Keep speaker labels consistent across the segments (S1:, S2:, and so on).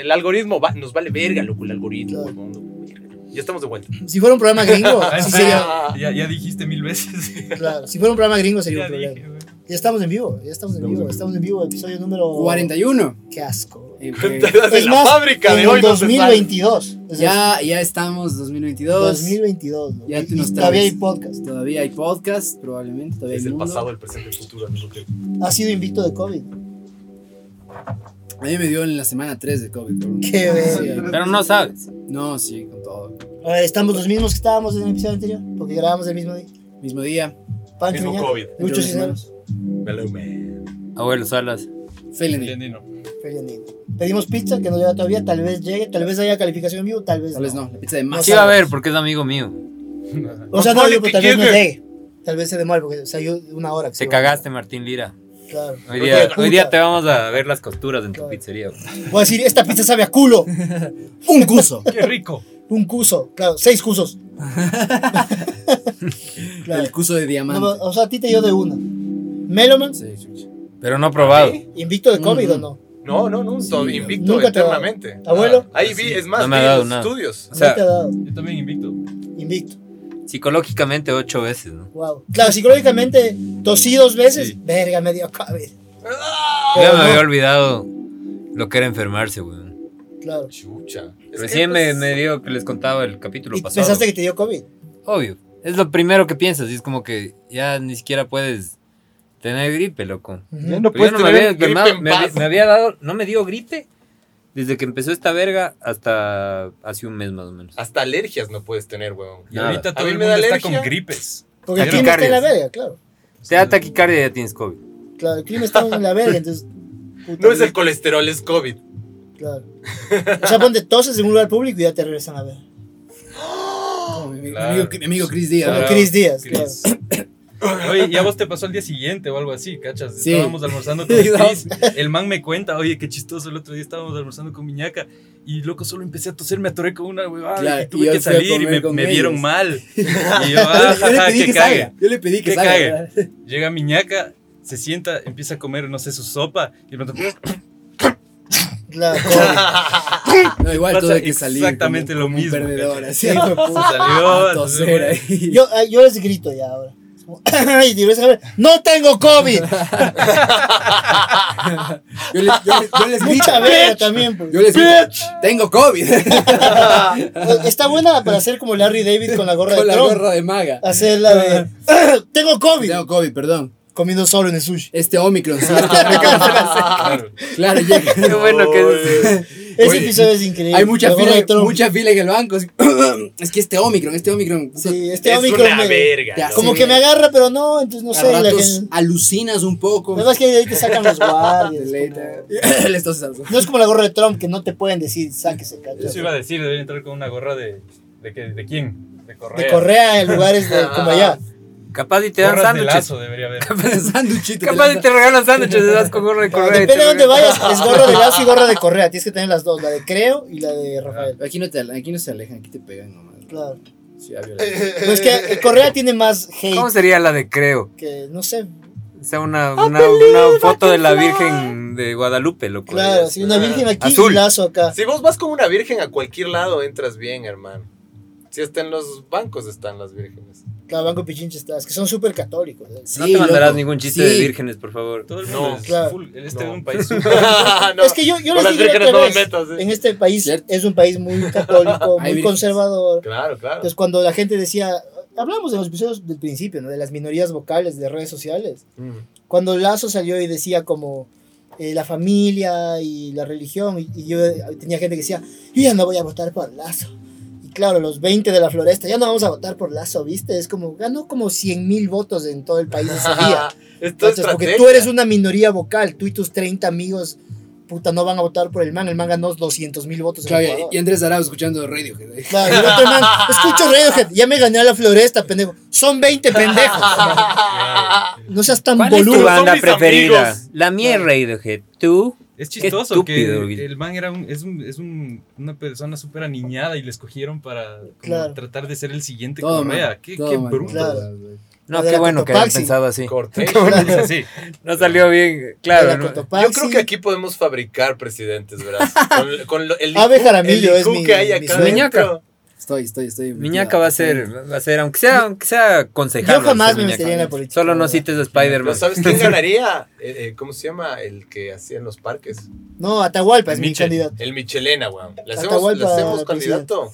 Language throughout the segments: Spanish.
S1: el algoritmo va, nos vale verga, loco, el algoritmo. no, no, verga. Ya estamos de vuelta.
S2: Si fuera un programa gringo, sí
S1: Ah.
S2: sería.
S3: Ah, Ya, ya dijiste mil veces.
S2: Claro, si fuera un programa gringo sería un
S3: Ya dije,
S2: problema.
S3: güey.
S2: Ya estamos en vivo, ya estamos en
S4: Estamos en
S2: vivo,
S4: vivo.
S2: estamos en vivo, episodio número
S5: 41.
S2: Qué asco.
S5: Eh,
S1: Desde
S2: Es
S1: la
S2: más,
S1: fábrica
S2: en
S1: de
S2: el
S1: hoy no se sale.
S2: 2022. O sea,
S5: ya, ya estamos 2022.
S2: 2022. ¿no?
S5: Ya
S2: Y
S5: te nos
S2: todavía hay
S5: traes.
S2: podcast.
S5: Todavía hay podcast, probablemente. Todavía
S1: Es
S5: hay
S1: el
S5: mundo.
S1: pasado, el presente, el futuro. al mismo tiempo.
S2: Ha sido invicto de COVID.
S5: A mí me dio en la semana 3 de COVID. cabrón.
S2: Qué verga.
S6: Pero no sabes.
S5: No, sí, con todo.
S2: A ver, estamos los mismos que estábamos en el episodio anterior, porque grabamos el mismo día.
S5: Mismo día.
S2: Pancho
S1: Mismo
S2: Viña,
S1: COVID.
S2: Lucho
S5: Entre
S2: Cisneros,
S1: Hello, man.
S6: Abuelo Salas.
S5: Felony.
S3: Entendí, no.
S2: Ferdinand. Pedimos pizza que no llega todavía, tal vez llegue, tal vez haya calificación en vivo, tal vez,
S5: Tal vez no. La pizza de más.
S6: Sí, va a ver, porque es amigo mío.
S2: O sea, no,
S1: Ponle
S2: yo,
S1: que
S2: pero tal vez no
S1: llegue.
S2: llegue. Tal vez se demore, porque o sea, yo una hora. que
S6: Te
S2: va.
S6: cagaste, Martín Lira.
S2: Claro.
S6: Hoy día,
S2: Puta.
S6: hoy día te vamos a ver las costuras en tu pizzería. güey.
S2: Voy a decir, esta pizza sabe a culo. Un cuso.
S3: Qué rico.
S2: Un cuso. Claro, seis cusos. claro.
S5: El curso de
S2: No, oh.
S5: diamante.
S2: o sea, a ti te dio de una. Meloman,
S5: Sí, chucha.
S6: Pero no probado.
S2: invicto de COVID o no.
S1: No, no, no, to-
S5: mira.
S1: invicto
S2: Nunca te ha dado.
S1: eternamente. Ah,
S2: Abuelo.
S1: Ahí vi, es más,
S6: No me ha
S1: vi
S6: dado
S1: los
S6: nada.
S1: estudios.
S6: O sea,
S2: no te ha dado.
S3: Yo también invicto.
S2: Invicto.
S6: psicológicamente ocho veces, ¿no?
S2: Wow. Claro, psicológicamente, tosí dos veces.
S3: Sí.
S2: Verga, me dio COVID.
S6: Yo ya
S2: Pero
S6: me
S2: no.
S6: había olvidado lo que era enfermarse, güey.
S2: Claro.
S1: Chucha. Es que,
S6: Recién me,
S1: pues,
S6: me dio que les contaba el capítulo
S2: ¿Y
S6: pasado.
S2: pensaste que te dio COVID?
S6: Obvio. Es lo primero que piensas. Y es como que ya ni siquiera puedes tener gripe, loco.
S3: Ya
S2: Ujú.
S6: Pero
S3: no puedes
S6: yo no me
S3: tener
S6: había
S1: gripe
S6: enfermado,
S1: en
S6: me, había,
S1: paz.
S6: me había dado, no me dio gripe desde que empezó esta verga hasta hace un mes más o menos.
S1: Hasta alergias no puedes tener, weón.
S3: Y
S6: Nada.
S3: ahorita
S1: A
S3: todo
S1: mí
S3: el
S1: me
S3: mundo
S1: da
S3: está
S1: alergia.
S3: con gripes.
S2: Porque el
S6: Pero-
S2: clima está en la
S6: Cardias.
S2: verga, claro.
S6: Te da taquicardia y ya tienes COVID.
S2: Claro, el clima está en la verga, entonces. puta,
S1: No es el colesterol, es COVID.
S2: Claro. O sea, ponte toses en un lugar público y ya te regresan a ver.
S5: No, mi, mi- mi
S3: Claro.
S5: amigo, mi amigo Chris Díaz.
S2: Como
S3: Claro.
S2: Chris Díaz, claro.
S3: Gris. Oye, ya vos te pasó al día siguiente o algo así, cachas.
S5: Sí.
S3: Estábamos almorzando con Chris. El man me cuenta, oye, qué chistoso. El otro día estábamos almorzando con Miñaca y loco, solo empecé a toser, me atoré con una huevada
S5: Claro,
S3: y tuve
S5: y yo
S3: que
S5: fui a
S3: salir y
S5: comer
S3: me,
S5: con
S3: me
S5: ellos.
S3: vieron mal. Y yo,
S5: Yo le- yo
S3: ah,
S5: le
S3: jaja,
S5: pedí
S3: que
S5: que
S3: cague.
S5: salga. Yo le pedí que
S3: Que
S5: salga.
S3: cague. Llega Miñaca, se sienta, empieza a comer, no sé, su sopa y de pronto
S2: Claro, COVID.
S5: No, igual
S3: Pasa
S5: tuve que salir. como-
S3: exactamente lo
S5: como un
S3: mismo,
S5: Perdedor,
S3: cacho.
S5: así.
S2: Sí, hijo de
S3: se salió.
S5: A toser ahí.
S2: Yo, ah, yo les grito ya ahora. Es como, Y te regresan a ver, ¡No tengo COVID!
S5: Yo les, yo, les- yo les grito.
S2: Mucha verga también. pues. Eh,
S5: Yo les grito. Tengo COVID.
S2: Está buena para hacer como Larry David con la gorra
S5: Con
S2: de
S5: la
S2: Trump.
S5: gorra de maga.
S2: Hacer la de. "Ah, ¡Tengo COVID!
S5: Tengo COVID, perdón.
S2: Comiendo solo en el sushi.
S5: Este Omicron. sí.
S1: Claro.
S5: claro, llega.
S6: Qué bueno que es.
S2: Ese episodio es increíble.
S5: Hay mucha
S2: La gorra
S5: fila,
S2: de Trump.
S5: mucha fila en el banco. así. Es que este Omicron, este Omicron.
S2: Sí, este
S1: Es
S2: Omicron
S1: una
S2: me-
S1: verga.
S5: Ya,
S1: ¿no?
S2: Como
S5: Sí.
S2: que me agarra, pero no, entonces no
S5: a
S2: sé. La
S5: ratos
S2: gente-
S5: alucinas un poco.
S2: Nada más que ahí te sacan los guardias.
S5: Le-
S2: como-
S5: Les toses.
S2: No es como la gorra de Trump que no te pueden decir, sáquese, cacho.
S3: Eso iba a decir, debería entrar con una gorra de. ¿De, qué, de quién? De Correa.
S2: De Correa en lugares de, como allá.
S6: Capaz y te dan
S3: Gorras de
S6: sándwiches.
S3: lazo debería haber.
S5: Capaz de sándwichito.
S6: Capaz y te regalan sándwiches de con gorra de correa. y te
S2: Depende de dónde
S6: regalan-
S2: vayas, es gorra de lazo y gorra de Correa. Tienes que tener las dos, la de Creo y la de Rafael.
S5: Aquí no, te, aquí no se alejan, aquí te pegan nomás.
S2: Claro.
S5: Sí, había la-
S2: Pero es que eh, el Correa tiene más
S6: ¿Cómo
S2: hate
S6: sería la de creo?
S2: que, no sé,
S6: O sea, una,
S2: Ah,
S6: una, una foto de la Virgen de Guadalupe, loco.
S2: claro, si una virgen aquí y
S6: Azul.
S2: un lazo acá.
S1: Si vos vas con una virgen a cualquier lado, entras bien, hermano. Si hasta en los bancos están las vírgenes.
S2: Claro, Banco Pichincha está, es que son súper católicos. ¿eh?
S5: Sí,
S6: no te mandarás
S5: loco.
S6: ningún
S5: Sí.
S6: chiste de vírgenes, por favor.
S3: Todo el mundo
S1: No,
S3: es
S2: claro.
S3: full. Este
S1: No.
S3: es un país.
S1: No,
S2: es que yo, yo
S1: con
S2: les
S1: las
S2: digo
S1: vírgenes
S2: otra
S1: no me
S2: vez,
S1: metas, ¿eh?
S2: en este país
S5: Cierto.
S2: es un país muy católico, muy
S5: Hay vírgenes.
S2: conservador.
S1: Claro, claro.
S2: Entonces, cuando la gente decía, hablamos en los episodios del principio, ¿no? De las minorías vocales de redes sociales.
S1: Mm.
S2: Cuando Lazo salió y decía como eh, la familia y la religión, y, y yo eh, tenía gente que decía, yo ya no voy a votar por Lazo. Y claro, los 20 de la floresta, ya no vamos a votar por Lazo, ¿viste? Es como, ganó como 100 mil votos en todo el país ese día.
S1: Esto es
S2: Entonces, porque
S1: estrategia.
S2: tú eres una minoría vocal, tú y tus 30 amigos, puta, no van a votar por el man, el man ganó 200 mil votos. en
S5: Claro,
S2: Ecuador.
S5: y Andrés Arau escuchando radio.
S2: Claro, y el otro man, escucho Radiohead, ya me gané a la floresta, pendejo. Son 20 pendejos. No seas tan
S6: ¿Cuál es tu
S2: boludo.
S6: banda
S1: mis
S6: preferida?
S1: amigos.
S6: La mía es Radiohead. ¿Tú?
S3: Es
S6: Qué
S3: chistoso que
S6: estúpido, güey.
S3: el man era un, es, un, es un- una persona súper aniñada y le escogieron para como
S2: Claro.
S3: tratar de ser el siguiente
S5: Todo,
S3: Correa.
S5: man,
S3: Qué,
S5: todo,
S3: qué
S5: man.
S3: bruto.
S2: Claro.
S6: No,
S2: de
S6: qué
S2: la
S6: bueno que hayan
S2: Cotopaxi.
S6: pensado así.
S1: Corte.
S6: Qué bueno que así. No salió bien,
S2: de la
S6: claro. ¿no?
S2: Cotopaxi.
S1: Yo creo que aquí podemos fabricar presidentes, ¿verdad? Con, con lo- el
S2: Ave
S1: IQ,
S2: Jaramillo
S1: el
S2: es
S1: IQ
S2: mi-
S1: que hay
S2: mi
S1: acá
S2: sueño.
S1: adentro.
S5: Estoy, estoy, estoy.
S6: Miñaca va a ser, va a ser, aunque sea, aunque sea concejal.
S2: Yo
S6: va a
S2: jamás
S6: ser
S2: me
S6: Miñaca.
S2: metería en la política,
S6: Solo no
S2: la verdad.
S6: cites a Spider-Man.
S1: Pero ¿sabes quién ganaría? Eh, eh, ¿Cómo se llama? El que hacía en los parques.
S2: No, Atahualpa es mi
S3: Michel.
S2: candidato.
S1: El Michelena, weón. ¿Le hacemos,
S2: Atahualpa,
S1: le hacemos
S2: presidente.
S1: candidato?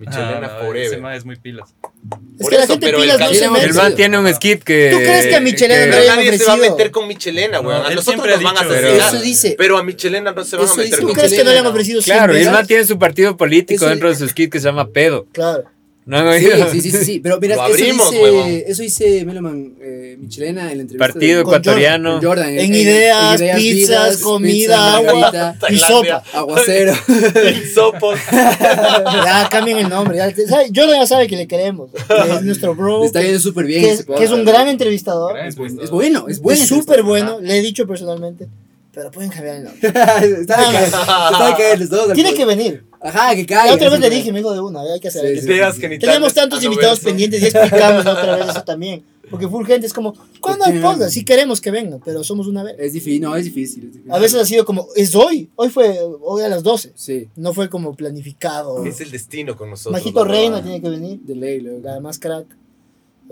S1: Michelena
S3: Ah, no, Ese
S1: Forever.
S3: man es muy pilas.
S2: Es
S1: Por
S2: que la
S1: eso,
S2: gente
S1: pero
S2: pilas
S1: el
S2: no se
S5: candidato-
S6: El
S2: mete.
S6: man tiene un skit que.
S2: ¿Tú crees que a Michelena
S6: que-
S2: no
S1: Pero
S2: le-
S1: nadie se va a
S2: ofrecido.
S1: meter con Michelena, weón.
S3: No,
S1: a
S3: él
S1: nosotros
S3: siempre
S1: nos
S3: ha
S1: van a
S3: dicho,
S1: asesinar.
S2: Eso dice.
S1: Pero a Michelena no se van a
S5: Eso
S1: meter
S5: dice.
S2: ¿Tú
S1: con
S2: crees que no le han
S1: Michelena,
S2: ofrecido cien
S6: Claro, y el
S2: veces?
S6: man tiene su partido político
S5: Eso-
S6: dentro de su skit que se llama Pedo.
S2: Claro.
S6: ¿No han
S5: Sí,
S6: oído?
S5: sí, sí, sí, sí, Pero verás,
S1: Lo
S5: eso
S1: abrimos, huevón.
S5: dice, eso dice Meloman eh, Michelena en la entrevista.
S6: Partido
S5: de-
S2: Con
S6: ecuatoriano.
S5: con Jordan.
S2: En ideas, pizzas, comida, agua.
S5: margarita,
S2: Y
S1: Tailandia.
S2: sopa.
S5: Aguacero.
S1: Sopos.
S2: Ya cambien el nombre. ya. ¿Sabe? Jordan ya sabe que le queremos. que es nuestro bro.
S5: Está yendo súper bien.
S2: que,
S5: ese
S2: que es un
S5: programa.
S2: gran entrevistador.
S3: Gran entrevistador.
S5: Es bueno, es bueno.
S2: es súper bueno. Le he dicho personalmente. Pero pueden cambiar el nombre.
S5: está de caer. Está de caer los dos.
S2: Ah. Tiene que venir.
S5: Ajá, que caiga.
S2: La otra vez le
S5: siempre.
S2: dije, me dijo de una. Hay que hacer.
S5: Sí,
S2: hay que
S5: sí.
S1: Ideas que ni
S2: Tenemos
S1: tal-
S2: tantos
S1: a no
S2: invitados
S1: verse.
S2: pendientes y explicamos otra vez eso también. Porque full gente es como, ¿cuándo hay
S5: Porque-
S2: podcast? Sí queremos que vengan, pero somos una vez.
S5: Es difícil, no, es difícil. es difícil.
S2: A veces ha sido como, es hoy, hoy fue, hoy a las 12.
S5: Sí,
S2: No fue como planificado.
S1: Es el destino con nosotros.
S2: Majito
S1: ¿no?
S2: Reina tiene que venir,
S5: de ley, luego.
S2: la más crack.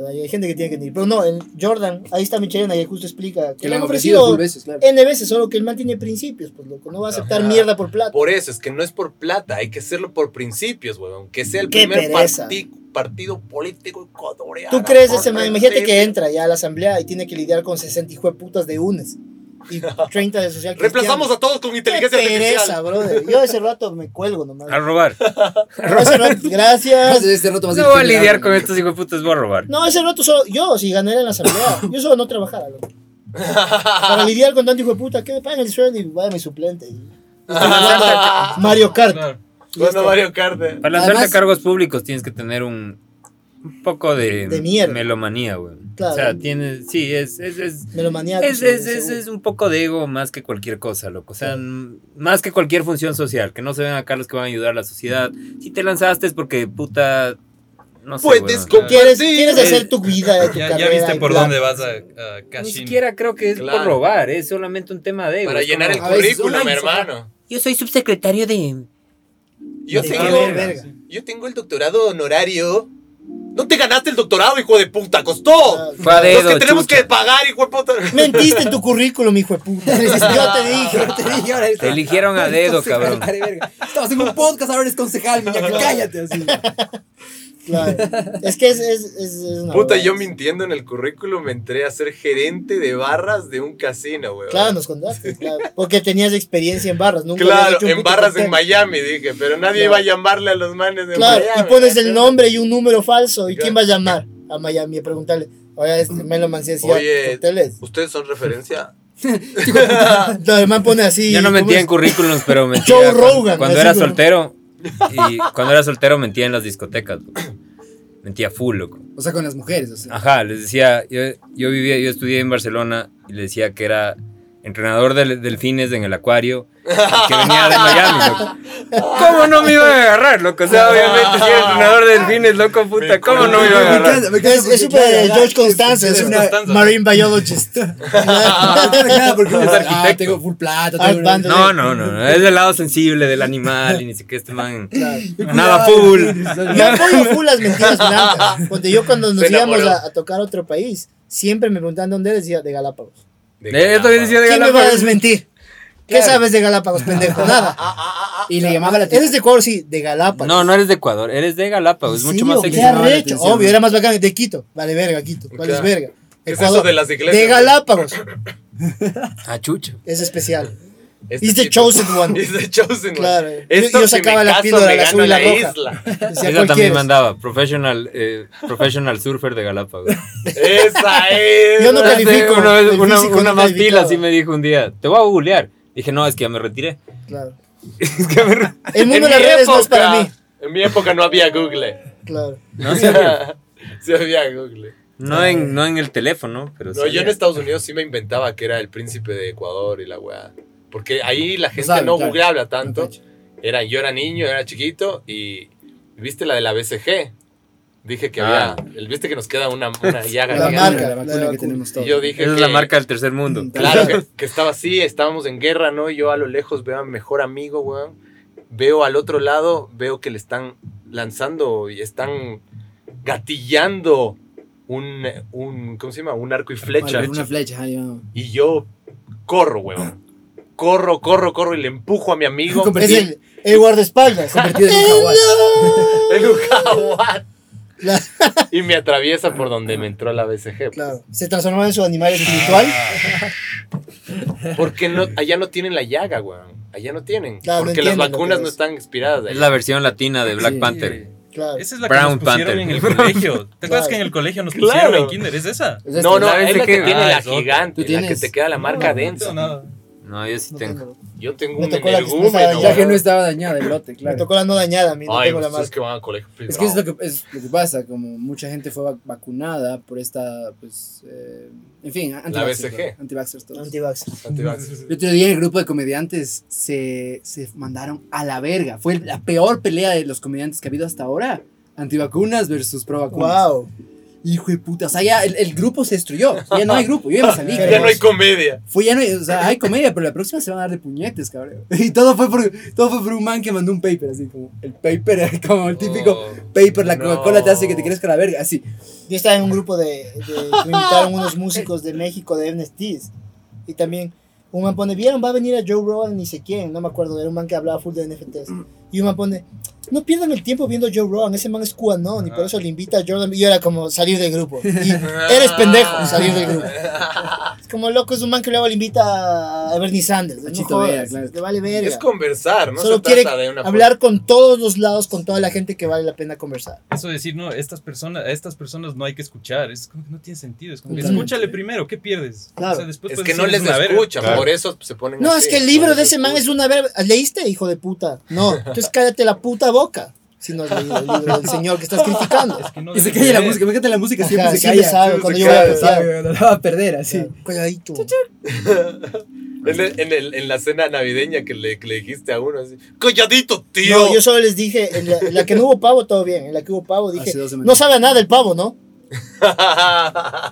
S2: Ahí Hay gente que tiene que venir. Pero no, el Jordan, ahí está Michelena y justo explica que
S5: Que
S2: le
S5: la han
S2: han
S5: ofrecido
S2: ofrecido
S5: full veces, claro.
S2: N veces, solo que el man tiene principios, pues loco, no va a aceptar
S1: Ajá.
S2: mierda por plata.
S1: Por eso, es que no es por plata, hay que hacerlo por principios, weón. Que sea el
S2: Qué
S1: primer
S2: pereza.
S1: parti- partido político ecuatoriano.
S2: ¿Tú crees ese
S1: Por
S2: man? Imagínate que
S1: principio.
S2: entra ya a la asamblea y tiene que lidiar con 60 hijos de putas de UNES y 30 de social cristiano.
S1: Reemplazamos a todos con inteligencia
S2: Qué pereza,
S1: artificial.
S2: brother. Yo ese rato me cuelgo nomás.
S6: A robar.
S2: Ese rato- gracias.
S5: Entonces, este rato vas
S6: No voy a
S5: generar-
S6: lidiar con estos hijos de putas, voy a robar.
S2: No, ese rato solo yo, si gané en la asamblea, yo solo no trabajara, loco. Para lidiar con tanto hijo de puta, que me paguen el sueldo y vaya mi suplente. Y- Mario Kart.
S3: Claro.
S1: Ah, Bueno, Mario eh. Carter.
S6: Para lanzarte
S5: Además-
S6: a cargos públicos tienes que tener un, un poco de,
S2: De mierda.
S6: melomanía, güey.
S2: Claro.
S6: O sea, tienes, sí, es, es, es,
S2: Melomaniaco.
S6: es,
S2: seguro,
S6: es, es,
S2: seguro.
S6: es un poco de ego más que cualquier cosa, loco. O sea, n- más que cualquier función social, que no se ven acá los que van a ayudar a la sociedad. Si te lanzaste es porque, puta, no sé,
S1: Puedes
S6: güey.
S1: con-
S2: ¿Quieres, quieres
S6: Eh,
S2: hacer tu vida, tu
S3: Ya,
S2: carrera.
S3: ya viste
S2: y
S3: por
S2: plan.
S3: dónde vas a, a cash
S6: Ni
S3: in.
S6: siquiera creo que es
S1: Claro.
S6: por robar, ¿eh? es solamente un tema de ego.
S1: Para
S6: Es
S1: llenar el
S6: como,
S5: a veces,
S1: currículum,
S5: ay,
S1: hermano.
S6: Yo soy subsecretario de...
S1: Yo
S2: De
S1: tengo,
S2: qué verga.
S1: yo tengo el doctorado honorario. No te ganaste el doctorado, hijo de puta, costó.
S2: Ah,
S6: Fue a
S1: Los
S6: dedo,
S1: que tenemos
S6: chucha.
S1: que pagar, hijo de puta.
S2: Mentiste en tu currículum, hijo de puta. Yo te dije.
S5: Te dije, ahora eres-
S6: Te eligieron a dedo,
S5: Concejal,
S6: cabrón.
S5: vale, verga. Estabas en un podcast, ahora eres concejal, Miñaca, cállate así.
S2: Claro. Es que es, es, es, es una
S1: Puta,
S2: huevada.
S1: yo mintiendo en el currículum me entré a ser gerente de barras de un casino, weón.
S2: Claro, nos contaste, claro. Porque tenías experiencia en barras, nunca habías
S1: Claro,
S2: hecho un
S1: en
S2: puto
S1: barras en
S2: cóctel.
S1: Miami, dije, pero nadie
S2: Claro.
S1: iba a llamarle a los manes de
S2: Claro,
S1: Miami.
S2: y pones el nombre y un número falso. ¿Y
S1: Claro.
S2: quién va a llamar a Miami a preguntarle? Oye, este Melo Mancía hacía
S1: Oye.
S2: hoteles.
S1: ¿Ustedes son referencia?
S2: No, el man pone así.
S6: Yo no
S2: ¿cómo
S6: mentía
S2: es?
S6: en currículums, pero mentía
S2: Joe
S6: cu-
S2: Rogan,
S6: cuando
S2: así
S6: era
S2: como-
S6: soltero. Y cuando era soltero mentía en las discotecas. loco. Mentía full, loco.
S5: O sea, con las mujeres, o sea.
S6: Ajá, les decía, yo, yo vivía, yo estudié en Barcelona y le decía que era entrenador de delfines en el acuario y que venía de Miami, loco. ¿Cómo no me iban a agarrar, loco? O sea, obviamente si era entrenador de delfines, loco, puta, ¿cómo no me iban a agarrar?
S5: encanta, me encanta
S2: Es
S5: porque,
S2: es súper
S5: claro,
S2: George Constanza, es
S5: es
S2: una
S3: Costanza.
S2: marine biologist.
S5: Ajá, porque uno
S6: Es
S5: dice, ah,
S6: arquitecto.
S5: tengo full plata,
S2: Ah,
S5: tengo una-
S2: banda.
S6: No, no, no, no, es del lado sensible del animal y ni siquiera este man,
S5: Cuidado,
S6: nada full.
S2: Yo apoyo full las mentiras blancas. Porque yo cuando nos
S1: Se
S2: íbamos
S1: enamoró.
S2: a, a tocar a otro país, siempre me preguntaban dónde eres, decía de Galápagos.
S6: Eh, Yo también decía de
S2: ¿Quién me va a
S6: Galápagos.
S2: desmentir? ¿Qué sabes de Galápagos, pendejo? Nada.
S5: Y le llamaba la
S2: ¿Eres de Ecuador? Sí, de Galápagos.
S6: No, no eres de Ecuador, eres de Galápagos, es
S2: Sí,
S6: mucho más
S2: o qué
S6: sexy.
S5: llamaba la
S2: arrecho.
S5: atención.
S2: Obvio, era más bacán de Quito. Vale, verga, Quito. Vale,
S1: Claro.
S2: verga.
S1: ¿Qué es
S2: Ecuador.
S1: eso de las iglesias?
S2: De Galápagos.
S6: Ah, chucha.
S2: Es especial.
S1: Este
S2: He's the
S1: chico.
S2: chosen one.
S1: He's the chosen one.
S2: Claro. Yo-
S1: Esto,
S2: yo
S1: si me
S2: sacaba la
S1: caso,
S2: píldora,
S1: me
S2: la
S1: gano
S2: azul y la roja.
S1: isla.
S2: Decía,
S6: Esa
S2: ¿cuál
S6: también
S2: quieres?
S6: mandaba, professional, eh, professional surfer de Galápagos.
S1: Esa es.
S2: Yo no
S6: Hace
S2: califico,
S6: Una, vez,
S2: el
S6: una,
S2: físico
S6: una
S2: no
S6: más pila
S2: calificaba.
S6: así me dijo un día, te voy a googlear. Dije, no, es que ya me retiré.
S2: Claro.
S6: Es que me re-
S2: El mundo de
S1: En
S2: las
S1: mi
S2: redes no es
S1: época-
S2: para mí.
S1: En mi época no había Google.
S2: Claro.
S6: No, sí había.
S1: sí había Google.
S6: no, en, no en el teléfono, pero sí
S1: No, yo en
S6: había.
S1: Estados Unidos sí me inventaba que era el príncipe de Ecuador y la weá. Porque ahí la gente
S5: saben,
S1: no
S5: claro.
S1: googleaba tanto. Era, yo era niño, era chiquito y viste la de la BCG. Dije que
S6: Ah.
S1: había. el- Viste que nos queda una, una llaga.
S2: La
S1: gigante.
S2: marca,
S5: la
S2: la
S5: vacuna
S2: vacuna.
S5: que tenemos
S1: Y
S5: todos.
S1: yo dije.
S6: Esa es
S1: que-
S6: la marca del tercer mundo.
S1: Claro, que, que estaba así, estábamos en guerra, ¿no? Y yo a lo lejos veo a mi mejor amigo, weón. Veo al otro lado, veo que le están lanzando y están gatillando un, un ¿cómo se llama? Un arco y flecha.
S5: Una flecha, ajá, yo-
S1: Y yo corro, weón. Corro, corro, corro y le empujo a mi amigo.
S2: Es
S5: Convertido,
S2: el, el guardaespaldas.
S5: convertido en un jaguar.
S1: en un jaguar.
S2: Claro.
S1: Y me atraviesa por donde me entró la BCG.
S2: Claro, se transformó en su animal espiritual.
S6: Ah.
S1: Porque no, allá no tienen la llaga, weón. Allá no tienen.
S2: Claro, no
S1: porque las
S2: entienden lo que
S1: vacunas
S2: es.
S1: no están expiradas.
S6: Es
S1: allá.
S6: la versión latina de Black
S5: Sí.
S6: Panther.
S2: Claro.
S3: Esa es la
S6: Brown
S3: que nos pusieron
S6: Panther.
S3: en el colegio. ¿Te acuerdas que en el colegio nos
S1: Claro.
S3: pusieron en kinder? ¿Es esa?
S5: Es esta,
S1: No, no,
S6: la
S1: es la que
S6: BCG.
S1: tiene
S3: Ah,
S1: la
S3: es otra.
S1: gigante,
S5: Tú
S1: la que
S5: tienes-
S1: te queda la marca
S3: No, no
S1: densa.
S3: tengo nada.
S6: No, yo sí
S2: No
S6: tengo.
S2: tengo.
S1: Yo tengo
S2: Me
S1: un
S2: tocó la que
S1: energúmeno.
S2: está allá,
S5: Ya que
S1: weón.
S5: no estaba dañada el lote,
S2: Me
S5: claro.
S2: tocó la no dañada, a mí, no
S1: Ay,
S2: tengo la
S1: pues es
S2: marca.
S1: que van a colegio privado.
S5: Es que es lo que, es lo que pasa, como mucha gente fue vac- vacunada por esta, pues, eh, en fin, anti-vaxxers,
S1: BCG.
S5: todo, anti-vaxxers
S6: Ah,
S5: todos.
S2: Antivax.
S1: Antivax.
S5: El otro día el grupo de comediantes se, se mandaron a la verga. Fue la peor pelea de los comediantes que ha habido hasta ahora. Antivacunas versus pro vacunas.
S2: Wow.
S5: Hijo de puta. O sea, ya el, el grupo se destruyó. O sea, ya no hay grupo. Yo ya me salí.
S2: Ya
S1: Ya
S5: cabrón.
S1: no hay comedia.
S5: Fue ya no hay, o sea, hay comedia, pero la próxima se van a dar de puñetes, cabrón. Y todo fue por, todo fue por un man que mandó un paper, así como el paper, como el típico
S1: Oh.
S5: paper, la Coca-Cola te
S1: no.
S5: hace que te crezca la verga, así.
S2: Yo estaba en un grupo de, de- que me invitaron unos músicos de México, de NFTs. Y también un man pone, vieron, va a venir a Joe Rogan ni sé quién, no me acuerdo, era un man que hablaba full de NFTs. Y un man pone, no pierdan el tiempo viendo Joe Rogan, ese man es cubanón y por eso le invita a Jordan. Y yo era como salir del grupo. Y eres pendejo salir del grupo. Es como loco, es un man que luego le invita a Bernie Sanders. No
S5: Chito
S2: jodas,
S5: Vera, claro.
S2: le vale verga.
S1: Es conversar, no
S2: Solo
S1: se
S2: quiere
S1: trata de una
S2: hablar con todos los lados, con toda la gente que vale la pena conversar.
S3: Eso de decir, no, estas personas, a estas personas no hay que escuchar. Es como que no tiene sentido. Es como que
S2: Totalmente.
S3: escúchale primero, ¿qué pierdes?
S2: Claro.
S3: después
S1: Es
S3: puedes
S1: que no
S3: decir,
S1: les
S3: Pues, "Es una verga".
S1: escuchan,
S6: Claro.
S1: por eso se ponen
S2: No,
S1: así,
S2: es que el
S1: no
S2: libro
S1: les
S2: de ese man es
S1: escuchan.
S2: una verga. ¿Leíste, hijo de puta? No, entonces cállate la puta boca. Si no has leído el libro del señor que estás criticando.
S3: Es que no
S5: Y se
S3: debes
S5: calla la
S3: leer.
S5: música, fíjate la música
S2: Ajá,
S5: siempre se
S2: siempre
S5: calla.
S2: sabe
S5: siempre
S2: cuando
S5: se
S2: yo voy a
S5: calla,
S2: pensar.
S5: sabe, la va a perder, así.
S2: Cuidadito.
S1: En, el- en el- en la cena navideña que le, que le dijiste a uno así, ¡Calladito, tío!
S2: No, yo solo les dije, en la, en la que no hubo pavo, todo bien. En la que hubo pavo, dije,
S5: Hace dos semanas.
S2: no sabe a nada el pavo, ¿no?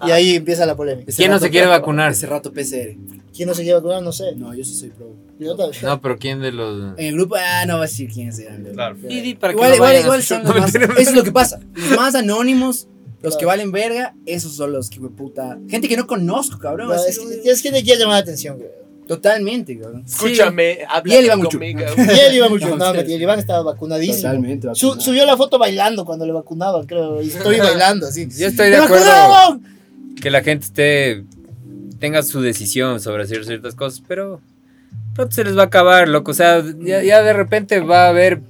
S2: Y ahí empieza la polémica.
S5: Ese
S6: ¿Quién no se quiere vacunar?
S5: Ese rato PCR.
S2: ¿Quién no se lleva con No sé.
S5: No, yo sí soy pro.
S2: Yo también.
S6: No, pero ¿quién de los.?
S5: En el grupo, ah, no va a decir quiénes eran.
S3: Claro.
S6: Sí, sí, para que
S5: igual,
S6: no
S5: igual,
S6: vayan a
S5: igual
S6: escuchar.
S5: son los
S6: No,
S5: más,
S6: mentira.
S5: Eso es lo que pasa. Los más anónimos, los
S2: Claro.
S5: que valen verga, esos son los que me puta. Gente que no conozco, cabrón.
S2: No,
S5: así,
S2: es,
S5: güey.
S2: que, es que le quiere llamar la atención, güey.
S5: Totalmente, cabrón.
S1: Escúchame, habla
S5: Y él iba mucho.
S1: conmigo.
S2: Y él iba mucho.
S5: No,
S2: No,
S5: ustedes.
S2: mentira, el Iván estaba vacunadísimo.
S5: Totalmente.
S2: Su-
S5: vacunado.
S2: subió la foto bailando cuando le vacunaban, creo. Y estoy bailando, así.
S6: Yo estoy de
S2: ¡Me
S6: acuerdo
S2: vacunaron!
S6: que la gente esté, tenga su decisión sobre hacer ciertas cosas, pero pronto se les va a acabar, loco. O sea, ya, ya de repente va a haber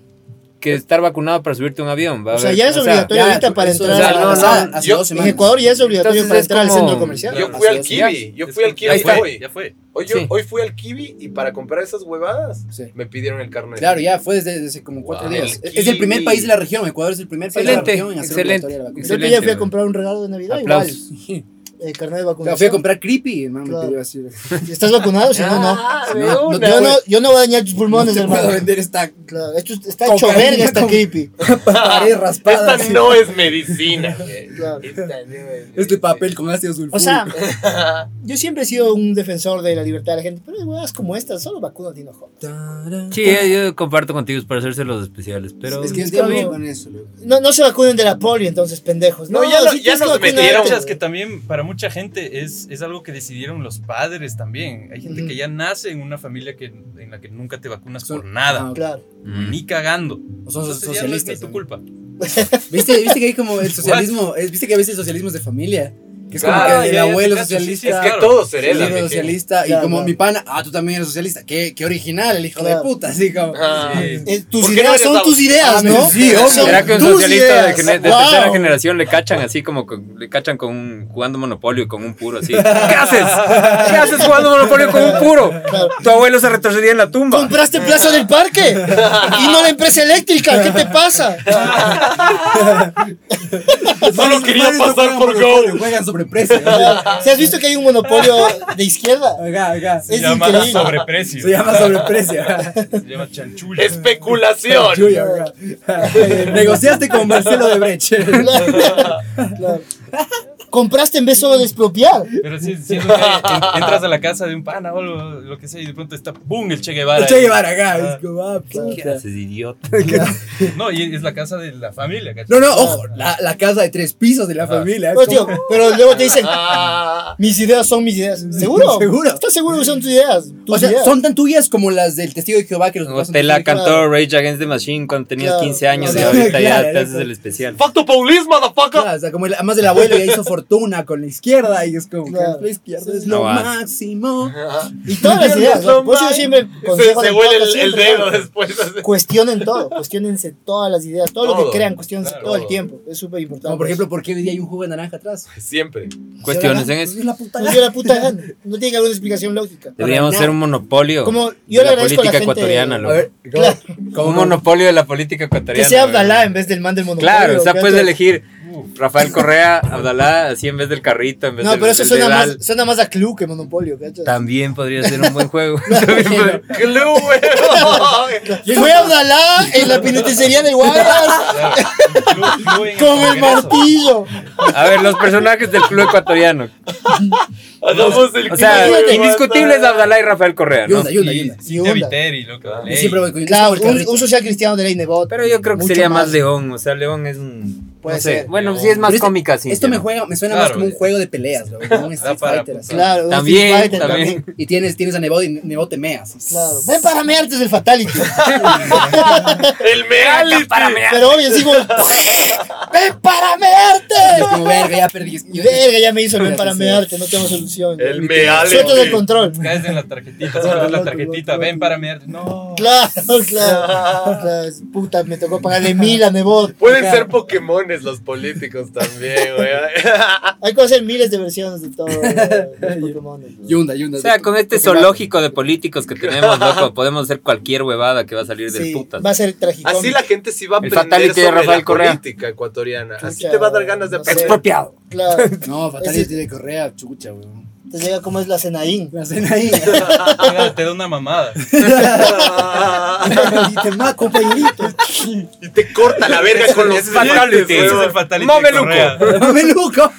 S6: que estar vacunado para subirte a un avión. Va a
S2: O sea,
S6: haber-
S2: ya es obligatorio
S5: Ya,
S2: ahorita para
S5: eso,
S2: entrar.
S5: o sea,
S2: a la
S5: no, no,
S2: sala.
S5: hace
S1: yo-
S5: dos
S2: En
S5: semanas.
S2: Ecuador ya es obligatorio
S6: Entonces
S2: para entrar
S6: es
S2: al
S6: como-
S2: centro comercial.
S1: Yo
S3: Claro,
S1: fui al
S5: así
S6: es.
S1: Kiwi, yo
S3: Es
S1: fui
S3: que
S1: al Kiwi
S3: Ya fue,
S1: hoy.
S3: ya fue.
S1: Hoy, yo-
S6: Sí.
S1: hoy fui al Kiwi y para comprar esas huevadas
S5: Sí.
S1: me pidieron el carnet.
S5: Claro, ya fue desde, desde como cuatro
S1: Wow.
S5: días.
S1: El
S5: Es el primer
S1: kiwi.
S5: país de la región. Ecuador es el primer país de la
S6: Excelente,
S5: región en hacer
S6: excelente.
S5: obligatoria la vacuna.
S2: Yo que
S6: Excelente,
S2: ya fui a
S6: güey.
S2: comprar un regalo de Navidad,
S6: Aplausos.
S2: igual. El carnet de
S5: O
S2: vacunación.
S5: sea, fui a comprar creepy, hermano.
S2: Claro.
S5: Me pidió así.
S2: ¿Estás vacunado? Si no, no.
S1: Ah,
S5: Si
S1: de
S5: no,
S1: una,
S2: No, yo,
S1: güey.
S2: no yo no voy a dañar tus pulmones,
S5: te
S2: hermano.
S5: puedo vender esta
S2: Claro, esto está
S5: Con
S2: hecho
S5: cariño,
S2: verga, está
S5: con-
S2: creepy.
S5: pared raspada.
S1: Esta
S5: así.
S1: no es medicina. güey.
S2: Claro.
S1: Esta no es
S5: Este papel con ácido sulfúrico.
S2: O sea, yo siempre he sido un defensor de la libertad de la gente, pero weas como estas, solo vacúnate y no jodas.
S5: Tarán.
S6: Sí, eh, yo comparto contigo es para hacerse los especiales, pero
S5: es que
S2: es
S5: entiendo
S2: como-
S5: con eso, loco.
S2: No, no se vacunen de la polio, entonces, pendejos. No,
S1: No, ya lo-
S2: sí
S1: ya
S2: tienes que
S1: nos
S2: vacunarte,
S1: metieron.
S2: güey.
S1: Muchas
S3: Muchas que también para mucha gente es, es algo que decidieron los padres también. Hay gente
S2: Ujú.
S3: que ya nace en una familia que, en la que nunca te vacunas
S5: Son-
S3: por nada,
S5: Ah,
S2: Claro.
S6: Mm.
S3: ni cagando.
S5: O son
S3: Entonces ya no es ni
S5: socialistas.
S3: tu
S5: ¿no?
S3: culpa.
S5: ¿Viste, viste que hay como el socialismo, eh, viste que a veces el socialismo es de familia. Que es como
S1: Claro, este
S5: que el
S3: Ah, ya, ya
S5: abuelo
S3: te cacho, sí, sí,
S5: socialista,
S1: Es que
S3: Claro.
S1: todos
S5: el
S1: heredan.
S5: libro
S1: de que-
S5: socialista, y
S2: Claro,
S5: como
S2: claro.
S5: mi pana, ah, tú también eres socialista. Qué, qué original, el hijo
S2: Claro.
S5: de puta, así como.
S1: Ah,
S3: Sí.
S2: Eh, tus
S1: ¿Por qué no
S2: ideas
S1: eres
S2: son
S1: abogado?
S2: tus ideas, ¿no?
S5: Sí, obvio.
S2: Son
S6: ¿Será que un
S2: tus
S6: socialista de,
S2: ideas.
S6: gener- de
S2: Wow.
S6: tercera generación le cachan así como con- le cachan con un, jugando monopolio y con un puro así? ¿Qué haces? ¿Qué haces jugando monopolio con un puro? Tu abuelo se retrocedía en la tumba.
S2: Compraste Plaza del Parque y no la empresa eléctrica. ¿Qué te pasa?
S1: Solo quería pasar por
S5: gol
S1: Go.
S5: Juegan su sobreprecio.
S2: Si has visto que hay un monopolio de izquierda,
S5: Acá, acá.
S3: Se
S2: Es
S3: llama
S2: increíble.
S3: sobreprecio.
S5: Se llama sobreprecio. ajá.
S3: Se llama chanchulla.
S1: Especulación.
S5: Yuyo, acá. Eh, Negociaste con Marcelo de Breche.
S2: claro. compraste en vez solo de expropiar.
S3: Pero sí, siento que en- entras a la casa de un pana o lo, lo que sea y de pronto está, ¡boom! el Che Guevara.
S5: Che
S3: ahí.
S5: Guevara acá.
S3: Ah.
S5: Es como, ah, puta.
S6: haces, idiota?
S3: No, y es la casa de la familia, ¿cachai?
S5: No, no, ojo, la, la casa de tres pisos de la familia. es
S2: No, tío,
S5: como-
S2: pero luego te dicen,
S1: Ah,
S2: mis ideas son mis ideas. ¿Seguro?
S5: Seguro.
S2: ¿Estás seguro que son tus ideas? Tus
S5: O sea,
S2: ideas.
S5: son tan tuyas como las del testigo de Jehová que los
S6: O
S5: pasan
S6: te la
S5: testigo de Jehová.
S6: cantó Rage Against the Machine cuando tenías
S2: Claro.
S6: 15 años
S5: Claro.
S6: y ahorita
S5: Claro,
S6: ya te haces
S5: eso.
S6: el especial.
S1: Facto Paulis, motherfucker.
S5: Claro, o sea, como el- además el abuelo ya hizo fortuna con la izquierda y es como que
S2: Claro.
S5: la izquierda es
S6: No
S5: lo
S6: vas.
S5: máximo.
S1: Ajá.
S2: Y todas las ideas. ¿no? Pues Por eso yo siempre
S1: Se,
S2: consejo
S1: se
S2: del
S1: huele el,
S2: podcast,
S1: el
S2: siempre,
S1: dedo
S2: ¿no?
S1: después. así.
S2: Cuestionen todo, cuestionense todas las ideas, todo, lo
S1: Todo,
S2: que crean, cuestionense
S1: claro.
S2: todo el tiempo. Es súper importante.
S5: Como por ejemplo, ¿por qué hoy día hay un jugo de naranja atrás?
S1: Siempre.
S6: Cuestiones en
S5: Pues
S6: eso.
S5: Es la puta
S2: no
S5: gana.
S2: dio la puta gana. No tiene que haber una explicación lógica.
S6: Deberíamos
S5: nada.
S6: ser un monopolio.
S2: Como
S6: de
S2: yo le
S6: la
S2: agradezco a la
S6: política
S2: gente
S6: ecuatoriana,
S5: A ver, ¿cómo?
S2: Claro.
S5: ¿Cómo
S6: Un
S5: no?
S6: monopolio de la política ecuatoriana.
S2: que sea
S6: güey.
S2: Abdalá en vez del man del monopolio.
S6: Claro, o sea,
S2: ¿cachai?
S6: puedes elegir Rafael Correa, Abdalá, así en vez del carrito, en vez
S2: No,
S6: del
S2: pero eso
S6: del
S2: suena
S6: dedal.
S2: más, suena más a club que monopolio, ¿cachai?
S6: También podría ser un buen juego.
S1: Club, weón.
S2: Fue Abdalá en la pineticería del Guayas
S3: Claro. Inclu- incluyen
S2: con el
S3: Congreso.
S2: martillo.
S6: A ver, los personajes del club ecuatoriano.
S1: Hagamos el
S6: O sea,
S1: club, weón.
S6: indiscutibles Abdalá y Rafael Correa, ¿no?
S5: Yunda, yunda,
S3: Y
S5: yunda.
S2: Y onda.
S3: Cintia Viteri, loco.
S1: Claro.
S5: Yo
S3: ley.
S5: siempre voy con
S2: Claro,
S5: con
S2: un,
S5: carrito.
S2: un social cristiano de ley Nebot.
S6: Pero yo creo que
S2: Mucho
S6: sería más
S2: más.
S6: León, o sea, León es un...
S2: Puede
S6: no sé.
S2: ser.
S6: Bueno, sí es más
S5: Pero este-
S6: cómica, sí.
S5: Esto me, juega, me suena más
S3: Claro,
S5: como un
S3: ya.
S5: juego de peleas, ¿no? como un Street
S3: para
S5: Fighter. así.
S3: apuntar.
S2: Claro, un
S6: También,
S2: Street Fighter
S6: también.
S5: Y tienes, tienes a Nebo y Nebo te meas.
S2: Claro. Ven para mearte es el fatality.
S1: El Mealit.
S2: Pero obvio, así como. ¡Ven para
S5: Y es
S2: mearte!
S5: como, verga, ya perdí.
S2: Y verga, ya me hizo el ven
S5: Sí,
S2: para
S5: sí.
S2: mearte, no tengo solución.
S1: El Mealit.
S2: Suelto del control.
S3: Caes en la tarjetita, sueltas la tarjetita, ven para mear. No.
S2: Claro, claro. Claro, Puta, me tocó pagarle mil a Nebot.
S1: Pueden ser Pokémones los políticos también, weón.
S2: Hay que hacer miles de versiones de todo. eh, los Pokémon. ¿no?
S5: Yunda, yunda.
S6: O sea, con este
S5: Porque
S6: zoológico de políticos que tenemos, loco, podemos hacer cualquier huevada que va a salir del
S2: Sí,
S6: putas.
S2: va a ser trágico.
S1: Así la gente sí va a
S6: El
S1: aprender
S6: fatality de
S1: sobre
S6: Rafael
S1: la
S6: Correa.
S1: política ecuatoriana. Así
S2: Chucha,
S1: te va a dar ganas de
S2: no sé.
S1: aprender.
S2: Claro.
S5: va- No, Fatality de Correa, chucha, weón.
S2: Te llega como es la cenaín.
S5: La cena ahí.
S3: Te da- Te da una mamada.
S5: y te ma, compañerito.
S1: y te corta la verga con los
S6: Ese es el fatality,
S1: dientes,
S3: Ese es
S1: weón.
S3: el fatality.
S6: Mame
S3: de
S6: Luco.
S3: Correa.
S5: ¡Mameluco!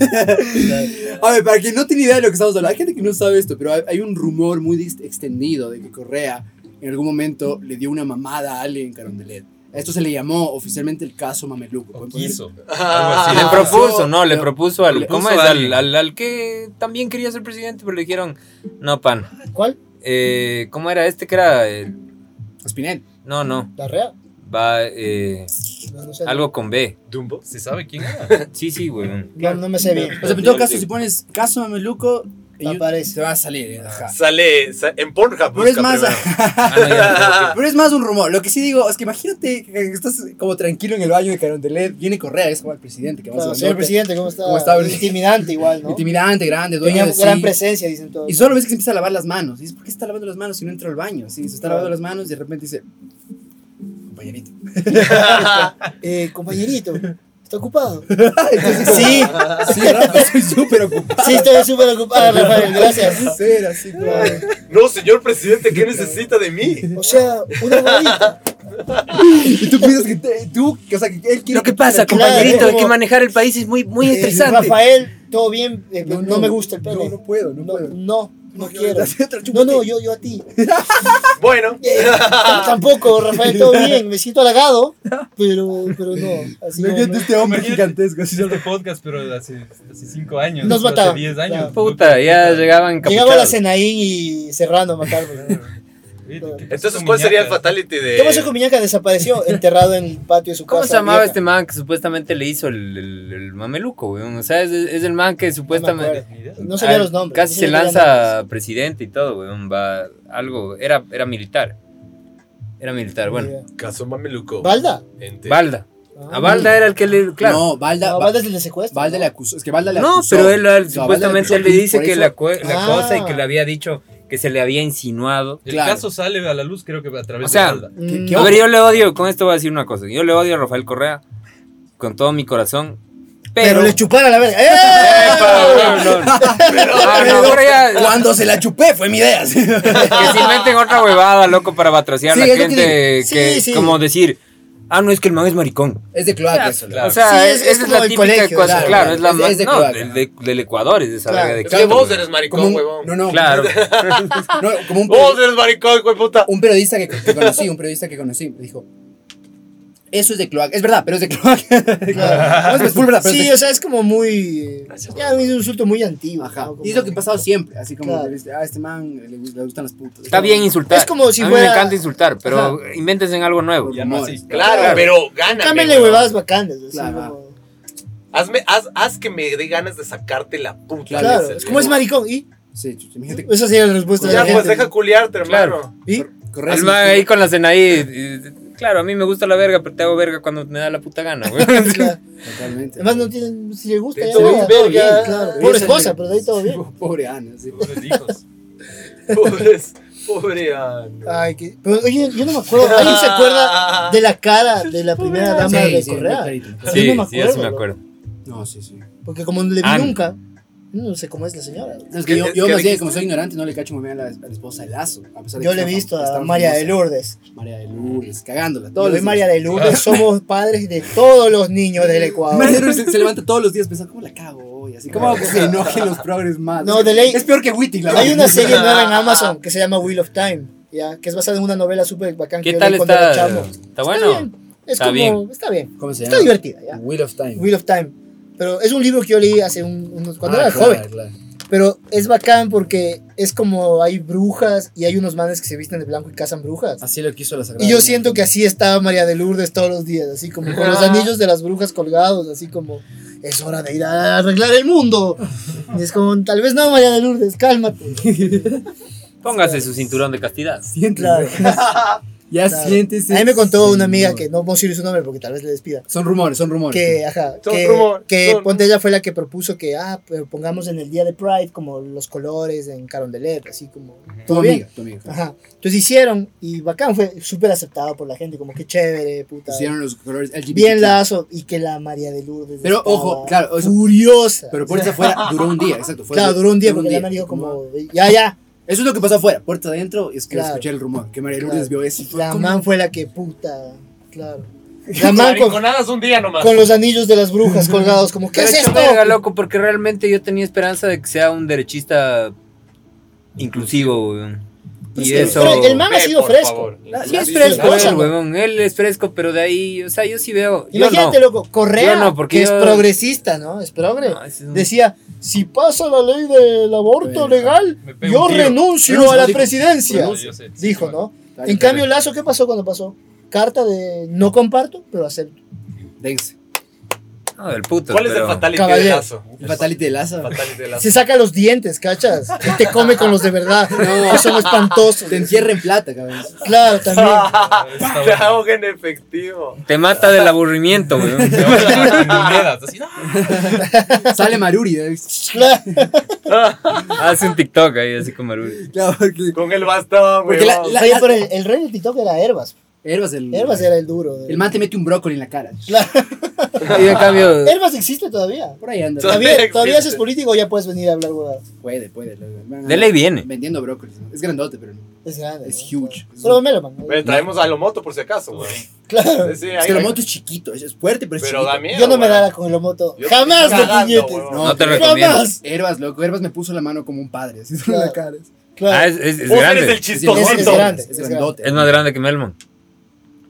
S5: A ver, para quien no tiene idea de lo que estamos hablando, hay gente que no sabe esto, pero hay, hay un rumor muy dis- extendido de que Correa en algún momento le dio una mamada a alguien en Carondelet. A esto se le llamó oficialmente el caso Mameluco.
S3: O
S5: Pueden poner-
S3: quiso.
S1: Ah.
S6: le
S5: Ah,
S6: propuso,
S5: yo-
S6: no, le
S5: yo-
S6: propuso al.
S5: le
S6: ¿Cómo
S3: puso
S6: es?
S3: a
S6: Al,
S3: alguien.
S6: al, al que también quería ser presidente, pero le dijeron, no, pan.
S2: ¿Cuál?
S6: Eh, ¿Cómo era este que era? eh,
S5: Espinel.
S6: no, no.
S2: ¿La rea?
S6: Va, eh,
S2: No, no sé.
S6: algo con B.
S1: Dumbo.
S3: ¿Se sabe quién era?
S6: Sí, sí, güey.
S2: No, no me sé bien.
S5: O sea, en todo caso, si pones caso Mameluco, en YouTube
S2: Aparece.
S5: te va a salir. eh, ajá.
S1: Sale, sa- en Pornhub.
S5: Pero es
S1: busca
S5: más.
S1: primero.
S6: Ah, no, ya
S5: Pero es más un rumor. Lo que sí digo es que imagínate que estás como tranquilo en el baño de Carondelet. Viene Correa, es como el presidente que va
S2: Claro,
S5: a
S2: señor presidente, ¿cómo está?
S5: ¿Cómo está?
S2: Intimidante igual, ¿no?
S5: Intimidante, grande, dueño
S2: Tenía
S5: de
S2: gran
S5: sí.
S2: presencia, dicen todos.
S5: Y solo ves que se empieza a lavar las manos. Y dices, ¿por qué se está lavando las manos si no entra al baño? Sí, se está lavando
S2: Claro.
S5: las manos y de repente dice, compañerito.
S2: Eh, compañerito, ¿está ocupado?
S5: sí, sí, Rafa, soy súper ocupado.
S2: Sí, estoy súper ocupado, Rafael, gracias.
S5: Ser así, como-
S1: No, señor presidente, ¿qué necesita de mí?
S2: O sea, una bolita.
S5: Y tú piensas que te- tú, que, o sea, que él quiere.
S6: Lo que pasa,
S2: Claro,
S6: compañerito,
S2: es
S6: hay que
S2: como-
S6: manejar el país es muy, muy
S2: Eh,
S6: estresante.
S2: Rafael, todo bien, Eh, no, me gusta el pene.
S5: No, no puedo, no,
S2: No,
S5: puedo.
S2: no, no quiero.
S5: Hace otro
S2: No,
S5: chupete.
S2: no, yo, yo a ti.
S1: Bueno,
S2: Eh, tampoco, Rafael, todo bien, me siento halagado, pero, pero no, así no,
S5: Imagínate
S2: no.
S5: este hombre
S3: Imagínate.
S5: gigantesco, así
S3: Hice
S5: solo.
S3: este podcast, pero hace, hace cinco años.
S2: Nos
S3: pero
S2: mataba.
S3: Hace diez años.
S2: Claro.
S6: Puta, ya llegaban
S2: Llegaba la
S6: encapuchados.
S2: Cenaín y Serrano a matarme.
S1: entonces, ¿cuál sería el
S3: fatal?
S1: fatality de.?
S2: ¿Qué pasó con Miñaca? Desapareció, enterrado en el patio de su casa.
S6: ¿Cómo se llamaba
S2: vieja.
S6: este man que supuestamente le hizo el, el- el mameluco, güey? O sea, es, es el man que supuestamente...
S2: No sabía
S6: Ah,
S2: los nombres.
S6: Casi
S2: no
S6: se
S2: sabía los
S6: lanza presidente y todo, weón. Va algo. Era, era militar. Era militar,
S2: nombres.
S6: bueno.
S1: Caso Mameluco.
S2: ¿Balda?
S1: Ente.
S6: Valda.
S2: Ah.
S6: A Valda era el que le. Claro.
S5: No, Valda,
S2: No, Valda es el de secuestro.
S5: Valda
S2: ¿no?
S5: le acusó. Es que Valda le
S6: No,
S5: acusó.
S6: pero él, él
S5: O sea, Valda
S6: supuestamente él le
S5: acusó,
S6: dice
S5: por
S6: que
S5: eso-
S6: la, cue- la
S2: Ah.
S6: cosa y que le había dicho que se le había insinuado.
S3: El
S5: Claro.
S3: caso sale a la luz, creo que a través
S6: O sea,
S3: de Valda.
S5: ¿Qué-
S2: Mm.
S5: qué
S6: A ver, yo le odio. Con esto voy a decir una cosa. Yo le odio a Rafael Correa con todo mi corazón.
S2: Pero,
S6: Pero.
S2: le chupara la verga. ¡Eh!
S6: Epa, no, no, no. Ah, no, pero ya-
S5: Cuando se la chupé fue mi idea. sí.
S6: Que se inventen otra huevada, loco, para batraciar a
S5: Sí,
S6: la
S5: es lo que
S6: gente.
S2: digo.
S6: que,
S2: Sí, sí.
S6: Como decir, ah, no, es que el man es maricón.
S5: Es de cloaca eso.
S6: O
S5: Claro.
S6: sea,
S2: Sí,
S6: es,
S2: es- es
S6: esa es
S2: como
S6: la
S2: el
S6: típica
S2: colegio,
S6: cosa.
S5: claro,
S6: claro, es la
S5: es-
S6: más.
S5: es de
S6: no,
S5: cloaca.
S6: del, de- del Ecuador es esa
S2: Claro.
S6: verga de
S1: Es que vos
S6: güey.
S1: eres
S5: Como
S1: maricón,
S5: un,
S1: huevón.
S5: no, no,
S6: Claro. Oh,
S5: no, como un,
S1: Vos eres maricón, hijo de puta.
S5: un periodista que, que conocí, un periodista que conocí, me dijo, eso es de cloaca. Es verdad, pero es de cloaca.
S2: Claro.
S5: No, es full verdad, pero es de
S2: Sí, o sea, es como muy. Ya es un insulto muy antiguo.
S5: Ajá.
S2: ¿no? Como-
S5: Y es lo que ha pasado siempre, así como,
S2: Ah, Claro.
S5: este, ah, este man le, gust- le gustan las putas.
S6: Está bien insultar.
S2: Es como si
S6: a mí me
S2: fuera-
S6: encanta insultar, pero invéntense en algo nuevo.
S3: Ya no así.
S1: Claro,
S6: Claro.
S1: pero gana.
S2: Cámbiale huevadas bacanas. así
S5: Claro.
S2: como-
S1: Hazme, haz, haz que me dé ganas de sacarte la puta.
S5: Claro,
S2: Claro,
S1: dice el
S2: es como es
S1: viejo.
S2: maricón. ¿Y?
S5: Sí, chucha, mi gente.
S2: Esa sería la respuesta de
S1: Ya,
S2: la
S1: pues
S2: gente.
S1: deja culiarte, hermano.
S2: ¿Y?
S5: Correa
S6: El
S5: sin-
S6: man ahí con la cenaí. y- Claro, a mí me gusta la verga, pero te hago verga cuando me da la puta gana, güey.
S2: Claro.
S5: Totalmente.
S2: Además, no tienen. Si le gusta, ¿eh? ya
S1: Todo
S2: verga, todo bien.
S1: verga.
S2: Claro.
S5: Sí,
S2: Pobre
S5: sí,
S2: esposa,
S5: sí.
S2: pero de ahí todo bien.
S5: Pobre Ana, sí.
S3: Pobres hijos.
S1: Pobres, pobre ano.
S2: Ay, que. Pero, oye, yo no me acuerdo. ¿Alguien se acuerda de la cara de la primera
S5: Sí,
S2: dama de
S5: sí,
S2: Correa?
S5: clarito, clarito.
S2: Yo
S6: Sí,
S2: no me
S6: sí, yo sí me
S2: acuerdo,
S6: acuerdo.
S5: No, sí, sí.
S2: Porque como no le vi
S6: Ana.
S2: nunca, no sé cómo es la señora.
S5: No, Es que
S1: ¿Qué-
S5: yo,
S1: qué-
S5: yo
S1: qué
S5: más bien,
S1: dijiste?
S5: como soy ignorante, no le cacho muy bien a la, a la esposa de Lazo. a pesar de
S2: Yo
S5: que
S2: le he
S5: está-
S2: visto
S5: está
S2: a
S5: muy
S2: María de
S5: famosa.
S2: Lourdes.
S5: María de Lourdes, cagándola.
S2: Yo
S5: Todos
S2: y
S5: los
S2: María
S5: días.
S2: de Lourdes somos padres de todos los niños del
S5: María de
S2: Ecuador.
S5: Lourdes se, se levanta todos los días pensando, ¿cómo la cago hoy? Así, ¿cómo hago que se enojen los progres más?
S2: No, de ley.
S5: Es peor que Witty, la
S2: Hay
S5: verdad.
S2: una serie nueva en Amazon que se llama Wheel of Time, ¿ya? que es basada en una novela súper bacán
S6: ¿Qué
S2: que
S6: tal
S2: leí cuando era
S6: está?
S2: chamo.
S6: ¿Está bueno?
S2: bien. Es
S6: Está
S2: como,
S6: bien.
S2: Está bien.
S5: ¿Cómo se llama?
S2: Está divertida, ya.
S5: Wheel of Time.
S2: Wheel of Time. Pero es un libro que yo leí hace un- unos, cuando
S5: Ah,
S2: era
S5: claro,
S2: joven.
S5: claro.
S2: Pero es bacán porque es como hay brujas y hay unos manes que se visten de blanco y cazan brujas.
S5: Así lo quiso la Sagrada.
S2: Y yo
S5: Familia.
S2: siento que así estaba María de Lourdes todos los días, así como con los anillos de las brujas colgados, así como es hora de ir a arreglar el mundo. Y es como, tal vez no, María de Lourdes, cálmate.
S6: Póngase su cinturón de castidad.
S5: Siéntese.
S2: Claro.
S5: Ya
S2: Claro.
S5: siéntese.
S2: A mí me contó una amiga
S5: señor.
S2: que no vamos a decir su nombre porque tal vez le despida.
S5: Son rumores, son rumores.
S2: Que, ajá,
S1: Son
S2: que,
S1: rumor,
S2: que
S1: son-
S2: ponte ella fue la que propuso que, ah, pero pongamos en el día de Pride como los colores en Carondelet, así como,
S5: Tu
S2: todo bien.
S5: amiga, tu amiga.
S2: Ajá. Entonces hicieron y bacán, fue súper aceptado por la gente, como que chévere, puta.
S5: Hicieron los colores LGBT.
S2: Bien lazo y que la María de Lourdes.
S5: Pero,
S2: estaba
S5: ojo, claro, eso-
S2: furiosa.
S5: Pero Puertas afuera duró un día, exacto. fue-
S2: claro, duró un día porque la María dijo como, ya, ya.
S5: Eso es lo que pasó afuera, puerta adentro, y es que
S2: Claro.
S5: escuché el rumor, que María
S2: Claro.
S5: Lourdes vio eso. y fue
S2: La
S5: como-
S2: man fue la que puta, claro. La man con,
S1: Mariconadas un día nomás.
S2: con los anillos de las brujas colgados, como, ¿qué
S6: Pero
S2: es
S6: hecho
S2: esto?
S6: verga, loco, porque realmente yo tenía esperanza de que sea un derechista inclusivo, weón. Y
S2: Pero
S6: eso.
S2: Pues el man ha
S1: Ve,
S2: sido
S1: por
S2: fresco.
S1: favor.
S2: Sí es
S6: Sí,
S2: fresco,
S6: a ver,
S2: esa, weón.
S6: weón, Él es fresco, pero de ahí, o sea, yo sí veo. Yo no.
S2: Imagínate, loco, Correa,
S6: Yo no, porque
S2: que
S6: yo-
S2: es progresista, ¿no? Es progre.
S6: No, ese es un-
S2: Decía, si pasa la ley del aborto
S5: Bueno,
S2: legal,
S3: me pego
S2: yo
S3: un tiro".
S2: renuncio
S5: Renuncio,
S2: a la
S5: dijo.
S2: presidencia.
S5: Renuncio.
S3: Yo sé, sí,
S2: Dijo,
S3: sí,
S2: ¿no?
S5: Está bien,
S2: En cambio, Lazo, ¿qué pasó cuando pasó? Carta de no comparto, pero acepto.
S5: Dense.
S6: No, del puto.
S1: ¿Cuál es el
S6: pero-
S1: fatality
S2: Caballero.
S1: de lazo?
S5: El Fatality de Laza.
S1: Fatality de lazo.
S2: Se saca los dientes, ¿cachas? Y te come con los de verdad. No, son espantosos.
S5: Te entierra en plata, cabrón.
S2: Claro, también.
S3: Está
S1: Te
S3: bueno.
S1: hago en efectivo.
S6: Te mata del aburrimiento, weón.
S3: Te vamos a- en monedas, así, ¡ah!
S5: Sale Maruri. ¿eh?
S2: Claro.
S6: Hace un TikTok ahí, así como el.
S5: Claro, porque.
S1: Con el bastón,
S5: Porque la-
S1: weón.
S5: la-
S2: Oye, pero el, el rey del TikTok era Herbas.
S5: Herbas el.
S2: Herbas era el duro. de-
S5: El man te mete un brócoli en la cara.
S6: Y en cambio.
S2: Herbas existe todavía.
S5: Por ahí anda.
S1: Todavía
S2: Todavía, todavía
S1: existe.
S2: haces político, ya puedes venir a hablar huevadas.
S5: Puede, puede. la verdad. Man,
S6: De ley viene.
S5: Vendiendo brócolis. ¿no? Es grandote, pero no.
S2: Es grande.
S5: Es
S2: ¿no?
S5: huge.
S2: Pero Meloman. ¿no?
S1: Ve, traemos a Lomoto por si acaso, weón.
S2: Claro.
S1: Sí, sí,
S5: Es
S1: ahí-
S5: que la
S1: ahí-
S5: moto es chiquito, es es fuerte, pero es
S1: Pero da
S5: chiquito.
S1: miedo.
S2: Yo no me
S1: weón.
S2: dara con el moto.
S1: Yo-
S2: Jamás de
S1: Cagando,
S2: puñetes.
S1: huevón.
S6: No te recomiendo.
S2: Jamás.
S5: Herbas, loco. Herbas me puso la mano como un padre. Así en la
S2: Claro.
S5: cara. Es
S6: Ah,
S2: Claro.
S6: es, es- es
S1: Vos eres el
S6: grande.
S2: Es- es
S1: chistosito.
S2: grande,
S5: Es
S2: es
S5: grandote.
S6: Es más grande que Melman.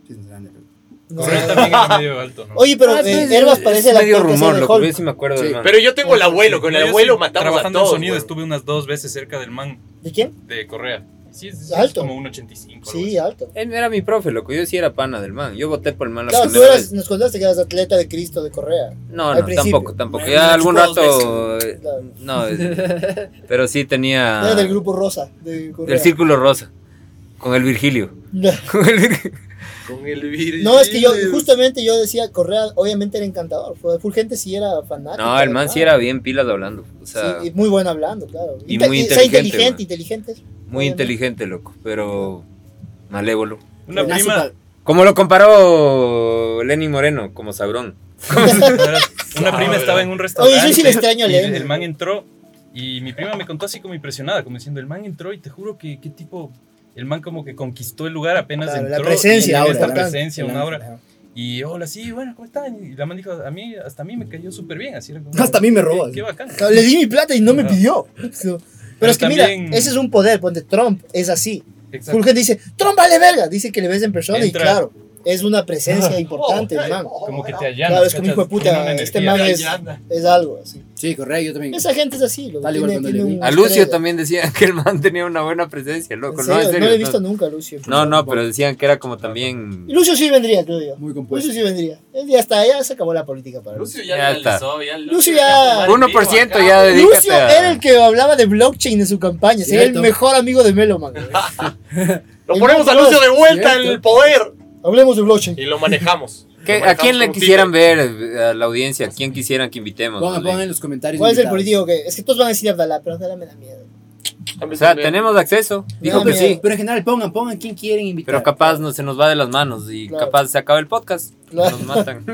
S5: Sí, es grande, pero-
S2: No.
S3: Pero él también es medio alto, ¿no?
S2: Oye, pero
S6: Ah,
S2: eh,
S6: es-
S2: Herbas
S6: es
S2: parece la
S6: medio rumor, loco. Yo sí me acuerdo
S5: Sí.
S6: del man.
S1: Pero yo tengo el abuelo, con
S3: Yo
S1: el
S3: sí,
S1: abuelo matamos a
S3: Trabajando en
S1: todos.
S3: sonido
S1: weón.
S3: estuve unas dos veces cerca del man
S2: ¿De quién?
S3: de Correa. Sí, es, es
S2: Alto.
S3: como un 85. algo
S2: Sí, alto.
S6: Él era mi profe, loco. Yo sí era pana del man. Yo voté por el man la
S2: Claro, tú
S6: primera
S2: eras,
S6: vez.
S2: nos contaste que eras atleta de Cristo de Correa.
S6: No,
S2: al
S6: no,
S2: principio.
S6: tampoco, tampoco.
S5: Me
S6: Ya
S5: la
S6: algún
S5: chupó dos
S6: rato. eh,
S2: Claro.
S6: No, eh, pero sí tenía.
S2: Era del grupo Rosa de Correa.
S6: Ah. del Círculo Rosa. Con el Virgilio.
S2: No.
S6: Con el Virgilio.
S1: Con el viril.
S2: No, es que yo, justamente yo decía, Correa obviamente era encantador. fue- Fulgente sí era fanático.
S6: No, el man
S2: además.
S6: sí era bien pilas hablando. O sea,
S2: Ah, Sí, y muy bueno hablando, claro.
S6: y
S2: Inte-
S6: muy
S2: o sea, inteligente,
S6: inteligente,
S2: inteligente.
S6: muy
S2: obviamente.
S6: inteligente, loco. Pero malévolo.
S3: Una
S5: Nazi
S3: prima.
S5: pa-
S6: Como lo comparó Lenny Moreno, como Sabrón.
S3: Una prima
S1: Cabrón.
S3: estaba en un restaurante.
S2: Oye, yo sí le extraño a
S3: y
S2: Leandro.
S3: El man entró y mi prima me contó así como impresionada, como diciendo, el man entró y te juro que qué tipo, el man como que conquistó el lugar apenas
S2: Claro,
S3: entró.
S2: la presencia,
S3: y
S2: ahora,
S3: esta
S2: la-
S3: presencia,
S5: la-
S3: una hora.
S5: la-
S3: Y hola, sí, bueno, ¿cómo están? Y la man dijo, a mí, hasta a mí me cayó súper bien, así era como,
S5: Hasta a mí me
S3: "Qué-
S5: robas".
S3: Qué, bacán.
S2: Claro, Le di mi plata y no me
S3: Claro.
S2: pidió. Pero,
S3: Pero
S2: es que
S3: también-
S2: mira, ese es un poder, ponte Trump, es así.
S3: Exacto.
S2: Fulgen dice, Trump vale verga, dice que le ves en persona
S3: Entra.
S2: y claro, es una presencia
S3: Ah.
S2: importante, man.
S3: Como que te allanas.
S2: Claro, es como hijo de
S3: ¿cachas? Tiene
S2: puta,
S3: una
S2: este
S3: energía.
S2: man es, es algo así.
S5: Sí, correcto, yo también.
S2: Esa gente es así, lo
S5: Tal igual
S2: tiene,
S5: cuando
S2: tiene
S5: le vi.
S2: un
S6: A Lucio
S2: estrella.
S6: también decían que el man tenía una buena presencia, loco.
S2: En
S6: no,
S2: serio,
S6: en
S2: no,
S6: serio.
S2: lo he visto nunca a Lucio.
S6: No, no, pero decían que era como también.
S2: Lucio sí vendría, creo yo.
S5: Muy
S6: Pues.
S5: compuesto.
S2: Lucio sí vendría. Él ya está, ya se acabó la política para Lucio.
S4: Lucio ya,
S6: Ya está.
S4: realizó, ya
S2: Lucio ya-
S4: fumar en
S6: 1%
S4: vivo
S6: ya
S4: acá.
S6: dedícate
S2: Lucio
S6: a-
S2: era el que hablaba de blockchain en su campaña. Sería el
S5: Cierto.
S2: mejor amigo de Meloman.
S1: Lo ponemos a Lucio de vuelta en el poder.
S2: Hablemos de blockchain.
S1: Y lo manejamos.
S6: ¿Qué-
S1: Lo
S6: ¿A
S1: manejamos
S6: quién le
S1: como
S6: quisieran
S1: títere.
S6: ver eh, a la audiencia? ¿A quién quisieran que invitemos?
S5: Pongan,
S6: más
S5: pongan en
S6: bien?
S5: los comentarios.
S2: ¿Cuál es el
S5: invitados.
S2: político que.? Es que todos van a decir Abdalá, pero Abdalá me da miedo.
S1: Tal
S6: O
S1: vez
S6: sea,
S1: también.
S6: tenemos acceso. Dijo
S2: No,
S6: que
S2: mira.
S6: sí.
S5: Pero en general, pongan, pongan quién quieren invitar.
S6: Pero capaz no, se nos va de las manos y
S2: Claro.
S6: capaz se acaba el podcast.
S2: Claro.
S6: Nos matan.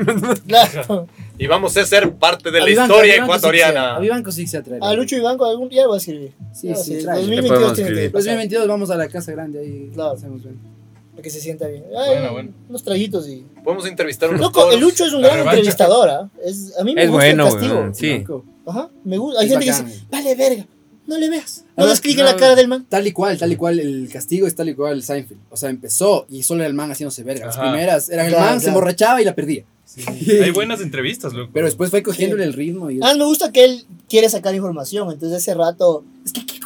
S2: Claro.
S1: Y vamos a ser parte de la
S5: Avivanco,
S1: historia
S5: Avivanco sí que sea,
S1: ecuatoriana.
S5: Avivanco sí que se atrae.
S2: A Ah, Lucho Ah, y Banco algún día voy a escribir.
S5: Sí,
S2: Claro,
S5: sí,
S2: sí,
S5: trae.
S6: Le
S2: 2022 tiene
S6: podemos
S2: que
S6: escribir.
S2: pasar,
S5: 2022 vamos a la casa grande ahí.
S2: Claro.
S5: hacemos bien.
S2: para que se sienta bien. Ay,
S3: Bueno, bueno.
S2: Unos traguitos y.
S1: Podemos entrevistar a unos
S2: Loco,
S1: toros.
S2: el Lucho es un
S3: La
S2: gran
S3: revancha.
S2: entrevistador. ¿ah? Es, a mí me
S6: Es
S2: gusta
S6: bueno,
S2: el castigo.
S6: weón. Sí.
S5: Loco.
S2: Ajá, me gusta. Hay
S5: Es
S2: gente
S5: bacán.
S2: que dice, vale, verga, no le veas. No
S5: Además,
S2: das clic en
S6: no-
S2: la cara del man.
S5: Tal y cual, tal y cual, el castigo es tal y cual Seinfeld. O sea, empezó y solo era el man haciéndose verga. Las
S3: Ajá.
S5: primeras eran el
S2: Claro,
S5: man, se
S2: claro.
S5: emborrachaba y la perdía.
S3: Sí. Hay buenas entrevistas, loco.
S5: Pero después fue cogiéndole el ritmo y...
S2: Ah, me gusta que él quiere sacar información, entonces ese rato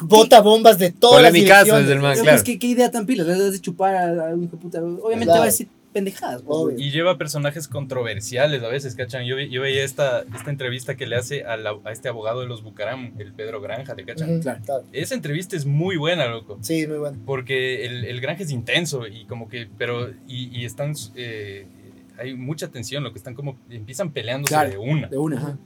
S2: bota bombas de todas las
S6: Polémicas
S2: direcciones.
S6: desde el man,
S5: Pero,
S6: Ah, claro.
S5: pues, ¿qué, qué idea tan pila? Le das de chupar a, a un hijo de puta. Obviamente
S2: Claro.
S5: va a decir pendejadas. pues,
S2: Obvio.
S5: güey.
S3: Y lleva personajes controversiales a veces, ¿cachan? Yo, ve- yo veía esta, esta entrevista que le hace a, la- a este abogado de los Bucaram, el Pedro Granja, ¿te cachan?
S2: Ujú,
S5: Claro.
S2: claro.
S3: Esa entrevista es muy buena, loco.
S2: Sí, muy bueno.
S3: Porque el, el granja es intenso y como que, pero, y, y están, eh, hay mucha tensión, lo que están como, empiezan peleándose
S5: Claro.
S3: de una.
S5: De una. ajá.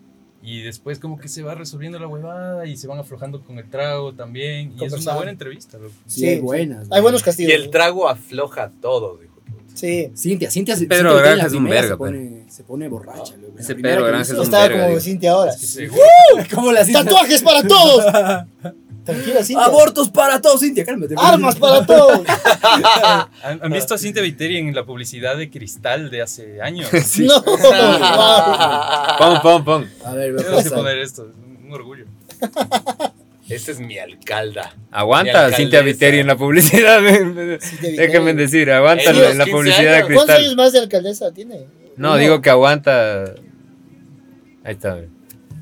S3: Y después como que se va resolviendo la huevada y se van aflojando con el trago también. Y es una
S2: Conversando.
S3: buena entrevista, loco.
S5: Sí,
S2: Sí,
S5: hay
S2: sí.
S5: buenas.
S2: Hay
S5: güey.
S2: buenos castigos.
S1: Y el trago afloja todo, dijo.
S2: Sí.
S5: Cintia, Cintia, se-
S6: Pedro
S5: Cintia
S6: Granja
S5: la
S6: es un
S5: primera
S6: verga, pues.
S5: se pone, se pone
S2: Ah.
S5: borracha. loco. La
S6: Ese
S5: primera
S6: Pedro
S5: que
S6: Granja es
S5: hizo-
S6: un
S2: Estaba
S6: verga,
S2: como
S6: digo.
S2: Cintia ahora.
S5: ¿Cómo la Cintia?
S2: ¡Tatuajes para todos! Tranquila, Cintia.
S5: Abortos para todos, Cintia, cálmate.
S2: ¡Armas para todos!
S3: ¿Han,
S6: Ah,
S3: han visto a Cintia Viteri en la publicidad de Cristal de hace años?
S2: No. wow.
S6: Pon, pon, pon.
S2: pues.
S5: A ver, voy a
S3: Tenemos que
S5: pasar.
S3: poner esto, es un orgullo.
S1: Ese es mi alcalda. Mi
S6: Aguanta
S1: alcaldesa.
S6: Cintia Viteri en la publicidad.
S2: Cintia Viteri.
S6: Déjenme decir, aguanta
S1: Ey, los
S6: en la
S1: 15
S6: publicidad de
S1: años.
S2: ¿Cuántos años
S6: cristal.
S2: más de alcaldesa tiene?
S6: No,
S2: Uno.
S6: digo que aguanta. Ahí está. ve.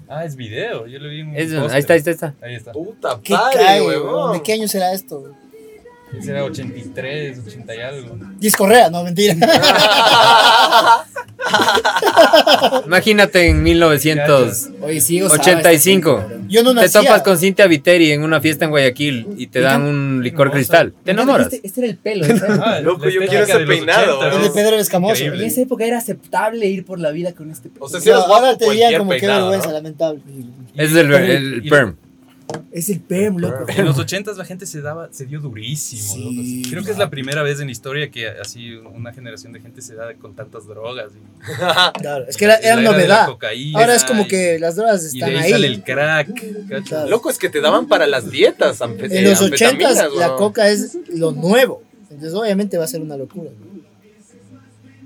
S3: Ah, es video, yo lo vi en un
S6: Es un- ahí
S3: póster.
S6: está, ahí está, ahí está.
S3: Ahí está.
S1: Puta
S2: ¿Qué
S1: padre,
S2: cae, weón?
S1: huevón.
S2: ¿De qué año será esto?
S3: Ese era 83, 80 y algo.
S2: Discorrea, no, mentira.
S6: Imagínate en 1900.
S5: Oye, sí, gozaba
S6: 85.
S5: esta Cintia,
S2: Yo no
S6: Te
S2: nacía.
S6: topas con Cintia Viteri en una fiesta en Guayaquil y te dan un licor
S3: hermosa.
S6: cristal. Te enamoras.
S5: Este, este era el pelo. ¿sabes?
S3: Ah,
S1: Loco,
S3: la
S1: yo
S3: estética
S1: quiero ese
S3: de los
S1: peinado,
S3: 80,
S1: ¿no?
S2: El de Pedro el Escamoso.
S5: en
S3: Increíble.
S5: esa época era aceptable ir por la vida con este pelo.
S1: O sea, si
S2: No,
S1: eres
S2: ahora
S1: guapo,
S2: te dirían
S1: cualquier
S2: como que
S1: peinado,
S2: vergüenza,
S1: ¿no?
S2: lamentable.
S6: Ese es el,
S3: Y-
S6: el
S3: y-
S6: perm.
S5: Es el perm, loco.
S3: En los 80 la gente se daba, se dio durísimo.
S5: Sí.
S3: loco. Creo que es la primera vez en la historia que así una generación de gente se da con tantas drogas. y-
S2: Claro, es que era,
S3: es la
S2: era
S3: era de la
S2: novedad.
S3: cocaína
S2: Ahora es como
S3: y-
S2: que las drogas
S3: Y de
S2: están
S3: ahí,
S2: ahí.
S3: sale el crack. ¿cachas?
S1: Loco, es que te daban para las dietas. anfe-
S2: En
S1: eh,
S2: los
S1: anfetaminas,
S2: ochentas la
S1: weón.
S2: coca es lo nuevo. Entonces obviamente va a ser una locura.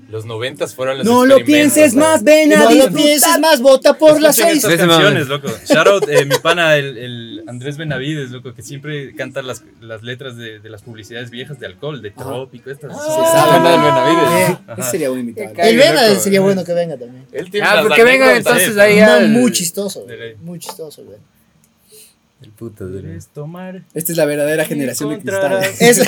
S1: Los noventas fueron los
S5: No lo
S1: experimentos,
S5: pienses
S1: ¿no?
S5: más, ven a
S2: No lo
S5: disfrutar.
S2: pienses más, vota por las
S3: Escuchen
S2: seis.
S3: estas
S6: Ese
S3: canciones, loco. Shout out, eh, mi pana, el, el Andrés Benavides, loco, que siempre canta las, las letras de, de las publicidades viejas de alcohol, de Trópico, estas.
S5: Se sabe.
S6: Buena del Benavides.
S5: Ah. Eh, Ese sería un invitado.
S6: Qué
S2: El
S6: Ay,
S2: Vena
S6: loco.
S2: sería
S5: eh.
S2: bueno que venga también.
S1: Él tiene
S6: Ah,
S1: unas
S6: porque venga
S1: anécdotas.
S6: entonces
S3: sí,
S6: ahí
S2: No,
S6: al-
S2: muy chistoso.
S3: de
S2: güey.
S3: ley.
S2: Muy chistoso, güey.
S6: El puto de-
S3: ¿Quieres tomar?
S5: Esta es la verdadera generación de
S3: Encontrarás-
S5: cristal.
S2: Es,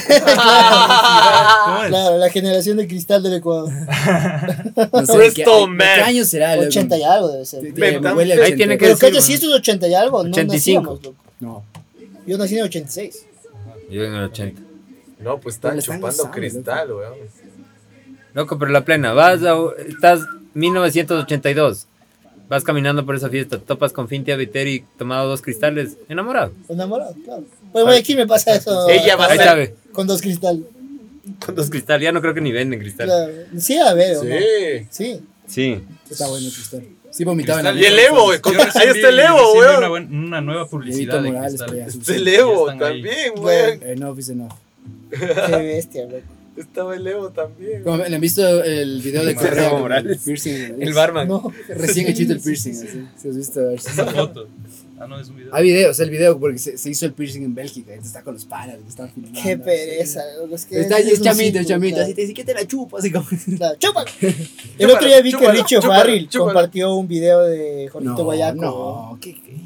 S3: ¿Cómo es?
S2: claro, la generación de cristal del Ecuador.
S5: No sé,
S1: Crystal
S5: ¿qué, ¿qué
S1: Man.
S5: año será? loco?
S2: 80 y algo debe ser.
S5: Te- te-
S1: Metan-
S5: me huele a
S6: Ahí
S5: 80.
S6: tiene que-
S2: Pero
S6: decir,
S2: calla, si
S6: bueno.
S2: esto es 80 y algo, no
S6: 85.
S2: nacíamos, loco.
S5: No.
S2: Yo nací en el 86.
S6: Yo en el 80.
S1: No, pues
S5: Pero
S1: están
S5: le están
S1: chupando
S5: gozando,
S1: cristal, weón.
S6: Loco, pero la plena. Vas a. Estás 1982. Vas caminando por esa fiesta. Topas con Cintia Viteri tomado dos cristales. Enamorado.
S2: Enamorado, claro. Pues güey, aquí me pasa eso.
S1: Ella va a
S6: Ahí
S1: ser-
S6: está, ve.
S2: Con dos cristales.
S6: Con dos cristales. Ya no creo que ni venden cristal.
S2: Claro. Sí, a ver. ¿o no?
S1: Sí.
S2: Sí,
S6: Sí.
S5: Está bueno el cristal. Sí, vomitaba en la
S1: Y el
S5: boca.
S1: Evo, güey,
S3: Yo
S1: con-
S3: recién
S1: ahí está el
S3: vi-
S1: Evo,
S3: recién vi
S1: weón.
S3: Una, buena- una nueva publicidad de
S5: Morales,
S3: Cristal.
S5: pues,
S3: Ya
S1: Está el Evo
S3: están ahí.
S1: también,
S2: Bueno.
S1: güey.
S5: Enough is enough.
S2: Qué bestia, loco.
S1: Estaba el Evo también.
S5: Como, ¿Le han visto el video de
S6: Como
S5: Correa?
S6: Evo
S5: con
S6: Morales.
S5: piercing en la nariz?
S6: El barman.
S2: No.
S5: Recién hechito el
S2: Sí,
S5: piercing.
S2: sí, sí.
S5: así. Si has visto. a ver si-
S3: Esa foto. Ah, no, es un video.
S5: Hay videos, el video, porque se, se hizo el piercing en Bélgica. Entonces está con los panas, está filmando.
S2: Qué pereza, loco. Es que
S5: Está,
S2: es-
S5: es
S2: un
S5: chamito, es
S2: círculo,
S5: chamito.
S2: claro.
S5: Así te dice, ¿qué te la chupo? Así como.
S2: Claro, chúpalo. El otro día vi que
S1: chúpalo,
S2: Richo
S1: chúpalo,
S2: Farril
S1: chúpalo.
S2: compartió un video de Jorgito Guayaco.
S5: no, ¿qué, qué?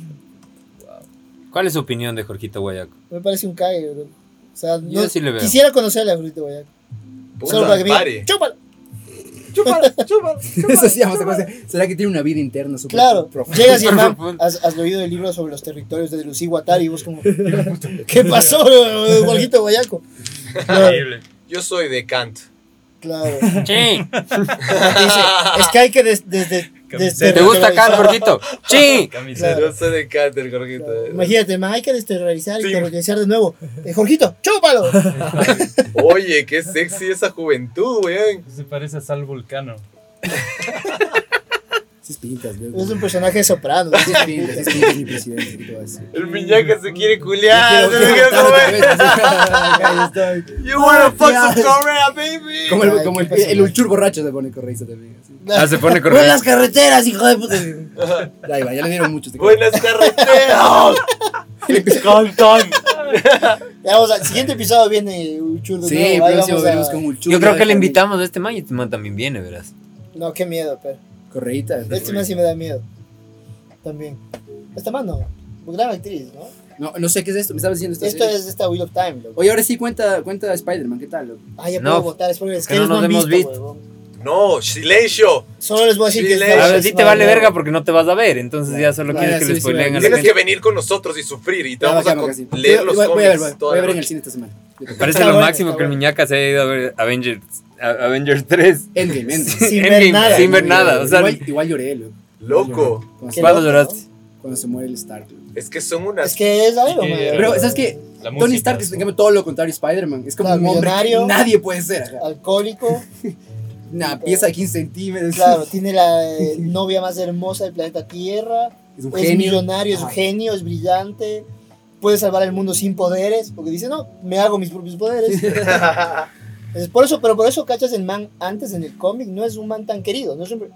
S6: ¿Cuál es su opinión de Jorgito Guayaco?
S2: Me parece un cague, bro. O sea,
S6: Yo
S2: no-
S6: sí le veo.
S2: quisiera conocerle a Jorgito Guayaco.
S1: Puta,
S2: Solo para que me
S1: pare.
S2: diga, chúpalo.
S1: Chúpala, chúpala, chúpala,
S5: Eso sí, vamos a
S1: chúpala.
S5: conocer. ¿Será que tiene una vida interna súper
S2: Claro,
S5: profunda?
S2: llegas y el man,
S6: Profundo.
S2: has, has leído el libro sobre los territorios de Lucy Guatari y vos como, ¿qué pasó, bro? Jorgito Guayaco? Claro,
S3: Increíble.
S1: Yo soy de Kant.
S2: claro.
S6: ¡Sí!
S2: Dice, es que hay que des- desde... desde
S3: Camiseta.
S6: ¿Te gusta Khan, Jorgito? ¡Sí!
S3: Camiseta.
S1: Yo soy de Kant, el Jorgito.
S6: eh.
S2: Imagínate, man, hay que desterrorizar
S1: Sí.
S2: y terrorizar de nuevo. Eh, Jorgito, chúpalo.
S1: Oye, qué sexy esa juventud, güey.
S3: Se parece a Sal Vulcano.
S5: Esas pintas, güey.
S2: Es un personaje de soprano.
S5: Esas pintas, esas pintas, mi presidente. ¿qué te voy a decir?
S1: El miñaca se quiere culiar. se lo quiere comer.
S5: Ahí estoy.
S1: You wanna fuck some Korea, baby.
S5: Como el, como
S2: Ay,
S5: el,
S2: qué
S5: el ulchur borracho se pone correiza también. así.
S6: Ah, se pone
S5: ¡Por
S6: correcto.
S5: las carreteras, hijo de puta! Ahí va, ya le dieron muchos. te creo.
S1: Buenas carreteras. Cantan.
S2: Ya vamos al siguiente episodio viene Uchur de
S5: Sí,
S2: nuevo, ahí
S5: pero sí,
S2: vamos
S5: volvemos
S2: a-
S5: con ulchur.
S6: Yo creo que le
S5: invitamos.
S6: invitamos a este man y este man también viene, verás.
S2: No, qué miedo, pero.
S5: Correita.
S2: Este man sí me da miedo. También. Esta mano, gran actriz, ¿no?
S5: No, no sé qué es esto, me estaba diciendo esto.
S2: Esto
S5: sí.
S2: es esta Wheel of Time, loco.
S5: Oye, ahora sí cuenta, cuenta Spider-Man, ¿qué tal? loco?
S2: Ah, ya
S6: No,
S2: puedo votar, es porque es
S6: que
S2: que
S6: no
S2: ellos no
S6: nos
S2: han
S6: hemos
S2: visto.
S6: visto.
S2: huevón.
S1: No, silencio.
S2: Solo les voy a decir que
S1: Sí,
S2: es
S1: le-
S2: la
S6: A ver,
S2: próxima
S6: sí te vale
S2: vez.
S6: verga porque no te vas a ver, entonces ya solo
S5: Claro,
S6: quieres que
S5: sí,
S6: le
S5: sí,
S6: spoileen a la
S1: Tienes
S6: gente.
S1: que venir con nosotros y sufrir y te
S5: Ya,
S1: vamos
S5: bacán,
S1: a
S5: bacán, sí.
S1: con- leer los
S5: voy, voy a ver,
S1: cómics.
S5: voy, voy
S1: toda
S5: a
S1: la
S5: ver en el
S1: noche.
S5: cine esta semana.
S6: Parece
S2: Está
S6: lo
S2: bueno,
S6: máximo
S2: está
S6: que el
S2: bueno.
S6: Miñaca se haya ido a ver Avengers, a- Avengers 3.
S5: Endgame, Endgame.
S2: Sin ver
S6: Endgame,
S2: nada.
S6: sin ver nada. O sea,
S5: igual, igual lloré, loco.
S1: Loco.
S5: Cuando
S2: Qué
S5: se,
S6: ¿Cuándo
S2: loco,
S6: lloraste?
S5: cuando se muere el Stark. loco.
S1: Es que son
S2: Es
S1: unas.
S2: que es Iron
S3: Sí,
S2: Man.
S3: pero-
S2: loco.
S5: ¿sabes qué?
S3: La
S5: Tony
S3: música,
S5: Stark es
S3: ¿no?
S5: en cambio, todo lo contrario a Spider-Man. Es como
S2: Claro,
S5: un hombre que
S2: millonario.
S5: nadie puede ser. ajá.
S2: Alcohólico.
S5: Una pieza de 15 centímetros.
S2: Claro, tiene la eh, novia más hermosa del planeta Tierra.
S5: Es un
S2: es
S5: genio.
S2: millonario, es
S5: Ajá.
S2: un genio, es brillante, puede salvar el mundo sin poderes, porque dice, no, me hago mis propios poderes. Es por eso, pero por eso cachas el man antes en el cómic, no es un man tan querido. No es un-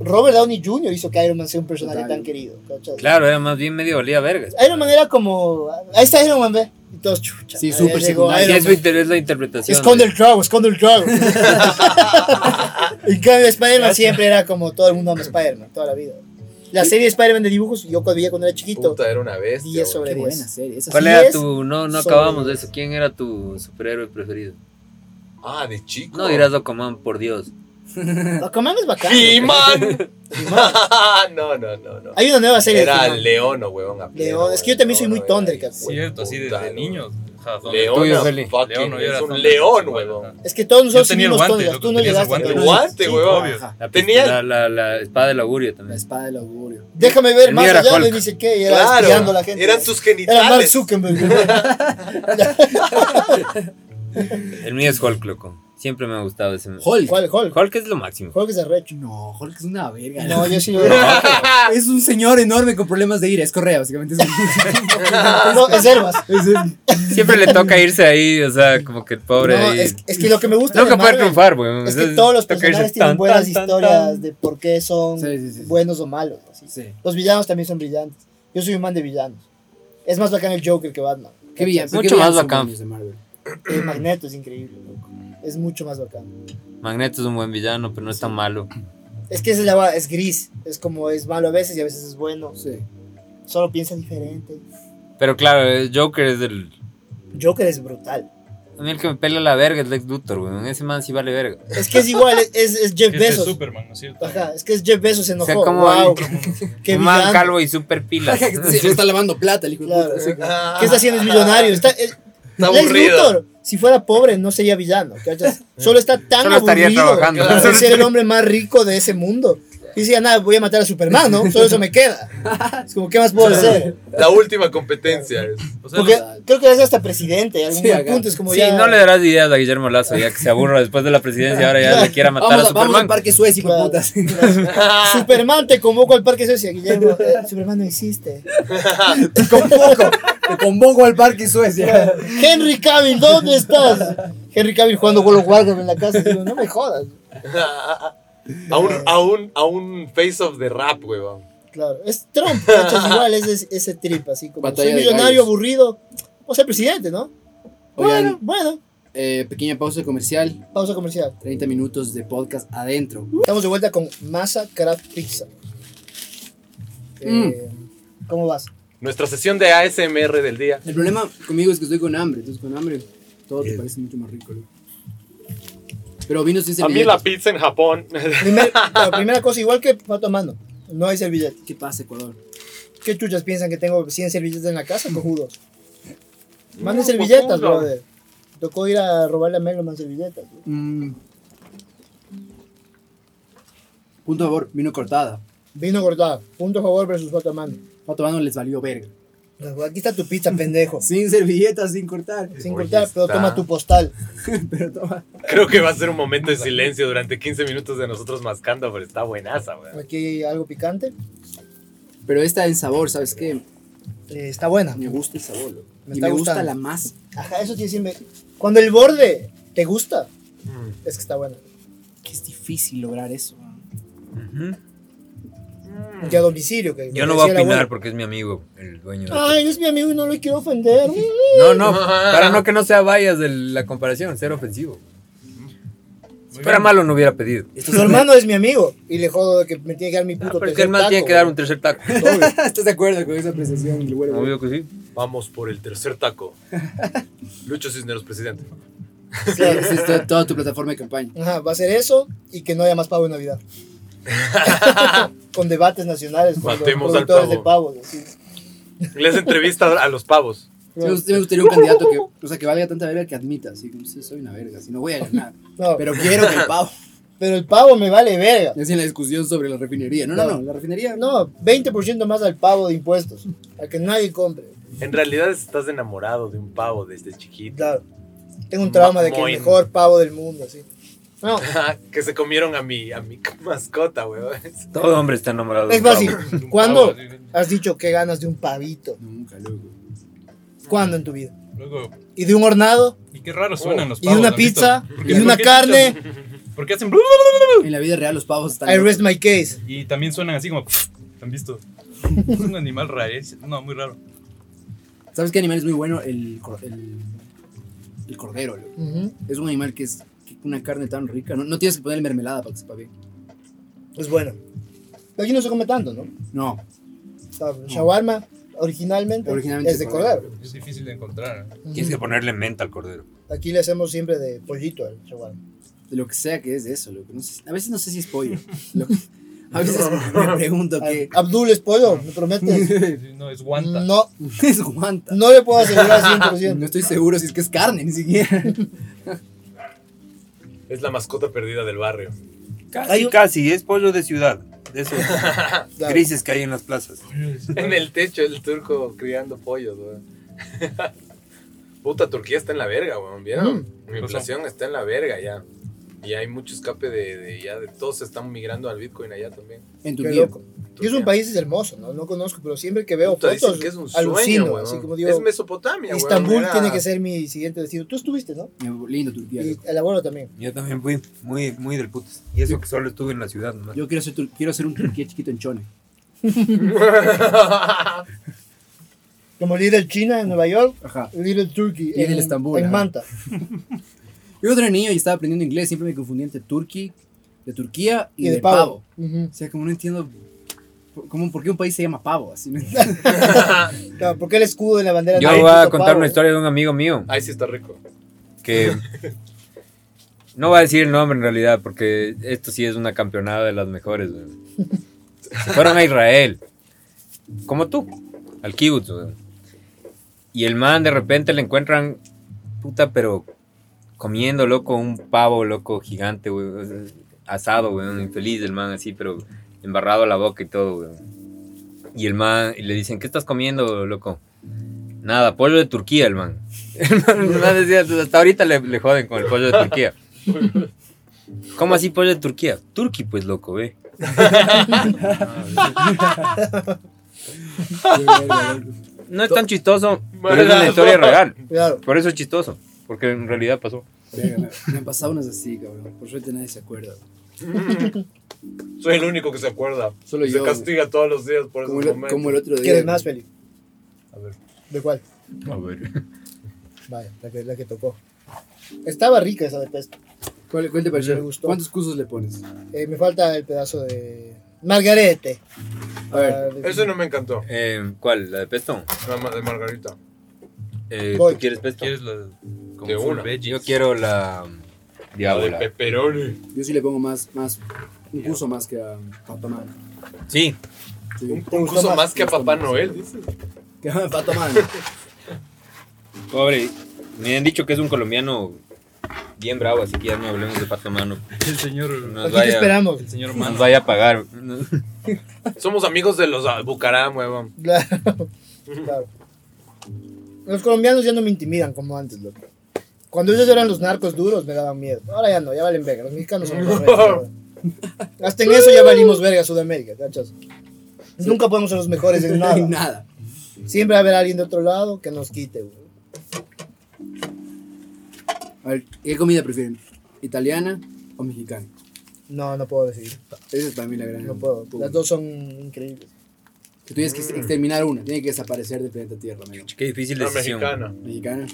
S2: Robert Downey Jr. hizo que Iron Man sea un personaje
S5: Total.
S2: tan querido. ¿cachas?
S6: Claro, era más bien medio olía vergas.
S2: Iron Man era como, ahí está Iron Man, ve. Y todos chucha.
S5: Sí,
S2: ya
S5: súper
S2: llegó
S6: Y
S5: secundario.
S2: Iron
S6: es,
S2: Man.
S6: es la interpretación.
S5: ¿eh?
S2: Esconde el trago, esconde el trago. en cambio, Spider-Man siempre era como todo el mundo ama Spider-Man, toda la vida. La serie de Spider-Man de dibujos, yo cuando veía cuando era chiquito,
S1: Puta, era una bestia.
S2: 10
S1: güey.
S2: sobre
S5: Qué
S2: 10.
S5: buena serie. Esa
S6: ¿Cuál
S5: sí
S2: Así
S6: era
S2: es.
S6: tu.? No, no
S2: Sobre-
S6: acabamos de eso. ¿Quién era tu superhéroe preferido?
S1: Ah, de chico.
S6: No dirás Aquaman, por Dios.
S2: Aquaman es bacán.
S1: He-Man. no, no, no, no.
S2: Hay una nueva serie
S1: Era
S2: de He-Man.
S1: Leono, huevón. a pleno,
S2: León, es que yo también soy muy
S1: Leono era
S2: Thundercat.
S1: hijo de
S3: Cierto, así desde
S1: puta,
S3: niños. Ja,
S1: güey.
S3: donde-
S6: Tuyo,
S1: León,
S6: Feli.
S1: era fucking,
S3: León, yo
S1: es
S3: era
S1: un
S3: Thundercat,
S1: león,
S3: igual,
S1: huevón.
S2: Es que todos
S3: Yo
S2: nosotros
S3: tenía el
S2: mismos
S3: guante,
S2: Thundercats,
S3: loco,
S2: tú no
S3: tenía ese
S2: llegaste a
S3: guante.
S1: El
S2: tener
S1: guante, huevón.
S3: obvio.
S5: Ajá.
S6: La,
S1: Tenía-
S6: pistola, la, la espada del augurio
S5: La
S6: también.
S5: espada del augurio.
S2: Déjame ver
S6: El
S2: más
S6: mío era
S2: allá,
S6: Hulk.
S2: me dice que y era espiando
S1: Claro,
S2: a la gente.
S1: eran sus
S2: Era Mark
S1: genitales.
S2: Zuckerberg.
S6: El mío es Hulk, loco. Siempre me ha gustado ese.
S5: Hulk.
S2: ¿Cuál Hulk?
S6: Hulk es lo máximo.
S2: Hulk es arrecho.
S5: No, Hulk es una verga.
S2: No,
S5: loco.
S2: yo sí lo veo.
S5: Es un señor enorme con problemas de ira. Es correa, básicamente. Es un-
S2: No, es Herbas.
S5: es un-
S6: Siempre le toca irse ahí, o sea, como que el pobre
S2: No,
S6: ahí.
S2: es, es que lo que me gusta de
S6: Nunca puede
S2: Marvel
S6: triunfar, weón.
S2: es
S6: O sea,
S2: que todos los
S6: toca irse
S2: personajes
S6: tan,
S2: tienen buenas
S6: tan, tan,
S2: historias
S6: tan.
S2: de por qué son
S5: Sí, sí, sí, sí.
S2: buenos o malos. así.
S5: Sí.
S2: Los villanos también son brillantes. Yo soy un man de villanos. Es más bacán el Joker que Batman.
S5: Qué bien.
S6: Mucho
S5: qué bien
S6: más
S5: son
S6: bacán.
S5: los de Marvel.
S2: El Magneto es increíble, loco. Es mucho más bacán.
S6: Magneto es un buen villano, pero no es tan malo.
S2: Es que esa es la va- es gris. Es como es malo a veces y a veces es bueno.
S5: Sí.
S2: Solo piensa diferente.
S6: Pero claro, el Joker es del.
S2: Joker es brutal.
S6: A mí el que me pela la verga es Lex Luthor, weón. Ese man sí vale verga.
S2: Es que es igual, es, es- es Jeff
S3: Que este es
S2: Bezos.
S3: Superman, ¿no es cierto?
S2: Ajá, es que es Jeff Bezos se
S6: O sea,
S2: enojó.
S6: como
S2: wow,
S6: hay
S2: qué
S6: un man
S2: villano.
S6: calvo y super pilas.
S5: Sí, le está lavando plata, el hijo de
S2: Claro.
S5: puta, así como-
S1: Ah,
S2: ¿Qué está haciendo? Es millonario. Está, es-
S1: Está
S2: Lex
S1: aburrido.
S2: Luthor, si fuera pobre, no sería villano. ¿cachas? Solo está tan
S6: Solo estaría
S2: aburrido
S6: trabajando.
S2: de ser el hombre más rico de ese mundo. Y decía, nada, voy a matar a Superman, ¿no? Solo eso me queda. Es como, ¿qué más puedo hacer?
S1: La última competencia.
S3: O sea,
S2: Porque creo que es hasta presidente, en algún
S5: Sí, acá.
S2: punto es como
S6: Sí,
S2: ya...
S6: no le darás ideas a Guillermo Lazo, ya que se aburra después de la presidencia, ahora ya le quiera matar
S5: Vamos,
S6: a
S5: a- vamos al
S6: Superman.
S5: Parque Suez, hijo de
S2: Claro.
S5: putas.
S2: Superman te convoco al Parque Suecia, Guillermo. eh, Superman no existe. Te convoco.
S5: Te convoco al Parque Suez. ya.
S2: Henry Cavill, ¿dónde estás? Henry Cavill jugando World of Warcraft en la casa. Digo, no me jodas.
S1: A un, a un, a un face-off de rap, weón.
S2: Claro, es Trump, cachas, igual, es ese, ese trip, así como
S5: Batalla
S2: soy
S5: de
S2: millonario
S5: gallos.
S2: aburrido, o sea, presidente, ¿no? Bueno,
S5: Oigan,
S2: bueno,
S5: eh, pequeña pausa comercial,
S2: pausa comercial.
S5: 30 minutos de podcast adentro.
S2: Estamos de vuelta con Masa Craft Pizza. Eh, ¿Cómo vas?
S1: Nuestra sesión de ASMR del día.
S5: El problema conmigo es que estoy con hambre, entonces con hambre todo te parece mucho más rico. ¿no? Pero vino sin
S1: A mí la
S5: servilletas.
S1: pizza en Japón.
S2: Primer- claro, primera cosa, igual que pato a mano, no hay servilletas.
S5: ¿Qué pasa, Ecuador?
S2: ¿Qué chuchas piensan que tengo 100 servilletas en la casa, cojudos? Manden servilletas,
S1: cojudo.
S2: brother. Tocó ir a robarle a Meloman servilletas. güey.
S5: Mm. Punto a favor, vino cortada.
S2: Vino cortado, punto a favor versus pato a mano.
S5: Pato Mano les valió verga.
S2: Aquí está tu pizza, pendejo.
S5: Sin servilletas, sin cortar.
S2: Sin
S1: Oye,
S2: cortar, pero
S1: está.
S2: toma tu postal.
S5: Pero toma.
S1: Creo que va a ser un momento de silencio durante 15 minutos de nosotros mascando, pero está buenaza, weón.
S2: Aquí hay algo picante.
S5: Pero está en sabor, ¿sabes qué?
S2: Eh, está buena.
S5: Me gusta el sabor. loco.
S2: Me
S5: y
S2: está
S5: me gusta
S2: gustando.
S5: la masa.
S2: Ajá, eso tiene siempre. Cuando el borde te gusta,
S1: Mm,
S2: es que está buena.
S5: Que es difícil lograr eso. ¿no?
S6: Ujú.
S2: Que a domicilio. Que
S6: Mm.
S2: Ah,
S6: Yo no voy a
S2: decía la
S6: opinar pues.
S2: abuela.
S6: porque es mi amigo, el dueño. de-
S2: Ay, es mi amigo y no lo quiero ofender.
S6: No, no, para no que no sea vallas de la comparación, ser ofensivo. Si fuera malo no hubiera pedido.
S5: Esto
S2: Su
S5: es-
S2: hermano es mi amigo y le jodo que me tiene que dar mi
S6: Ah,
S2: puto
S6: pero es que
S2: tercer
S6: el man
S2: taco,
S6: tiene que dar un tercer taco.
S5: ¿Estás de acuerdo con esa apreciación? del huevo?
S6: Obvio que sí.
S1: Vamos por el tercer taco. Lucho Cisneros, presidente.
S2: güey.
S5: Sí,
S2: Claro.
S5: esa es toda- toda tu plataforma de campaña.
S2: Ajá, va a ser eso y que no haya más pavo en Navidad. Con debates nacionales. con los
S1: Matemos al
S2: productores de pavos. así.
S1: Les entrevista a los pavos.
S5: Sí, me gust- me gustaría un candidato que, o sea, que valga tanta verga que admita, así como sí, soy una verga, si no voy a ganar.
S2: No, pero,
S5: Pero quiero que el pavo.
S2: el pavo me vale verga.
S5: Es en la discusión sobre la refinería. No, no, no, la refinería no.
S2: No, 20% más al pavo de impuestos. Al que nadie compre.
S1: En realidad estás enamorado de un pavo desde chiquito.
S2: Claro. Tengo un trauma de que el
S1: Moin.
S2: mejor pavo del mundo, así. No,
S1: que se comieron a mi, a mi mascota, weón.
S6: Todo hombre está enamorado. de
S2: es
S6: un pavo.
S2: fácil. ¿Cuándo has dicho que ganas de un pavito?
S5: Nunca, loco.
S2: ¿Cuándo en tu vida?
S3: luego,
S2: ¿Y de un hornado?
S3: y qué raro suenan los
S2: Oh. ¿Y de
S3: pavos.
S2: una
S3: ¿has visto?
S2: pizza?
S3: ¿Por qué-
S2: ¿Y de una
S3: por qué escuchan-
S2: carne?
S3: ¿Por qué hacen?
S5: En la vida real los pavos están.
S2: I rest my case.
S3: Y también suenan así como. ¿Han visto? Es un animal raro. No, muy raro.
S5: ¿Sabes qué animal es muy bueno? El, cor- el, el cordero, loco.
S2: Ujú.
S5: Es un animal que es que una carne tan rica. No, no tienes que ponerle mermelada para que sepa bien.
S2: Pues bueno. Aquí no se come tanto, ¿no?
S5: No,
S2: O sea, Shawarma, originalmente,
S5: originalmente.
S2: es de
S5: cordero.
S2: cordero.
S3: Es difícil de encontrar. ¿eh?
S6: Tienes que
S2: Ujú.
S6: ponerle menta al cordero.
S2: Aquí le hacemos siempre de pollito al shawarma.
S5: De lo que sea que es eso, loco. No sé- a veces no sé si es pollo. Lo que- a veces me pregunto qué.
S2: Abdul es pollo, me prometes.
S3: No, es guanta.
S2: No,
S5: Es guanta.
S2: no le puedo asegurar 100%.
S5: No estoy seguro si es que es carne, ni siquiera.
S1: Es la mascota perdida del barrio.
S6: Casi,
S2: Hay un-
S6: casi, es pollo de ciudad. De esos
S2: Claro.
S6: grises que hay en las plazas.
S1: En el techo el turco criando pollos, weón. Puta, Turquía está en la verga, weón.
S2: Mm.
S1: ¿Vieron? La inflación está en la verga ya. Y hay mucho escape de, de ya de todos están migrando al Bitcoin allá también.
S5: En tu
S2: Qué
S5: vida.
S2: loco. Y es un
S1: Turquía.
S2: país hermoso, ¿no? No conozco, pero siempre que veo
S1: Puta, dicen
S2: fotos,
S1: que es un sueño,
S2: alucino.
S1: weón.
S2: así como digo,
S1: es Mesopotamia, weón,
S2: Istambul
S1: era-
S2: tiene que ser mi siguiente destino. Tú estuviste, ¿no?
S5: Lindo Turquía.
S2: Y
S5: loco.
S2: el abuelo también.
S6: Yo también fui muy, muy del putas. Y eso que solo estuve en la ciudad nomás.
S5: Yo quiero ser, tur- quiero ser un Turquía chiquito en Chone.
S2: Como Little China en Nueva York,
S5: Ajá.
S2: Little Turkey
S5: Little
S2: en,
S5: Estambul,
S2: en
S5: ajá.
S2: Manta.
S5: Yo cuando era niño y estaba aprendiendo inglés, siempre me confundí entre Turquía, de Turquía y,
S2: Y,
S5: de,
S2: de
S5: pavo.
S2: pavo. Ujú.
S5: O sea, como no entiendo por- como por qué un país se llama pavo. Así, ¿no?
S2: Claro, porque el escudo de la bandera
S6: Yo
S2: no es
S6: voy a
S2: puto
S6: contar
S2: pavo?
S6: una historia de un amigo mío
S1: Ahí sí está rico.
S6: que no va a decir el nombre en realidad porque esto sí es una campeonada de las mejores. weón. Se fueron a Israel, como tú, al kibbutz. weón. Y el man de repente le encuentran, puta, pero comiendo, loco, un pavo, loco, gigante, weón, asado, weón, infeliz el man así, pero embarrado la boca y todo, weón. Y el man, y le dicen, ¿qué estás comiendo, loco? Nada, pollo de Turquía, el man. El man, el man decía, hasta ahorita le, le joden con el pollo de Turquía. ¿Cómo así pollo de Turquía? Turqui, pues, loco, ve. No es tan chistoso, pero es una historia real.
S2: Claro.
S6: Por eso es chistoso, porque en realidad pasó.
S5: Verga, Me han pasado unas así, cabrón. Por suerte nadie se acuerda.
S1: Soy el único que se acuerda.
S5: Solo
S1: se
S5: yo, güey.
S1: castiga todos los días por
S5: Como
S1: esos
S5: el,
S1: momentos.
S5: como el otro día.
S2: ¿Quieres más, Feli?
S1: A ver.
S2: ¿De cuál?
S6: A ver.
S2: Vaya, la que, la que tocó. Estaba rica esa de pesto.
S5: ¿Cuál, cuál te
S2: Me
S5: pareció?
S2: gustó.
S5: ¿Cuántos cursos le pones?
S2: Eh, me falta el pedazo de. Margarete. Ah,
S5: A ver.
S1: Eso no me encantó.
S6: Eh, ¿Cuál? ¿La de pesto?
S1: La ma- de Margarita.
S6: Eh,
S2: Voy.
S6: ¿Tú quieres pesto?
S3: ¿Quieres la con
S1: De
S3: full
S1: una.
S3: veggies?
S6: Yo quiero la
S1: La de
S6: diabla.
S1: pepperoni.
S5: Yo sí le pongo más, más, un curso más que a Papá Man.
S6: Sí,
S5: Sí.
S1: Un
S2: gustó
S1: curso
S2: más?
S1: más, que a Papá Noel, dices.
S5: Que a Papá Man.
S6: pobre. Me han dicho que es un colombiano bien bravo, así que ya no hablemos de pato mano.
S3: El señor.
S6: Nos
S2: Aquí te
S6: vaya,
S2: esperamos.
S3: El señor
S6: nos
S3: Mano.
S6: vaya a pagar.
S1: Somos amigos de los ah, Bucaram, weón.
S2: Claro. claro. Los colombianos ya no me intimidan como antes, loco. Cuando ellos eran los narcos duros me daban miedo. Ahora ya no, ya valen verga. Los mexicanos son los reyes, ahora. Hasta en eso ya valimos verga Sudamérica, ¿cachas? Nunca podemos ser los mejores en
S5: Nada.
S2: nada. Siempre va a haber alguien de otro lado que nos quite, güey.
S5: A ver, ¿qué comida prefieren? ¿Italiana o mexicana?
S2: No, no puedo decir.
S5: Esa es para mí la gran.
S2: No puedo.
S5: Pum.
S2: Las dos son increíbles.
S5: Si tuvieras que exterminar una, tiene que desaparecer del planeta Tierra, amigo.
S6: Qué difícil
S1: La
S6: decisión.
S1: mexicana.
S5: Mexicana.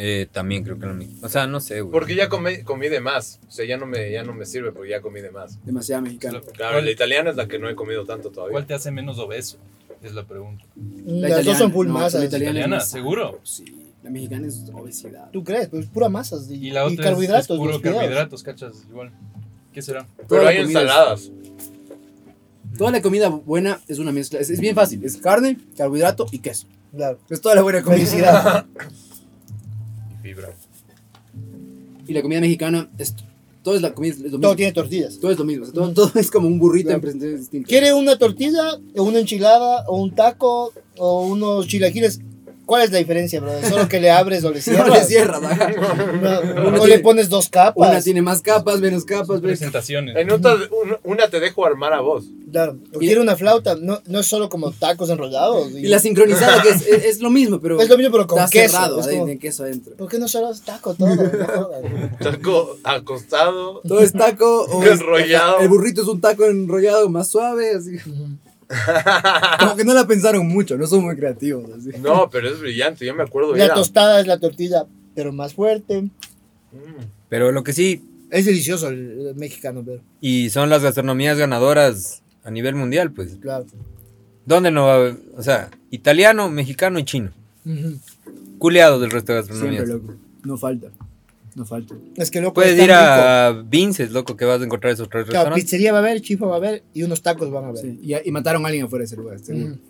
S6: Eh, también creo que la mexicana. O sea, no sé, güey.
S1: Porque ya comí, comí de más. O sea, ya no, me, ya no me sirve porque ya comí de más.
S5: Demasiada mexicana.
S1: Claro, la italiana es la que no he comido tanto todavía.
S3: ¿Cuál te hace menos obeso? Es la pregunta.
S2: Las dos son full masas.
S5: La italiana, no, la italiana
S3: ¿Italiana?
S5: es
S3: ¿Seguro?
S5: masa. Sí. La mexicana es obesidad.
S2: ¿Tú crees? Pues pura masas y,
S3: Y la
S2: y
S3: otra es-
S2: carbohidratos.
S3: es, puro
S2: los cuidados.
S3: carbohidratos, cachas, igual. ¿Qué será?
S5: Toda
S1: Pero
S5: la
S1: hay
S5: comida es-
S1: ensaladas.
S5: Toda la comida buena es una mezcla. Es, es bien fácil. Es carne, carbohidrato y queso.
S2: Claro.
S5: Es toda la buena comida.
S2: Felicidad.
S1: Y fibra.
S5: Y la comida mexicana es. Todo es la comida. Es lo mismo.
S2: Todo tiene tortillas.
S5: Todo es lo mismo. o sea, todo, todo es como un burrito
S2: Claro.
S5: en presentaciones distintas.
S2: ¿Quiere una tortilla, o una enchilada, o un taco, o unos chilaquiles? ¿Cuál es la diferencia, brother? Solo que le abres o le
S5: No
S2: cierras.
S5: le cierras, ajá.
S2: No, o
S5: Una
S2: le
S5: tiene-
S2: pones dos
S5: Una
S2: capas.
S5: tiene más capas, menos capas. menos capas.
S3: Presentaciones.
S1: En otra, un- una te dejo armar a vos.
S2: Claro. O quiere una flauta. No, no es solo como tacos enrollados. y-
S5: Y la sincronizada, que es, es- es lo mismo, pero.
S2: es lo mismo, pero con
S5: está
S2: queso.
S5: cerrado.
S2: Es
S5: adentro,
S2: como,
S5: tiene queso adentro.
S2: ¿Por qué no solo es taco todo? No jodas.
S1: Taco acostado.
S5: Todo es taco
S2: Oh,
S5: o es-
S1: Enrollado.
S5: el burrito es un taco enrollado más suave. Así. Como que no la pensaron mucho, no son muy creativos. Así.
S1: No, pero es brillante. Yo me acuerdo.
S2: la
S1: era-
S2: tostada es la tortilla, pero más fuerte.
S1: Mm.
S6: Pero lo que sí,
S2: Es delicioso el, el mexicano, pero
S6: y son las gastronomías ganadoras a nivel mundial, pues.
S2: claro.
S6: ¿Dónde no va a haber? O sea, italiano, mexicano y chino.
S2: Ujú.
S6: Culeados del resto de
S5: Siempre,
S6: gastronomías.
S5: loco. No falta. No falta.
S2: Es que loco.
S6: Puedes
S2: es tan
S6: ir a Vinces, loco, que vas a encontrar esos tres
S2: rico. Claro,
S6: restaurantes.
S2: pizzería va a haber, chifa va a haber y unos tacos van a haber.
S5: Sí, Y, y mataron a alguien afuera de ese lugar. seguro.
S2: Ujú.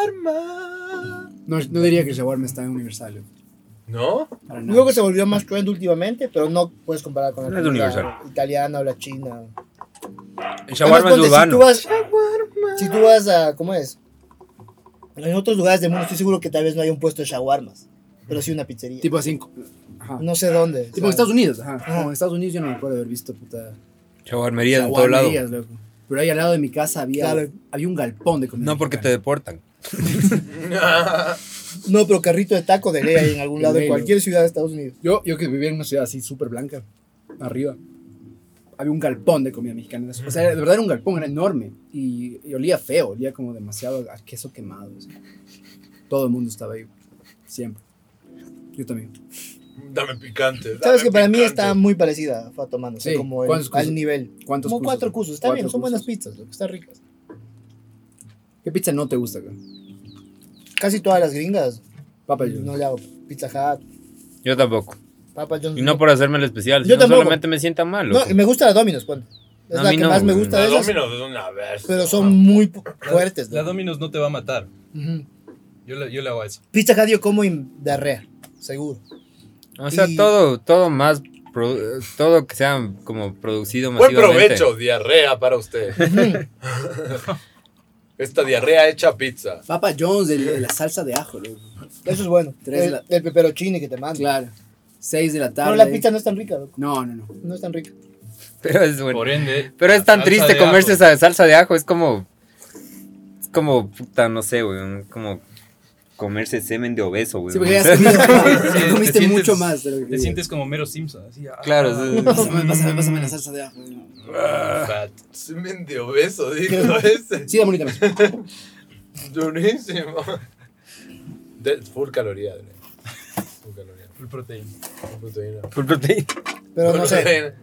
S1: Shawarma.
S5: No, no diría que el shawarma está en Universal. loco,
S1: ¿No?
S5: Para nada.
S2: Luego que se volvió más trend últimamente, pero no puedes comparar con la
S6: No es
S2: comida
S6: universal.
S2: italiana o la china.
S6: El shawarma
S2: Además,
S6: es
S2: ponte,
S6: urbano.
S2: Si tú, vas, si tú vas a, ¿cómo es? En otros lugares del mundo estoy seguro que tal vez no hay un puesto de shawarmas, pero sí una pizzería.
S5: Tipo así. Ajá.
S2: no sé dónde.
S5: Tipo en
S2: ¿sabes?
S5: Estados Unidos. Ajá.
S2: Ajá.
S5: No, en Estados Unidos yo no me acuerdo haber visto puta.
S6: Shawarmerías en todo lado.
S5: shawarmerías, loco. Pero ahí al lado de mi casa había,
S2: Claro.
S5: había un galpón de comida.
S6: No porque te
S5: mexicana.
S6: deportan.
S2: No, pero carrito de taco de ley hay en algún lado, en
S5: Ley,
S2: cualquier ciudad de Estados Unidos.
S5: Yo, yo que vivía en una ciudad así súper blanca, arriba, había un galpón de comida mexicana. O sea, de verdad era un galpón, era enorme. Y, y olía feo, olía como demasiado a queso quemado. o sea. Todo el mundo estaba ahí, siempre. Yo también.
S1: Dame picante.
S2: Sabes
S1: dame
S2: que para mí
S1: picante.
S2: está muy parecida a Fato Mano, o sea,
S5: Sí,
S2: como el-
S5: ¿cuántos cursos?
S2: al nivel.
S5: ¿Cuántos
S2: Como
S5: cursos?
S2: cuatro cursos, está
S5: Cuatro
S2: bien, son buenas
S5: cursos.
S2: pizzas, lo que están ricas.
S5: ¿Qué pizza no te gusta? güey?
S2: Casi todas las gringas,
S5: Papa John's.
S2: no le hago Pizza Hut,
S6: Yo tampoco.
S2: Papa John's.
S6: Y no por hacerme el especial,
S2: Yo
S6: sino
S2: tampoco.
S6: solamente me sienta mal.
S2: No,
S6: loco.
S2: y me gusta la Domino's, ponte. Es
S6: A
S2: la
S6: mí
S2: que
S6: no,
S2: más me
S6: güey.
S2: gusta
S1: La
S2: de esas,
S1: Domino's es una bestia.
S2: pero son muy pu- fuertes.
S3: La
S2: ¿no?
S3: Dominos no te va a matar.
S2: Ujú.
S3: Yo le, yo le hago a eso.
S2: Pizza Hut yo como y diarrea, seguro.
S6: O sea,
S2: y-
S6: todo, todo más pro- todo que sea como producido
S1: Buen
S6: masivamente.
S1: provecho, diarrea para usted. Esta diarrea hecha pizza.
S5: Papa Jones, el- de la salsa de ajo, loco.
S2: Eso es bueno.
S5: Tres
S2: el,
S5: la-
S2: el peperochini que te manda.
S5: Ah, Claro. 6 de la tarde.
S2: Pero la pizza no es tan rica, loco.
S5: No, no, no.
S2: No es tan rica.
S6: Pero es bueno.
S3: Por ende.
S6: Pero es tan
S3: salsa
S6: triste
S3: de
S6: comerse
S3: ajo.
S6: esa salsa de ajo, es como. Es como, puta, no sé, güey. Es como comerse semen de obeso, güey.
S5: Sí, porque ya has comido,
S3: Sí, te
S5: comiste
S3: sientes-
S5: mucho más. de lo que
S3: Te
S5: querías.
S3: sientes como Mero Simpson. Así, ah,
S6: Claro, sí, sí.
S5: Pásame, pásame, pásame la salsa de ajo.
S3: ah,
S1: Fat. Semen de obeso, dijo ese.
S5: Sí, da bonita más.
S1: Durísimo. De- full caloría, Adrián. Full caloría.
S3: Full proteína.
S1: Full proteína.
S6: Full protein.
S2: Pero
S1: Full
S2: no sé.
S1: proteína.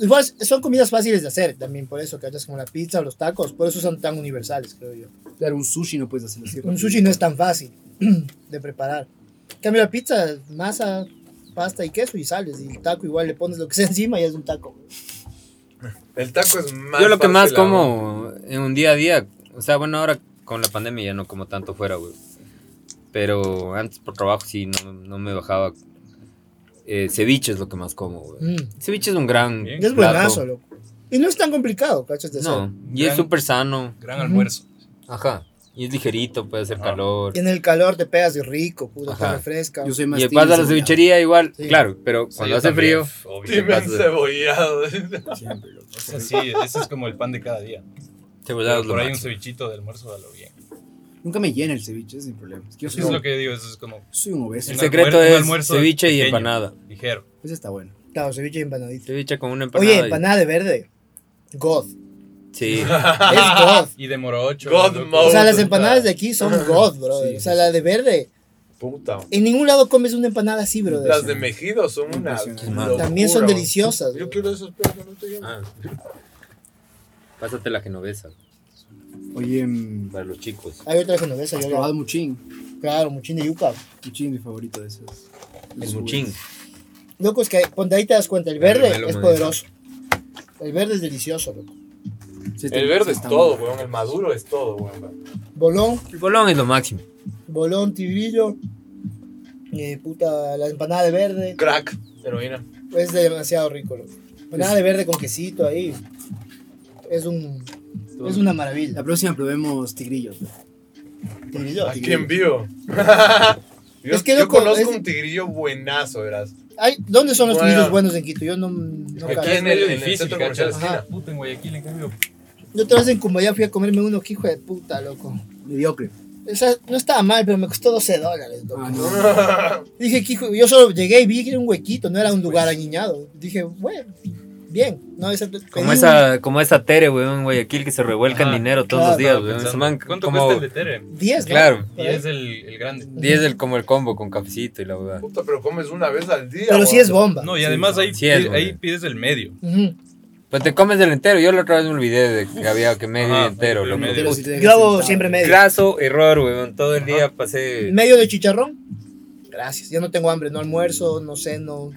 S2: Igual son comidas fáciles de hacer también, por eso, cachas, como la pizza, los tacos, por eso son tan universales, creo yo.
S5: Claro, un sushi no puedes hacerlo así.
S2: Un sushi no es tan fácil de preparar. En cambio, la pizza, masa, pasta y queso y sales. Y el taco igual le pones lo que sea encima y es un taco.
S1: El taco es más.
S6: Yo lo que
S1: fácil
S6: más
S1: aún.
S6: como en un día a día, o sea, bueno, ahora con la pandemia ya no como tanto fuera, güey. Pero antes por trabajo sí, no, no me bajaba. Eh, ceviche es lo que más como, güey.
S2: Mm.
S6: Ceviche es un gran.
S3: Bien.
S2: Y es
S6: plato.
S2: buenazo, loco. Y no es tan complicado, cachas, de hacer.
S6: No, y es
S3: Gran-
S6: súper sano.
S3: Gran almuerzo.
S6: Ajá. Y es ligerito, puede hacer
S3: Ajá.
S6: calor.
S2: Ah. Y en el calor te pegas de rico, puta, te
S6: Ajá.
S2: refresca.
S5: Yo soy más
S6: Y
S5: team
S6: vas a la
S5: cebollado.
S6: cevichería igual,
S2: Sí.
S6: claro, pero
S3: Sí,
S6: cuando
S3: yo
S6: hace
S3: también,
S6: frío,
S3: obvio.
S1: Sí, me han
S6: Vas a-
S1: cebollado.
S5: Siempre, loco.
S3: O sea, sí, ese es como el pan de cada día.
S6: cebollado Pues
S3: Pero
S6: es lo
S3: por ahí un
S6: máximo.
S3: cevichito de almuerzo a lo bien.
S5: Nunca me llena el ceviche, sin problema. Es que yo
S3: Eso
S5: soy,
S3: es
S5: un,
S3: lo que digo, eso es como
S5: soy un obeso.
S6: El
S3: un
S6: secreto
S3: almuer- un
S6: es
S3: almuerzo
S6: ceviche y
S3: pequeño,
S6: empanada.
S3: ligero.
S5: Ese está bueno.
S2: Claro, ceviche y empanadita.
S6: Ceviche con una empanada.
S2: Oye,
S6: y-
S2: empanada de verde. God.
S6: Sí.
S2: Es God.
S3: Y de morocho.
S1: God
S3: loco.
S1: mode.
S2: O sea, las
S1: Puta.
S2: empanadas de aquí son God, bro.
S5: Sí,
S2: O sea, la de verde.
S1: Puta.
S2: En ningún lado comes una empanada así, bro.
S1: Las de mejido son una.
S5: Impresionante.
S2: También son
S1: locura,
S2: deliciosas.
S1: man. Yo
S2: bro.
S1: quiero esos, pero que no te llaman.
S6: Ah. Pásate la genovesa
S5: Oye, mm,
S6: para los chicos.
S2: Hay otra genovesa, yo
S5: he
S2: la-
S5: probado muchín.
S2: Claro, muchín de yuca.
S5: Muchín, mi favorito de esos.
S6: El muchín.
S2: Loco, es que ponte ahí te das cuenta, el
S6: Pero
S2: verde
S6: me lo
S2: es
S6: me
S2: poderoso. El verde es delicioso, loco.
S5: Este
S1: El verde es todo, weón. El maduro es todo, weón.
S2: Bolón,
S6: El bolón es lo máximo.
S2: bolón, tibrillo, eh, puta, la empanada de verde,
S1: Crack, heroína.
S2: es demasiado rico, loco. Empanada de verde con quesito ahí. Es un es una
S5: La
S2: maravilla.
S5: próxima probemos tigrillos.
S2: Tigrillo,
S1: Aquí
S2: tigrillo.
S1: en vivo. Yo,
S2: Es que,
S1: yo
S2: loco,
S1: conozco
S2: es-
S1: un tigrillo buenazo, verás.
S2: Ay, ¿Dónde son los
S1: Bueno.
S2: tigrillos buenos en Quito? Yo no, no
S1: Aquí
S2: cacho.
S1: en el- en el
S3: difícil,
S1: centro comercial
S3: ¿cachas?
S2: de la esquina.
S3: Ajá. Puta, en Guayaquil, en cambio.
S2: Yo otra vez en Cumbayá fui a comerme uno que hijo de puta, loco.
S5: Mediocre.
S2: O sea, no estaba mal, pero me costó 12 dólares, loco.
S5: Ah, no.
S2: Dije que hijo- yo solo llegué y vi que era un huequito, no era un lugar añiñado. Dije, bueno, bien. No, es
S6: Como esa, como esa Tere, weón, en Guayaquil, que se revuelca
S3: Ajá.
S6: en dinero todos
S2: Claro,
S6: los días,
S3: Estaba
S6: weón. Ese
S3: pensando,
S6: man
S3: ¿Cuánto
S6: como-
S3: cuesta el de Tere?
S2: 10, ¿no?
S6: Claro.
S2: Por
S3: Y
S2: ahí.
S3: es el, el grande.
S6: 10 el, como el combo con cafecito y la verdad.
S1: Puta, pero comes una vez al día.
S2: Pero sí
S1: weón.
S2: es bomba.
S3: No, y además ahí,
S6: Sí es,
S3: pi- ahí
S6: güey.
S3: pides el medio.
S2: Ujú.
S6: Pues te comes el entero. Yo la otra vez me olvidé de que había que medio
S3: Ajá,
S6: entero,
S3: medio
S6: loco.
S3: entero.
S5: Pero
S6: Puta,
S5: si te dejas
S2: Yo hago
S5: sentado.
S2: siempre medio.
S6: Graso, error, weón. Todo el día pasé.
S2: Medio de chicharrón. Gracias. Ya no tengo hambre, no almuerzo, no ceno.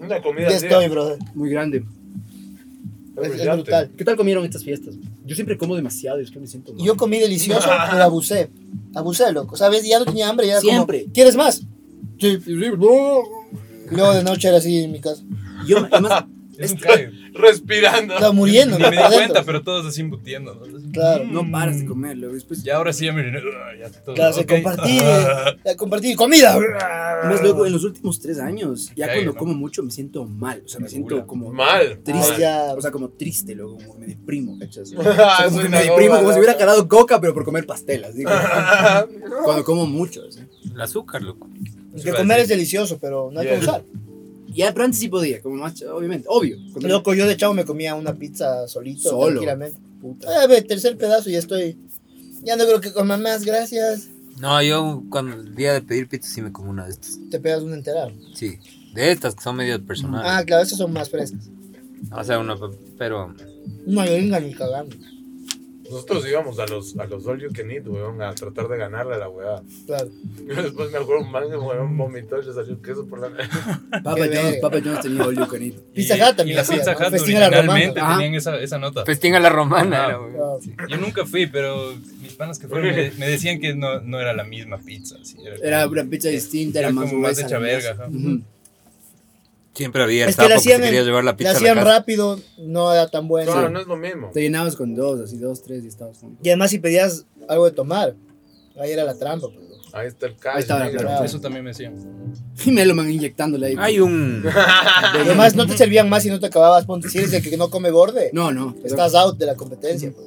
S1: Una comida
S2: Ya
S1: al día.
S2: estoy, brother.
S5: Muy grande.
S2: Es, es
S1: brillante.
S2: brutal.
S5: ¿Qué tal comieron estas fiestas? Yo siempre como demasiado y es que me siento mal.
S2: Y Yo comí delicioso, pero abusé. Abusé, loco. ¿Sabes? Ya no tenía hambre. Ya era como,
S5: Siempre.
S2: ¿Quieres más?
S5: Sí.
S2: Y Luego de noche era así en mi casa.
S5: Yo, además,
S3: Es un cague.
S1: Respirando.
S2: Estaba muriendo.
S3: Ni me di
S2: por dentro.
S3: cuenta, pero todos así embutiendo. ¿no?
S2: Claro.
S5: no paras de comerlo. Después,
S3: Y ahora sí ya me Ugh, ya todo.
S2: Claro, se
S3: ok.
S2: compartí,
S3: Ah.
S2: eh, compartí comida.
S5: Más luego, en los últimos tres años, ya
S3: Sí,
S5: cuando
S3: ¿no?
S5: como mucho me siento mal. O sea, me siento
S3: Regula.
S5: como
S1: Mal.
S5: triste.
S2: Ah, ya.
S5: O sea, como triste, luego como me deprimo, ¿cachas? O sea,
S1: Ah,
S5: como
S1: soy
S5: que
S1: una
S5: me deprimo,
S1: boba,
S5: como si
S1: loco.
S5: hubiera calado coca, pero por comer pastelas. digo. cuando como mucho. así.
S6: El azúcar, loco.
S2: Es que comer es delicioso, pero no hay que
S1: Bien.
S2: abusar.
S5: Ya, pero antes sí podía, como más, ch- obviamente, obvio. Cuando
S2: Loco, yo de chavo me comía una pizza solito,
S5: Solo.
S2: tranquilamente.
S5: Puta.
S2: Eh, ve, tercer pedazo y ya estoy. Ya no creo que coma más, gracias.
S6: No, yo cuando el día de pedir pizza sí me como una de estas.
S2: Te pegas una entera.
S6: Sí. De estas que son medio personales.
S2: Ah, claro, esas son más frescas.
S6: O sea, una. Pero.
S2: No, yo venga ni cagando.
S1: Nosotros íbamos a los, a los All You Can Eat, weón, a tratar de ganarle a la weá.
S2: Claro.
S1: Yo después me acuerdo un man que weón vomitó y le salió queso por la nariz.
S5: Papa
S2: Qué
S5: John's,
S2: verga.
S5: Papa John's tenía all you can eat.
S3: Y-
S2: Pizza Hut
S3: Y
S2: también
S3: la
S2: hacía,
S3: Pizza
S2: ¿no?
S3: Hut
S2: Festín a la
S3: originalmente
S2: romana.
S3: tenían
S6: Ah.
S3: esa, esa nota.
S6: Festín a la romana, era, weón.
S2: Claro.
S3: Yo nunca fui, pero mis panas que fueron me, me decían que no, no era la misma pizza. sí,
S5: Era una pizza distinta, era,
S3: era
S5: más
S3: como más
S5: gruesa,
S3: hecha
S5: más-
S3: verga, ajá.
S5: Ujú.
S6: Siempre había el
S2: Es que
S6: sapo
S2: la
S6: que se
S2: hacían, en-
S6: quería llevar la
S2: la
S6: pizza a la
S2: hacían
S6: casa.
S2: rápido, no era tan bueno.
S1: Claro, no es lo mismo.
S5: Te llenabas con dos, así dos, tres y estabas con...
S2: Y además si pedías algo de tomar, ahí era la trampa. pues, loco.
S1: Ahí está el
S5: Ahí
S1: cash.
S5: está la
S1: negro.
S5: plata.
S3: Eso también me decían.
S5: Y Meloman inyectándole ahí.
S6: Hay un...
S2: Y además no te servían más si no te acababas. Ponte, si eres el que no come borde,
S5: No, no.
S2: estás out de la competencia. pues.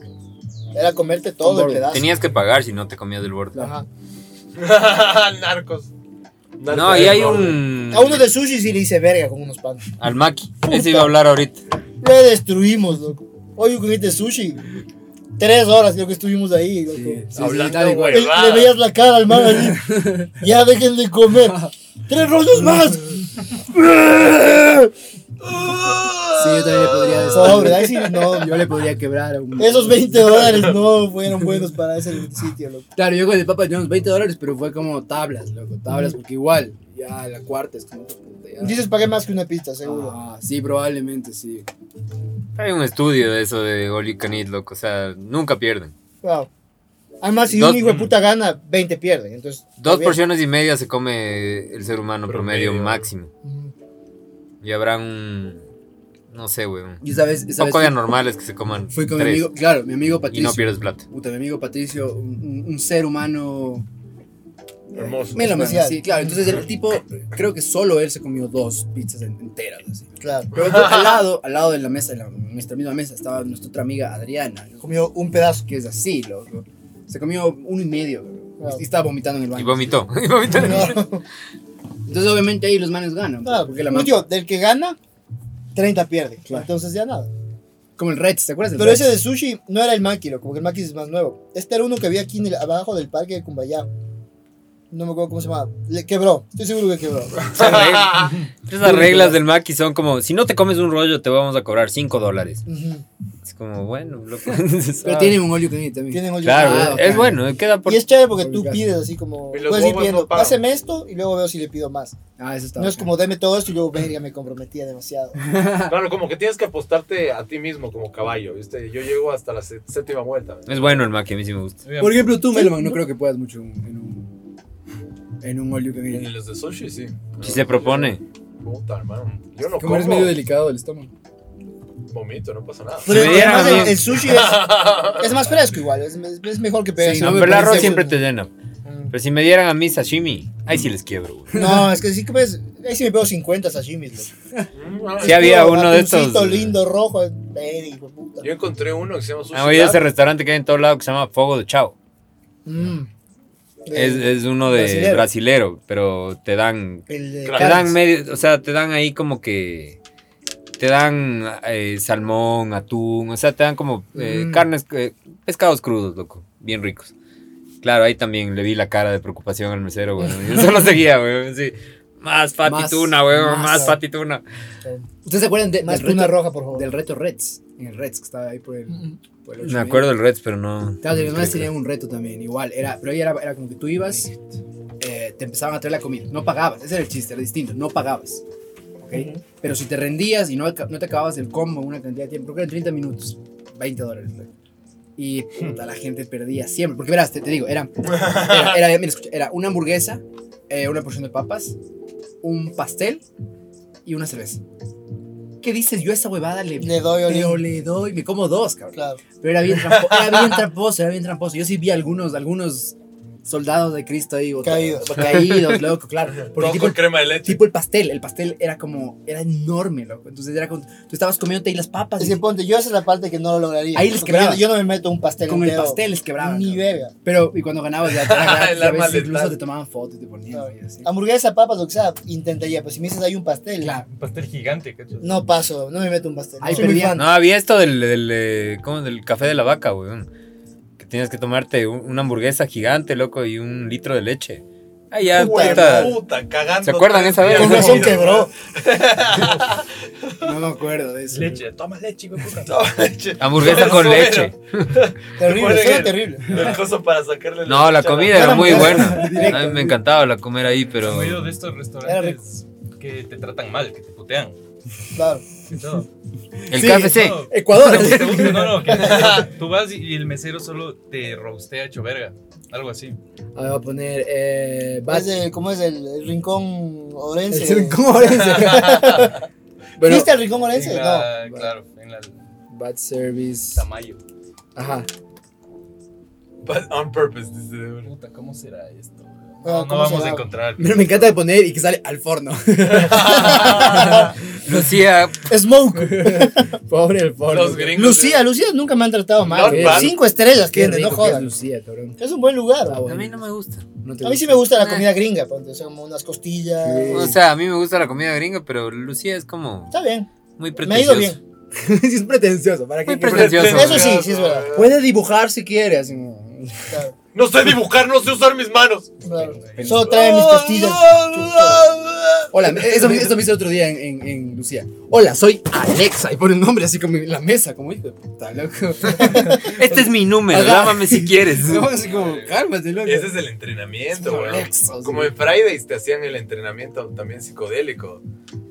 S2: Era comerte todo el
S5: borde.
S2: pedazo.
S6: Tenías que pagar si no te comías del borde.
S2: Ajá.
S1: Narcos.
S6: No, y hay un...
S2: A uno de sushi sí le hice verga con unos panes.
S6: Al Maki. Ese iba a hablar ahorita.
S2: Le destruimos, loco. Hoy comiste sushi. Tres horas creo que estuvimos ahí, loco.
S5: Sí, sí,
S1: Hablando,
S5: tal y cual.
S2: Le, le veías la cara al man así. Ya dejen de comer. Tres rollos más.
S5: Sí, yo también le
S6: Ah.
S5: podría
S2: Sobre, ahí sí, no.
S5: Yo le podría quebrar a un...
S2: Esos 20 dólares no fueron buenos para ese sitio, loco.
S5: Claro, yo con el Papa John's 20 dólares, pero fue como tablas, loco, tablas, porque igual, ya la cuarta es como... puta, ya.
S2: Dices, pagué más que una pizza, seguro.
S5: Ah, sí, probablemente, sí.
S6: Hay un estudio de eso de Oli Canit, loco. O sea, nunca pierden.
S2: Wow. Además, si
S6: Dos-
S2: un hijo de puta gana, 20 pierden. Entonces,
S6: Dos
S2: está bien.
S6: porciones y media se come el ser humano promedio,
S1: Promedio.
S6: máximo.
S2: Mm.
S6: Y habrá un... No sé, weón.
S5: Y sabes, sabes
S6: Poco
S5: que
S6: de anormales que se coman
S5: fui con mi
S6: tres
S5: amigo, claro, mi amigo
S6: y
S5: Patricio.
S6: no pierdes plata.
S5: Puta, mi amigo Patricio, un, un- un ser humano...
S1: Hermoso.
S5: Me lo
S2: Pues, Especial.
S5: sí, claro. Entonces el tipo, creo que solo él se comió dos pizzas en- enteras, así.
S2: Claro.
S5: Pero entonces, al lado, al lado de la mesa, en, la- en nuestra misma mesa, estaba nuestra otra amiga Adriana, loco,
S2: Comió un pedazo.
S5: que es así, loco. Se comió uno y medio, loco,
S2: Claro.
S5: y estaba vomitando en el
S6: Y
S5: baño.
S6: vomitó. Y vomitó.
S2: No.
S5: Entonces obviamente ahí los manes ganan, pues,
S2: Claro,
S5: porque la
S2: un
S5: man-
S2: tío, del que gana, 30 pierde.
S5: Claro.
S2: Entonces ya nada.
S5: Como el Red, ¿te acuerdas del
S2: Pero
S5: Reds?
S2: ese de sushi no era el Maki, loco, porque el Maki es más nuevo. Este era uno que había aquí en el- abajo del parque de Cumbayá. No me acuerdo cómo se llamaba. Le quebró, estoy seguro que quebró.
S6: Esas reglas- Esas reglas del Maki son como, si no te comes un rollo te vamos a cobrar 5 dólares.
S2: Ujú.
S6: Es como, bueno, loco.
S5: Pero tiene un olio que ah, tiene también.
S2: Tienen ollo.
S6: Claro,
S5: Ah,
S6: es
S5: ok.
S6: bueno, queda por...
S2: Y es chévere porque tú
S5: Obligado.
S2: pides así como.
S1: Y los
S2: Puedes ir
S1: bobos no
S2: viendo,
S1: pagan.
S2: páseme esto y luego veo si le pido más.
S5: Ah, eso está.
S2: No es
S5: bacán.
S2: como deme todo esto y luego verga, me comprometía demasiado.
S1: Claro, como que tienes que apostarte a ti mismo como caballo, ¿viste? Yo llego hasta la sé- séptima vuelta. ¿viste?
S6: Es bueno el Maki, a mí sí me gusta.
S5: Por ejemplo, tú, Melman, no creo que puedas mucho en un. En un olio que
S1: Y
S5: viene.
S1: los de sushi, sí.
S6: Si se propone.
S1: Puta, hermano. Yo no
S5: Como
S1: como,
S5: eres medio delicado el estómago.
S1: vomito, no pasa nada.
S2: Pero
S6: Me dieron
S2: además
S6: a mí.
S2: el, el sushi es, es más fresco igual, es, es- es mejor que pegarse
S5: Sí, no,
S2: un-
S6: Pero el arroz
S2: ese-
S6: siempre te llena. Pero si me dieran a mí sashimi, ahí sí les quiebro, güey.
S2: No, es que sí que ves. Ahí sí me pego 50 sashimis. loco.
S6: Sí había
S2: Puro
S6: uno de
S2: atuncito
S6: estos.
S2: lindo, rojo. verga, hijo de puta.
S1: Yo encontré uno que se llama Sushi
S6: Ah, oye,
S1: Lab.
S6: ese restaurante que hay en todo lado que se llama Fogo de Chao.
S2: Mm.
S6: Es, es uno de
S2: Brasilero.
S6: brasilero. pero te dan...
S2: El de
S1: Claro.
S2: carnes.
S6: Te dan medio, o sea, te dan ahí como que... Te dan eh, salmón, atún, o sea, te dan como eh,
S2: Mm.
S6: carnes, eh, pescados crudos, loco, bien ricos. Claro, ahí también le vi la cara de preocupación al mesero, güey. Yo solo seguía, güey. Sí. Más fatituna, güey,
S5: más,
S6: más,
S5: ah.
S6: fatituna.
S5: ¿Ustedes se acuerdan de-
S2: Más
S5: del,
S2: tuna
S5: reto,
S2: roja, por favor.
S5: del reto Reds? En el Reds, que estaba ahí por el.
S2: Mm.
S5: por el ocho y
S6: Me
S5: medio.
S6: acuerdo del Reds, pero no.
S5: Claro, de
S6: no
S5: los manes
S6: creo.
S5: tenían un reto también, igual. Era, pero ahí era, era como que tú ibas, eh, te empezaban a traer la comida. No pagabas, ese era el chiste, era distinto. No pagabas. ¿ok? Pero si te rendías y no, aca- no te acababas el combo en una cantidad de tiempo, creo que eran 30 minutos, 20 dólares. creo. Y puta, la gente perdía siempre. Porque verás, te, te digo, era, era, era- mira, escucha, era una hamburguesa, eh, una porción de papas, un pastel y una cerveza. ¿Qué dices? Yo a esa huevada le,
S2: Le doy
S5: pero
S2: olín.
S5: le doy, me como dos, cabrón.
S2: Claro.
S5: Pero era bien, trampo- era bien tramposo, era bien tramposo. Yo sí vi algunos, algunos soldados de Cristo ahí botados,
S2: Caídos.
S5: Caídos, loco, claro. Porque
S1: Todo
S5: tipo,
S1: con crema de leche.
S5: tipo el pastel, el pastel era como, era enorme, loco. Entonces era como, tú estabas comiéndote ahí las papas.
S2: Es
S5: y-
S2: que ponte, yo esa es la parte que no lo lograría.
S5: Ahí les
S2: Porque
S5: quebraba.
S2: Yo, yo no me meto un pastel
S5: con el
S2: entero.
S5: pastel les quebraban.
S2: Ni
S5: loco.
S2: verga.
S5: Pero, y cuando ganabas ya te era gratis,
S1: El
S5: a
S1: arma
S5: veces
S1: letal.
S5: incluso te tomaban fotos y te ponían ahí, así.
S2: Hamburguesa, papas, lo que sea, intentaría. Pues si me dices hay un pastel,
S5: Claro.
S3: Un pastel gigante, ¿cachas?
S2: no paso, no me meto un pastel.
S5: Ahí
S2: soy muy
S5: perdían.
S2: fan.
S6: No, había esto del, del, eh, ¿cómo? del café de la vaca, weón. Que tenías que tomarte un- una hamburguesa gigante, loco, y un litro de leche. Ah, ya,
S2: Puta
S6: puta.
S1: Puta, cagando.
S6: ¿Se acuerdan
S1: tres
S6: esa vez?
S1: días
S2: Con
S1: de
S2: razón
S1: comida,
S2: quebró.
S5: No me acuerdo de eso.
S3: Leche, toma leche, hijo de puta.
S1: No, leche.
S6: Hamburguesa
S1: Sobre
S6: con
S1: suero.
S6: leche.
S1: Ponen
S2: Terrible,
S1: el-
S2: era terrible.
S1: El coso para sacarle
S6: No, la comida
S2: Era
S6: era muy
S2: hamburguesa
S6: buena.
S5: directa.
S6: A mí me encantaba la comer ahí, pero.
S3: He oído de estos restaurantes que te tratan mal, que te putean.
S2: Claro.
S3: No.
S6: El
S5: Sí,
S6: KFC.
S3: no.
S5: Ecuador.
S3: No, no, que tú vas y el mesero solo te roastea hecho verga. Algo así.
S5: A ver, voy a poner. Eh,
S2: Es
S5: Bat-
S2: el- ¿Cómo es el, el rincón orense?
S5: el rincón orense. bueno,
S2: ¿Viste el rincón
S3: En
S2: orense?
S3: la-
S5: No.
S3: Claro, en la
S5: Bad Service.
S3: Tamayo.
S5: Ajá.
S1: But on purpose, dice de una.
S3: Puta, ¿cómo será esto? No,
S2: Ah,
S3: no
S2: ¿cómo
S3: vamos
S2: será?
S3: a encontrar.
S5: Pero me encanta poner y que sale al forno.
S6: Lucía,
S2: no. Smoke.
S5: Pobre el forno.
S1: Los gringos.
S2: Lucía, Lucía nunca me han tratado mal.
S1: Not
S2: güey.
S1: bad.
S2: Cinco estrellas
S5: Qué
S2: tiene,
S5: rico
S2: no
S5: que es
S2: jodan.
S5: Lucía, cabrón.
S2: Es un buen lugar.
S5: Está
S6: a
S5: bueno.
S6: mí no me gusta.
S5: No te
S2: A mí sí
S5: gusta.
S2: me gusta la comida gringa, ponte, o sea, como unas costillas.
S5: Sí.
S6: O sea, a mí me gusta la comida gringa, pero Lucía es como
S2: Está bien,
S6: muy
S2: me ha ido
S6: pretenciosa.
S2: bien.
S5: Sí, es pretencioso. ¿Para qué?
S6: Muy pretencioso.
S2: Eso sí, sí es verdad.
S5: Puede dibujar si quiere. así, no.
S2: Claro,
S1: No sé dibujar, no sé usar mis manos.
S2: claro. Solo trae mis costillas.
S5: Hola, eso, me- eso me hice el otro día en, en- en Lucía. Hola, soy Alexa. Y pone un nombre así como en la mesa, como hijo de puta, loco.
S6: Este es mi número,
S5: Ajá.
S6: llámame si quieres.
S5: No, así como, cálmate, loco.
S1: Ese es el entrenamiento,
S5: Como
S1: güey.
S5: Alexa, o sea.
S1: Como en Fridays te hacían el entrenamiento también psicodélico.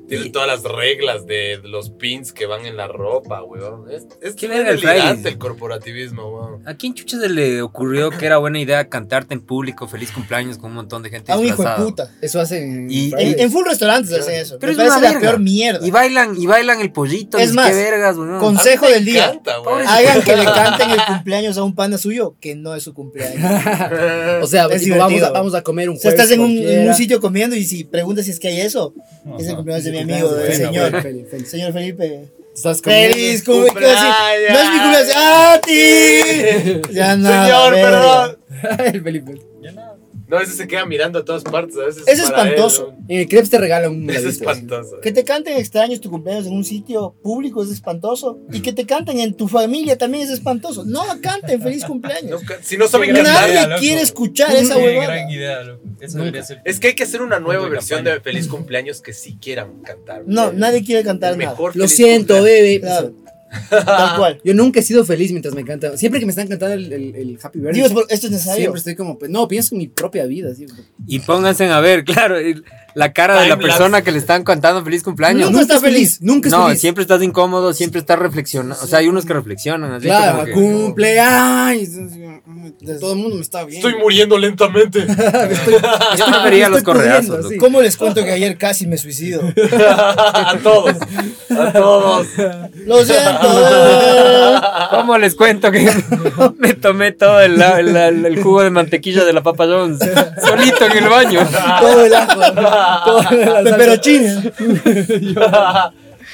S1: Tienen todas las reglas de los pins que van en la ropa, weón. Es, es
S6: ¿Qué
S1: una
S6: verga el
S1: delirante
S6: Fridays?
S1: el corporativismo, weón.
S6: ¿A quién chucha se le ocurrió que era buena idea cantarte en público feliz cumpleaños con un montón de gente
S2: A un hijo de
S6: disfrazada?
S2: puta.
S5: Eso hacen. en
S6: Y-
S5: Fridays.
S2: En, en full restaurantes hacen eso. Pero
S6: Pero es
S2: me parece
S6: una
S2: la
S6: verga.
S2: peor mierda.
S6: Y bailan, y bailan el pollito,
S2: Es
S6: y
S2: más,
S6: qué vergas,
S1: A
S2: con-
S6: weón.
S1: mí
S2: Consejo
S1: Ah, me
S2: del día.
S1: encanta, weón.
S6: Pobrecito.
S2: Hagan que le canten el cumpleaños a un pana suyo que no es su cumpleaños.
S5: O sea,
S2: Es
S5: tipo, vamos, a,
S2: divertido.
S5: vamos a comer un
S2: O sea,
S5: jueves
S2: estás en un, en
S5: cualquiera.
S2: un sitio comiendo y si preguntas si es que hay eso, es el cumpleaños de mi amigo, del
S5: Bueno, bueno,
S2: señor.
S5: feliz, feliz.
S2: Señor Felipe.
S5: Estás comiendo.
S2: ¡Feliz cumpleaños! ¡No es mi cumpleaños! ¡A ti! Ya nada,
S1: Señor,
S2: verga.
S1: perdón.
S5: El Felipe.
S1: No, ese se queda mirando a todas partes. A veces
S2: Es
S1: para él,
S2: espantoso.
S1: ¿no?
S5: En el Krebs te regala un
S1: Es
S5: heladito,
S1: espantoso.
S2: Que te canten extraños tu cumpleaños en un sitio público es espantoso. Y que te canten en tu familia también es espantoso. No canten feliz cumpleaños.
S1: Nunca- si no saben
S3: Qué gran
S1: cantar,
S2: Nadie
S3: idea, loco.
S2: quiere escuchar esa
S3: Qué
S2: huevada.
S3: gran idea, loco. Eso debería ser.
S1: es que hay que hacer una nueva
S3: Punto de
S1: versión
S3: campaña.
S1: de Feliz Cumpleaños que sí quieran cantar.
S2: No,
S1: güey.
S2: nadie quiere
S1: El
S2: cantar nada.
S1: mejor
S5: así. Lo
S1: Feliz
S5: siento,
S1: Cumpleaños.
S5: bebé.
S2: Claro. Tal cual.
S5: Yo nunca he sido feliz mientras me cantan. Siempre que me están cantando el, el- el Happy Birthday.
S2: Dios, esto es necesario.
S5: siempre estoy como. pe- No, pienso en mi propia vida. así, como,
S6: Y pónganse a ver, claro, el- la cara de la
S1: Timelapse.
S6: persona que le están cantando feliz cumpleaños.
S2: Nunca
S5: Nunca
S2: está
S5: es feliz. Nunca es
S6: No,
S5: feliz.
S6: siempre estás incómodo, siempre estás reflexionando. O sea, hay unos que reflexionan. Así como
S5: Claro,
S6: que-
S5: cumpleaños. "Mm, Todo el mundo me está viendo.
S1: Estoy muriendo lentamente.
S6: yo prefería
S5: estoy
S6: los correazos.
S5: pudiendo,
S6: loco.
S5: sí.
S2: ¿Cómo les cuento que ayer casi me suicido?
S1: a todos. A todos.
S2: Lo siento.
S6: ¿Cómo les cuento que me tomé todo el, el- el- el jugo de mantequilla de la Papa Jones solito en el baño?
S5: Todo el ajo. todo el ajo.
S2: Pero chino.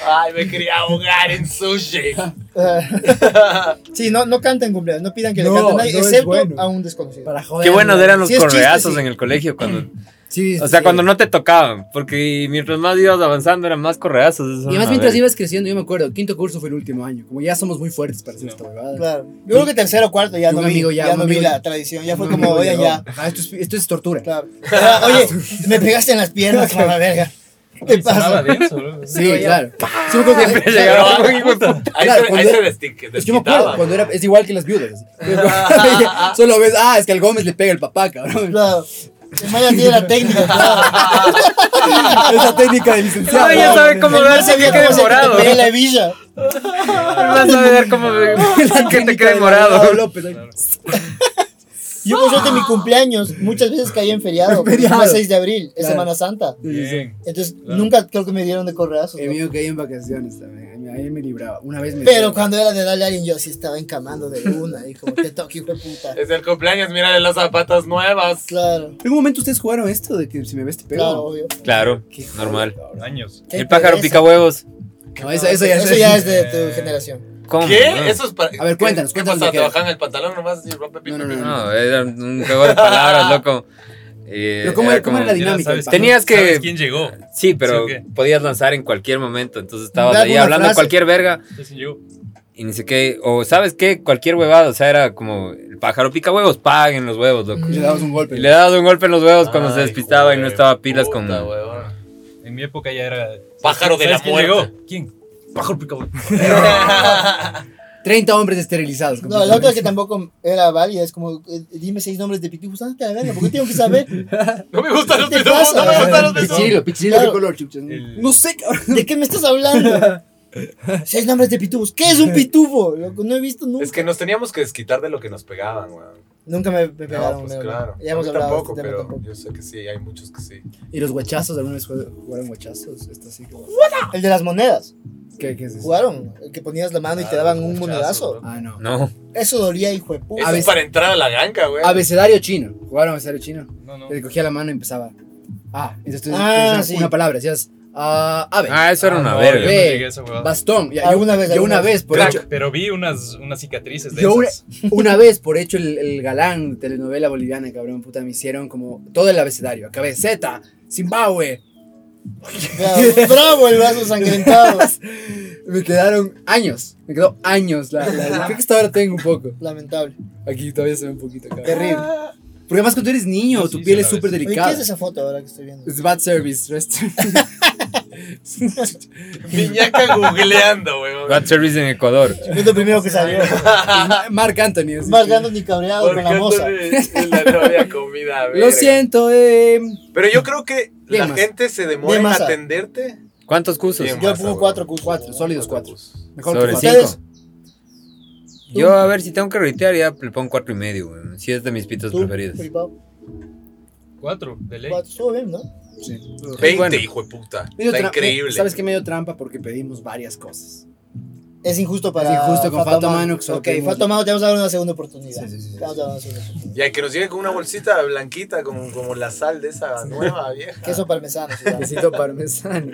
S1: Ay, me quería ahogar en sushi.
S2: Sí, no, no canten cumpleaños, no pidan que
S5: No,
S2: le canten a nadie,
S5: no es
S2: excepto
S5: bueno.
S2: a un desconocido.
S5: Para joder.
S6: Qué buenos eran los
S2: si es chiste,
S6: correazos
S2: sí.
S6: en el colegio cuando,
S5: Sí,
S6: o sea,
S5: sí.
S6: cuando no te tocaban, porque mientras más ibas avanzando eran más correazos. eso
S5: Y
S6: era
S5: además,
S6: una
S5: mientras
S6: verga.
S5: ibas creciendo, yo me acuerdo, quinto curso fue el último año. Como ya somos muy fuertes para hacer esta huevada.
S2: Claro. Yo creo que tercero o cuarto ya
S5: Y
S2: no,
S5: un
S2: vi,
S5: amigo ya,
S2: ya
S5: un
S2: no vi
S5: amigo-
S2: la tradición, ya fue
S5: No,
S2: como,
S5: no,
S2: oye,
S5: no.
S2: ya.
S5: Ajá, esto, es, esto es tortura.
S2: Claro. Ah, Oye, me pegaste en las piernas, mamá verga. ¿Qué
S3: Y sonaba
S2: pasa?
S3: denso, loco.
S5: Sí, claro. Sí, me acuerdo que-
S6: Siempre llegaba un hijo de puta.
S1: Ahí
S5: Claro,
S1: se, ahí
S5: cuando-
S1: se destic-
S5: Es que yo me acuerdo,
S1: desquitaba.
S5: cuando era, es igual que las viudas. Solo ves, ah, es que al Gómez le pega el papá, cabrón.
S2: Claro. El Maya tiene la técnica. claro.
S5: Esa técnica del licenciado.
S6: No, ya sabe cómo
S2: El man
S6: darse que
S2: sabía
S6: quede
S2: cómo se te
S6: morado.
S2: pega la hebilla.
S6: Vas a ver cómo que te quede morado.
S5: Pablo López, ahí.
S2: Yo, por suerte, mi cumpleaños muchas veces caí en feriado. porque
S5: Feriado.
S2: fue 6 de abril, es
S5: Claro.
S2: Semana Santa.
S3: Bien.
S2: Entonces,
S3: Claro.
S2: nunca creo que me dieron de correazos.
S5: El
S2: ¿no?
S5: mío caí en vacaciones también. Ahí me libraba. Una vez me.
S2: Pero cuando era de darle a alguien, yo sí estaba encamando de una. Y como te toque, hijo de puta.
S1: Es el cumpleaños, mírale las zapatas nuevas.
S2: Claro,
S5: ¿En algún momento ustedes jugaron esto de que si me ves te pego?
S2: claro, obvio.
S6: Claro,
S5: Qué joder,
S6: normal.
S5: cabrón.
S3: Años.
S2: Qué
S6: El pájaro
S2: pereza.
S6: pica huevos.
S5: No, eso, eso ya
S2: Eso
S5: es-
S2: ya es de tu generación.
S6: ¿Cómo? No.
S1: ¿Qué? Eso es para.
S5: A ver, cuéntanos,
S1: ¿Qué
S5: cuéntanos
S1: pasa?
S5: de qué
S1: ¿Te
S5: era.
S1: bajan el pantalón nomás? Y rompe, pi,
S5: No,
S1: pi,
S5: no,
S1: pi?
S5: no.
S6: No, era un juego de palabras, loco. Eh,
S5: Pero ¿cómo era, cómo era la
S6: como-
S3: Ya
S5: dinámica?
S3: sabes
S5: del
S6: Tenías que-
S3: ¿Sabes quién llegó?
S6: Sí, pero
S3: ¿Sí o qué?
S6: podías lanzar en cualquier momento. Entonces estabas
S2: Da
S6: ahí
S2: alguna
S6: hablando
S2: frase.
S6: cualquier verga
S3: ¿Sabes quién llegó?
S6: y ni sé qué. O sabes qué, cualquier huevada. O sea, era como el pájaro pica huevos, paguen los huevos, loco.
S5: pájaro? Le dabas un golpe.
S6: Y le dabas un golpe en los huevos cuando se
S1: Ay,
S6: despistaba y no
S1: joder,
S6: estaba pilas con.
S1: puta, huevón.
S3: En mi época ya era.
S1: Pájaro de
S3: ¿Sabes
S1: la
S3: quién
S1: muerte.
S3: llegó? ¿Quién? Pájaro pica
S5: 30 hombres esterilizados.
S2: No, la otra que tampoco era válida es como, eh, dime seis nombres de pitufos, ándate a la verga, porque tengo que saber
S1: No me gustan los
S2: ¿Qué te
S1: pitufos,
S2: pasa?
S1: no me gustan los pitufos.
S5: Pichilo, pichilo de
S2: Claro.
S5: color, chucha.
S6: El-
S5: No sé, cabrón.
S2: de qué me estás hablando. Seis nombres de pitufos. ¿Qué es un pitufo? Loco, no he visto nunca.
S1: Es que nos teníamos que desquitar de lo que nos pegaban, weón.
S2: Nunca me, me pegaron.
S1: No, pues
S2: weón.
S1: claro.
S2: Ya
S1: A
S2: hemos
S1: mí
S2: hablado de
S1: tampoco,
S2: este tema
S1: pero
S2: tampoco.
S1: yo sé que sí, hay muchos que sí.
S5: ¿Y los guachazos? ¿Alguna vez jug- jugaron guachazos? Esto así como...
S2: El de las monedas.
S5: ¿Qué, qué es eso?
S2: Jugaron. El que ponías la mano y te
S1: Claro,
S2: daban un
S1: muchazo,
S2: monedazo.
S1: ¿no? Ah,
S5: Ah, no.
S6: No.
S2: Eso dolía, hijo de
S1: Eso
S2: puta.
S5: A
S1: es
S5: veces-
S1: para entrar a la ganga, güey.
S5: Abecedario chino. ¿Jugaron abecedario chino?
S3: No, no.
S5: Le cogía la mano y empezaba. Ah, entonces tú
S2: Ah,
S5: decías
S2: sí.
S5: una palabra, decías ah, ave.
S6: Ah, eso era
S3: Ah,
S6: una
S3: no,
S6: verga.
S3: yo no
S5: Ve.
S3: llegué a esa huevada.
S5: Bastón. Ya, yo
S2: Alguna
S5: una
S2: vez,
S5: vez, yo una
S2: Ah, alguna
S5: vez, por
S3: Crack,
S5: hecho,
S3: pero vi unas, unas cicatrices de
S5: yo una,
S3: esas.
S5: una vez, por hecho, el, el galán de telenovela boliviana, cabrón, puta, me hicieron como todo el abecedario. Acabé Z, Zimbabue.
S2: Ya, Bravo el vaso sangrentado.
S5: Me quedaron años, me quedó años. La, la- creo que hasta ahora tengo un poco.
S2: Lamentable.
S5: Aquí todavía se ve un poquito, cabrón.
S2: Terrible.
S5: Porque además cuando eres niño,
S3: Sí,
S5: tu
S3: sí,
S5: piel
S3: se
S5: es
S3: la ve,
S5: súper
S3: sí.
S2: Oye,
S5: delicada.
S2: ¿qué es esa foto ahora que estoy viendo?
S5: Es bad service restaurant.
S1: Miñaca googleando, weón.
S6: Bad service en Ecuador.
S2: Es lo primero que salió.
S5: Mark Anthony. así.
S2: Marcando ni cabreado
S1: Porque
S2: con la moza.
S1: la no había comida, a ver.
S5: Lo siento, eh.
S1: Pero yo creo que
S5: Bien,
S1: la
S5: masa.
S1: gente se demora
S2: Bien,
S1: en
S2: masa.
S1: atendente.
S6: ¿Cuántos cursos?
S1: Bien,
S2: Yo
S1: masa,
S2: pongo
S1: weón.
S2: cuatro cursos.
S5: Cuatro,
S2: weón.
S5: sólidos cuatro. Mejor
S6: Sobre
S5: que cuatro.
S2: Ustedes,
S6: cinco. Yo, a ver, si tengo que reitear, ya le pongo cuatro y medio, güey. Si es de mis pitos
S2: tú,
S6: preferidos.
S2: Flipao,
S3: Cuatro, de ley.
S2: cuatro. Estuvo bien, ¿no?
S5: Sí.
S1: 20,
S6: bueno.
S1: hijo de puta.
S5: Medio
S1: Está
S5: tra-
S1: increíble.
S5: ¿Sabes qué medio trampa? Porque pedimos varias cosas.
S2: Es injusto para.
S5: Es injusto con Fat Humano, que solo
S2: Ok,
S5: pedimos-
S2: Fat Humano, te vamos a dar una segunda oportunidad.
S5: Sí, sí, sí, sí.
S2: Te vamos a dar una segunda oportunidad.
S1: Ya que nos llegue con una bolsita blanquita, como, como la sal de esa nueva vieja.
S2: Queso parmesano. se llama.
S5: Necesito parmesano.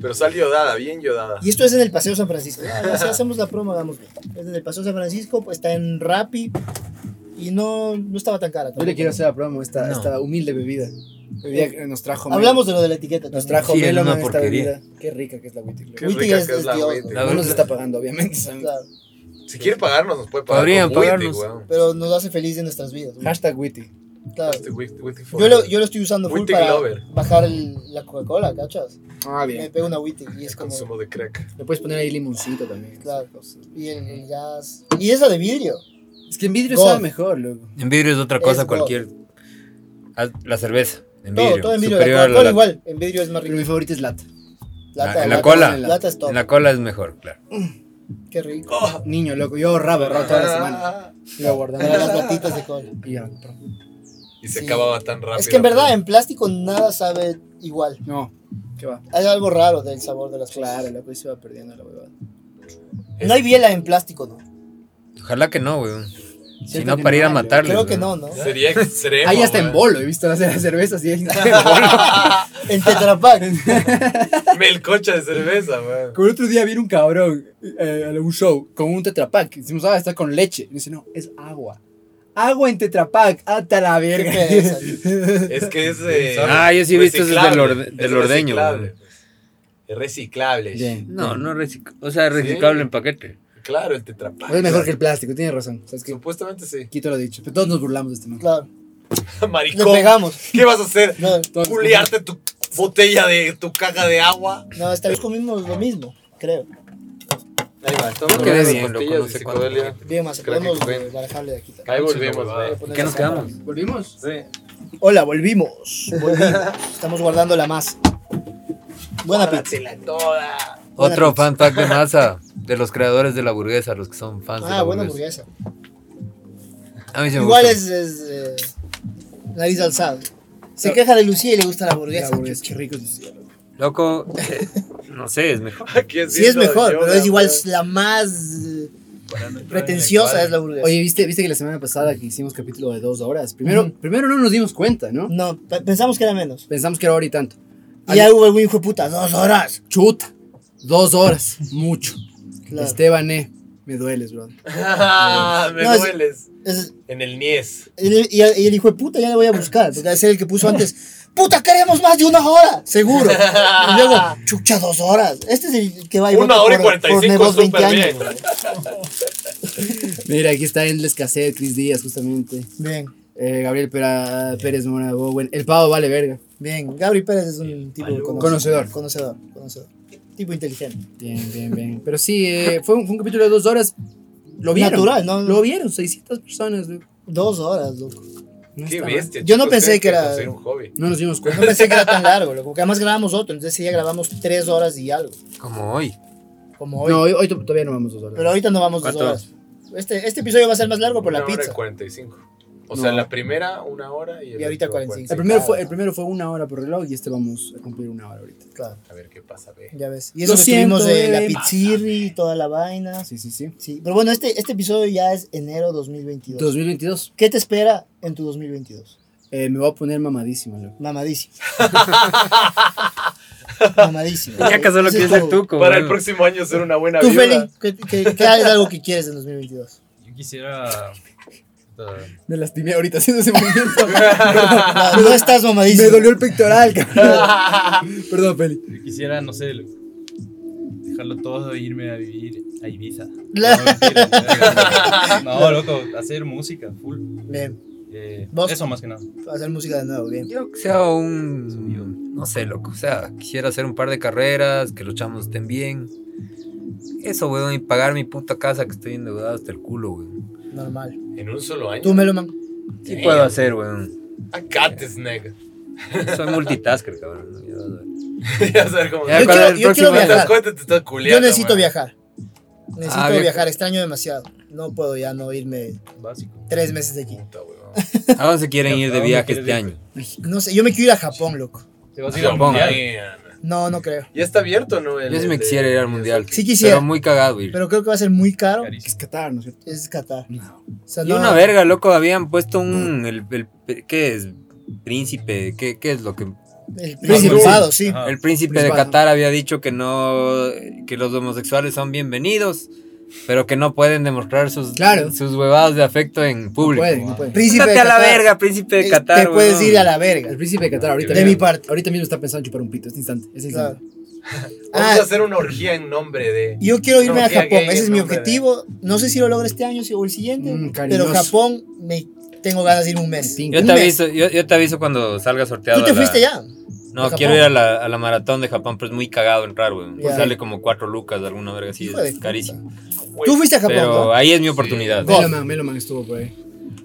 S1: Pero sal yodada, bien yodada.
S2: Y esto es en el Paseo San Francisco. Ah, si hacemos la promo, hagamos bien. Es en el Paseo San Francisco, pues, está en Rappi. Y no, no estaba tan cara.
S5: Yo le
S2: tampoco.
S5: quiero hacer la promo a esta,
S6: No.
S5: esta humilde bebida. Bebida que nos trajo. Mel-
S2: Hablamos de lo de la etiqueta. también.
S5: Nos trajo
S6: Sí, es
S5: Meloman
S6: una
S5: esta
S6: porquería.
S5: bebida. Qué rica que es la Witty
S1: Qué
S5: Club.
S2: Wittig
S1: rica
S2: es-
S1: que es
S2: es
S1: la
S2: Dios,
S1: Wittig.
S6: La
S5: No nos
S6: dulce.
S5: está pagando, obviamente. son-
S2: Claro,
S1: Si quiere pagarnos, nos puede pagar.
S6: Podrían
S1: con Wittig,
S6: pagarnos.
S1: weón.
S2: pero nos hace feliz de nuestras vidas. güey.
S5: Hashtag Witty.
S2: Claro.
S1: Este Witt- Wittig for-
S2: Ah, Yo lo, yo lo estoy usando full
S1: Wittig
S2: para
S1: lover.
S2: bajar el- la Coca-Cola, ¿cachas?
S5: Ah,
S2: Me pego una Wittig y es como...
S1: Consumo de crack.
S5: Le puedes poner ahí limoncito también.
S2: Claro. Y el, el gas... Y esa de vidrio.
S5: Es que en vidrio
S2: God.
S5: sabe mejor, loco.
S6: En vidrio es otra cosa
S2: Es
S6: cualquier. Ah, La cerveza. En
S2: Todo,
S6: vidrio.
S2: todo en vidrio. La
S6: Superior a
S2: Coca-Cola
S6: la-
S2: igual. En vidrio es más
S5: Pero
S2: rico.
S5: mi favorita es lata.
S6: Ah, en la
S2: lata,
S6: cola.
S2: Lata es top.
S6: En la cola es mejor, claro.
S2: Qué rico.
S5: Oh, Niño, loco. Yo ahorraba, ahorraba toda la semana.
S1: Ah,
S5: Iba guardando
S2: Para las latitas de cola.
S5: Y ya, pronto.
S1: Y se
S2: Sí.
S1: acababa tan rápido.
S2: Es que en verdad,
S1: weón.
S2: en plástico nada sabe igual.
S5: No, ¿qué va?
S2: Hay algo raro del sabor de las
S5: Claro,
S2: cosas.
S5: la se va perdiendo la huevada.
S2: No hay biela en plástico, ¿no?
S6: Ojalá que no, güey. Si
S5: Siento
S6: no,
S5: que
S6: para
S5: no
S6: ir a
S5: hay,
S6: matarles.
S2: Creo que
S6: güey.
S2: no, ¿no?
S1: Sería extremo.
S5: Ahí hasta en
S1: weón.
S5: bolo, he visto las, las cervezas y ahí está en bolo.
S2: En Tetrapac.
S1: Melcocha de cerveza, weón.
S5: Como el otro día vino un cabrón eh, a un show con un tetrapack. Decimos, ah, está con leche. Y dice, no, es agua. Agua en tetrapack, hasta la verga.
S2: Qué pereza.
S1: Es que es. eh,
S6: Ah, yo sí he visto esos del
S1: reciclable.
S6: orde- del
S1: Es
S6: ordeño,
S1: reciclable,
S6: weón.
S1: pues. Es reciclable.
S5: Bien.
S6: No, no reciclable. O sea, reciclable
S1: Sí.
S6: en paquete.
S1: Claro, el tetrapack.
S5: Es mejor que el plástico, tienes razón. ¿Sabes qué?
S1: Supuestamente sí.
S5: Quito lo dicho. Pero todos nos burlamos de este man.
S2: Claro. Le
S1: Maricón.
S2: pegamos.
S1: ¿Qué vas a hacer?
S2: No,
S5: Todos-
S1: Puliarte tu botella de tu caja de agua.
S2: no, esta vez comimos lo mismo, creo.
S1: Ahí va, estamos
S6: Creo que
S1: hablando de
S6: Ah, bien, loco,
S1: pastillas
S6: no
S1: de
S6: sé cuánto.
S1: psicodelia.
S2: Bien, más
S1: Creo que
S2: podemos
S1: fue.
S2: barajarle de aquí.
S1: Ahí volvemos, weón.
S2: Poner
S6: ¿Qué
S2: la
S6: nos
S2: cámara.
S6: quedamos?
S5: ¿Volvimos?
S1: Sí.
S2: Hola, volvimos. Volvimos. Estamos guardando la masa. Buena pizza.
S1: Dátela toda.
S2: Buena
S6: Otro
S2: pizza.
S6: fan pack de masa de los creadores de la burguesa, los que son fans de
S2: Ah,
S6: la
S2: buena
S6: burguesa.
S2: hamburguesa.
S6: A mí se me
S2: Igual
S6: gusta.
S2: es, es, eh, nariz alzada. Se queja de Lucía y le gusta la hamburguesa.
S5: qué rico.
S6: Loco, eh, no sé, es mejor.
S1: Aquí es
S2: Sí es mejor,
S1: yoga,
S2: pero es igual
S1: weón.
S2: la más eh, pretenciosa es la hamburguesa.
S5: Oye, ¿viste, ¿viste que la semana pasada que hicimos capítulo de dos horas? Primero,
S2: Ujú.
S5: primero no nos dimos cuenta, ¿no?
S2: no, pe- pensamos que era menos.
S5: Pensamos que era hora y tanto.
S2: Y ya hubo algún hijo de puta, dos horas.
S5: Chuta. Dos horas. Mucho.
S2: Claro.
S5: Esteban, eh, me dueles, brother.
S1: Ah, me
S2: No, es-
S1: dueles.
S2: Es-
S1: En el Nies.
S2: el- y, el, y el hijo de puta ya le voy a buscar, porque va a ser el que puso antes. ¡Puta, queremos más de una hora! Seguro. Y luego, chucha, dos horas. Este es el que va a ir
S1: Una hora y
S2: por-
S1: 45
S2: por Nevos 20
S1: súper
S2: años,
S1: bien.
S2: güey.
S5: Mira, aquí está Endless Cassette, Cris Díaz, justamente.
S2: Bien,
S5: Eh, Gabriel Pera- Pérez Mora Bowen. El pavo vale verga.
S2: bien. Gabri Pérez es un tipo
S5: Conocedor.
S2: Conocedor, conocedor. Tipo inteligente.
S5: Bien, bien, bien. Pero sí, eh, fue, un, fue un capítulo de dos horas. Lo vieron.
S2: Natural, ¿no?
S5: Lo vieron, 600 personas, loco.
S2: Dos horas, loco.
S5: No
S1: Qué
S5: está mal.
S1: bestia.
S2: Yo no
S1: chicos,
S2: pensé
S1: tienen
S2: que era-
S1: hacer un hobby.
S5: No nos dimos
S2: No
S5: cuenta.
S2: pensé que era tan largo, loco. Porque además grabamos otro, entonces ese día grabamos tres horas y algo.
S6: Como hoy.
S2: Como hoy.
S5: No, hoy, hoy to- todavía no vamos dos horas.
S2: Pero ahorita no vamos dos
S6: ¿Cuánto?
S2: horas. Este, este episodio va a ser más largo por
S1: Una
S2: la
S1: hora y
S2: pizza.
S1: 45. O sea,
S5: No.
S1: la primera, una hora y, el
S2: Y ahorita
S1: otro
S2: 45.
S5: el, primero fue, el primero fue una hora por reloj y este vamos a cumplir una hora ahorita.
S2: Claro,
S1: A ver qué pasa, ve.
S2: ya ves. Y
S5: Lo
S2: eso que tuvimos
S5: siento,
S2: de la
S5: bebé.
S2: pizzirri y toda la vaina.
S5: Sí, sí, sí.
S2: Sí, pero bueno, este, este episodio ya es enero 2022.
S5: 2022.
S2: ¿Qué te espera en tu 2022?
S5: Eh, me voy a poner mamadísimo, loco.
S2: Mamadísimo. Mamadísimo.
S6: Muñeca solo
S2: Ese
S6: quiere
S2: es
S6: ser
S2: tu-
S6: tuco.
S1: Para el
S6: boludo.
S1: próximo año ser una buena
S2: Tú,
S1: viuda.
S2: Feli, ¿qué, qué, qué es algo que quieres en 2022?
S3: Yo quisiera. puta,
S5: Me lastimé ahorita haciendo ese movimiento.
S2: No, no estás mamadísimo.
S5: me dolió el pectoral, cabrón. Perdón, Feli.
S3: Yo quisiera, no sé, lo- dejarlo todo e irme a vivir a Ibiza.
S2: La-
S3: No, mentira, no, loco, hacer música, full.
S2: Bien,
S3: Eh,
S2: ¿Vos?
S3: eso más que nada.
S2: hacer música de nuevo, bien.
S6: Yo que sea un. No sé, loco. O sea, quisiera hacer un par de carreras, que los chamos estén bien. Eso, weón, y pagar mi puta casa que estoy endeudado hasta el culo, weón. Eh.
S2: Normal.
S1: En un solo año. Ah,
S2: Tú, Meloman.
S6: Sí
S1: Damn.
S6: puedo hacer, weón.
S1: I got this nigga.
S6: Soy multitasker, cabrón. ¿no? Ya vas a ver.
S1: ya sabes cómo.
S6: Ya
S2: Yo
S6: cuando
S2: quiero-
S6: el
S2: yo
S1: ¿Te
S2: quiero
S6: próximo año-
S1: das
S2: viajar.
S1: cuenta? Te estás
S2: Yo
S1: culeando,
S2: necesito
S1: man.
S2: viajar. Necesito
S6: Ah,
S2: viajar,
S6: bien.
S2: extraño demasiado. No puedo ya no irme
S3: Básico.
S2: tres meses de aquí.
S1: Puta, weón.
S6: ¿A dónde se quieren ir
S3: ¿A
S6: de
S3: dónde
S6: viaje
S3: quieres
S6: este
S3: ir?
S6: año?
S2: No sé, yo me quiero ir a Japón, loco.
S3: Te vas a ir al
S1: Japón.
S3: mundial.
S1: man.
S2: No, no creo.
S1: Ya está abierto, ¿no? El-
S6: eh. Yo sí me
S1: el-
S6: quisiera ir al mundial.
S2: Sí quisiera.
S6: Pero muy cagado, ir.
S2: Pero creo que va a ser muy caro.
S3: Carísimo.
S5: Es Qatar, ¿no es cierto?
S2: Es Qatar.
S5: No.
S2: O sea,
S6: Y
S2: no-
S6: una verga, loco, habían puesto un. El, el- ¿Qué es? Príncipe, ¿qué, qué es lo que.?
S2: El principado, sí.
S3: Ajá.
S6: El príncipe de
S5: Principado.
S6: Qatar había dicho que no. que los homosexuales son bienvenidos, pero que no pueden demostrar sus,
S5: Claro.
S6: sus huevadas de afecto en público. ah.
S5: Pueden, no pueden.
S2: Príncipe
S6: Ándate
S2: de
S6: a la
S2: Qatar.
S6: verga, príncipe de
S2: Eh,
S6: Qatar.
S2: Te puedes
S6: huevón.
S2: ir a la verga.
S5: El príncipe de Qatar ahorita.
S2: De mi parte.
S5: Ahorita mismo está pensando en chupar un pito. Este instante. Este
S2: Claro.
S5: instante.
S1: Vamos
S2: Ah.
S1: a hacer una orgía en nombre de.
S2: Yo quiero irme
S1: No,
S2: a
S1: que-
S2: Japón,
S1: que-
S2: ese es
S1: no,
S2: mi
S1: hombre,
S2: objetivo. No sé si lo logro este año si- o el siguiente,
S5: Mm, cariñoso.
S2: pero Japón me tengo ganas de ir un mes.
S5: Tintín.
S6: Yo
S2: Un
S6: te,
S2: mes.
S6: aviso, yo, yo te aviso cuando salga sorteado.
S2: Tú te
S6: a la-
S2: fuiste ya.
S6: No,
S2: ¿A Japón?
S6: quiero ir a la, a la maratón de Japón, pero es muy cagado entrar, güey.
S2: Ya.
S6: Sale como cuatro lucas de alguna verga así,
S2: Hijo de
S6: es
S2: puta.
S6: carísimo.
S1: Güey,
S2: Tú fuiste a Japón,
S6: Pero
S2: ¿no?
S6: ahí es mi
S1: Sí.
S6: oportunidad.
S2: Go.
S5: Meloman, Meloman estuvo por ahí.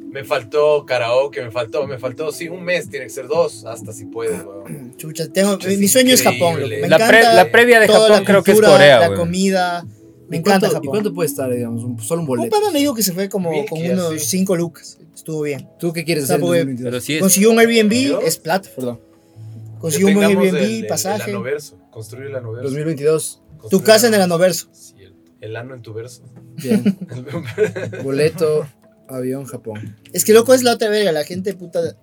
S1: Me faltó karaoke, me faltó, me faltó, sí, un mes, tiene que ser dos, hasta si puedes, weón.
S2: Chucha, tengo,
S1: Chucha, es
S2: mi sueño es
S1: increíble.
S2: Japón. loco. Me
S6: La, pre-
S2: encanta
S6: la previa de
S2: toda
S6: Japón
S2: la
S6: creo que es
S2: cultura,
S6: Corea,
S2: la
S6: güey.
S2: comida. Me
S5: ¿Y
S2: encanta
S5: cuánto- ¿Y
S2: Japón.
S5: cuánto puede estar, digamos? un- solo un
S2: Un
S5: boleto.
S2: pana me dijo que se fue como
S1: Mil
S2: con
S1: que
S2: unos
S1: así.
S2: 5 lucas. Estuvo bien.
S5: ¿Tú qué quieres hacer? en
S2: Tampoco-
S5: 2022?
S6: Pero sí es.
S2: Consiguió un Airbnb,
S1: ¿Yo?
S2: es plata.
S5: Perdón.
S2: Consiguió Pues un buen
S1: Tengamos
S2: Airbnb,
S1: el- el-
S2: pasaje. Pues
S1: El anoverso, construir el anoverso.
S5: 2022.
S2: tu
S1: Construir
S2: casa en el
S1: ano-
S2: anoverso.
S1: Sí, el- el ano en tu verso.
S5: Bien. Boleto, avión, Japón.
S2: Es que loco es la otra verga, la gente puta.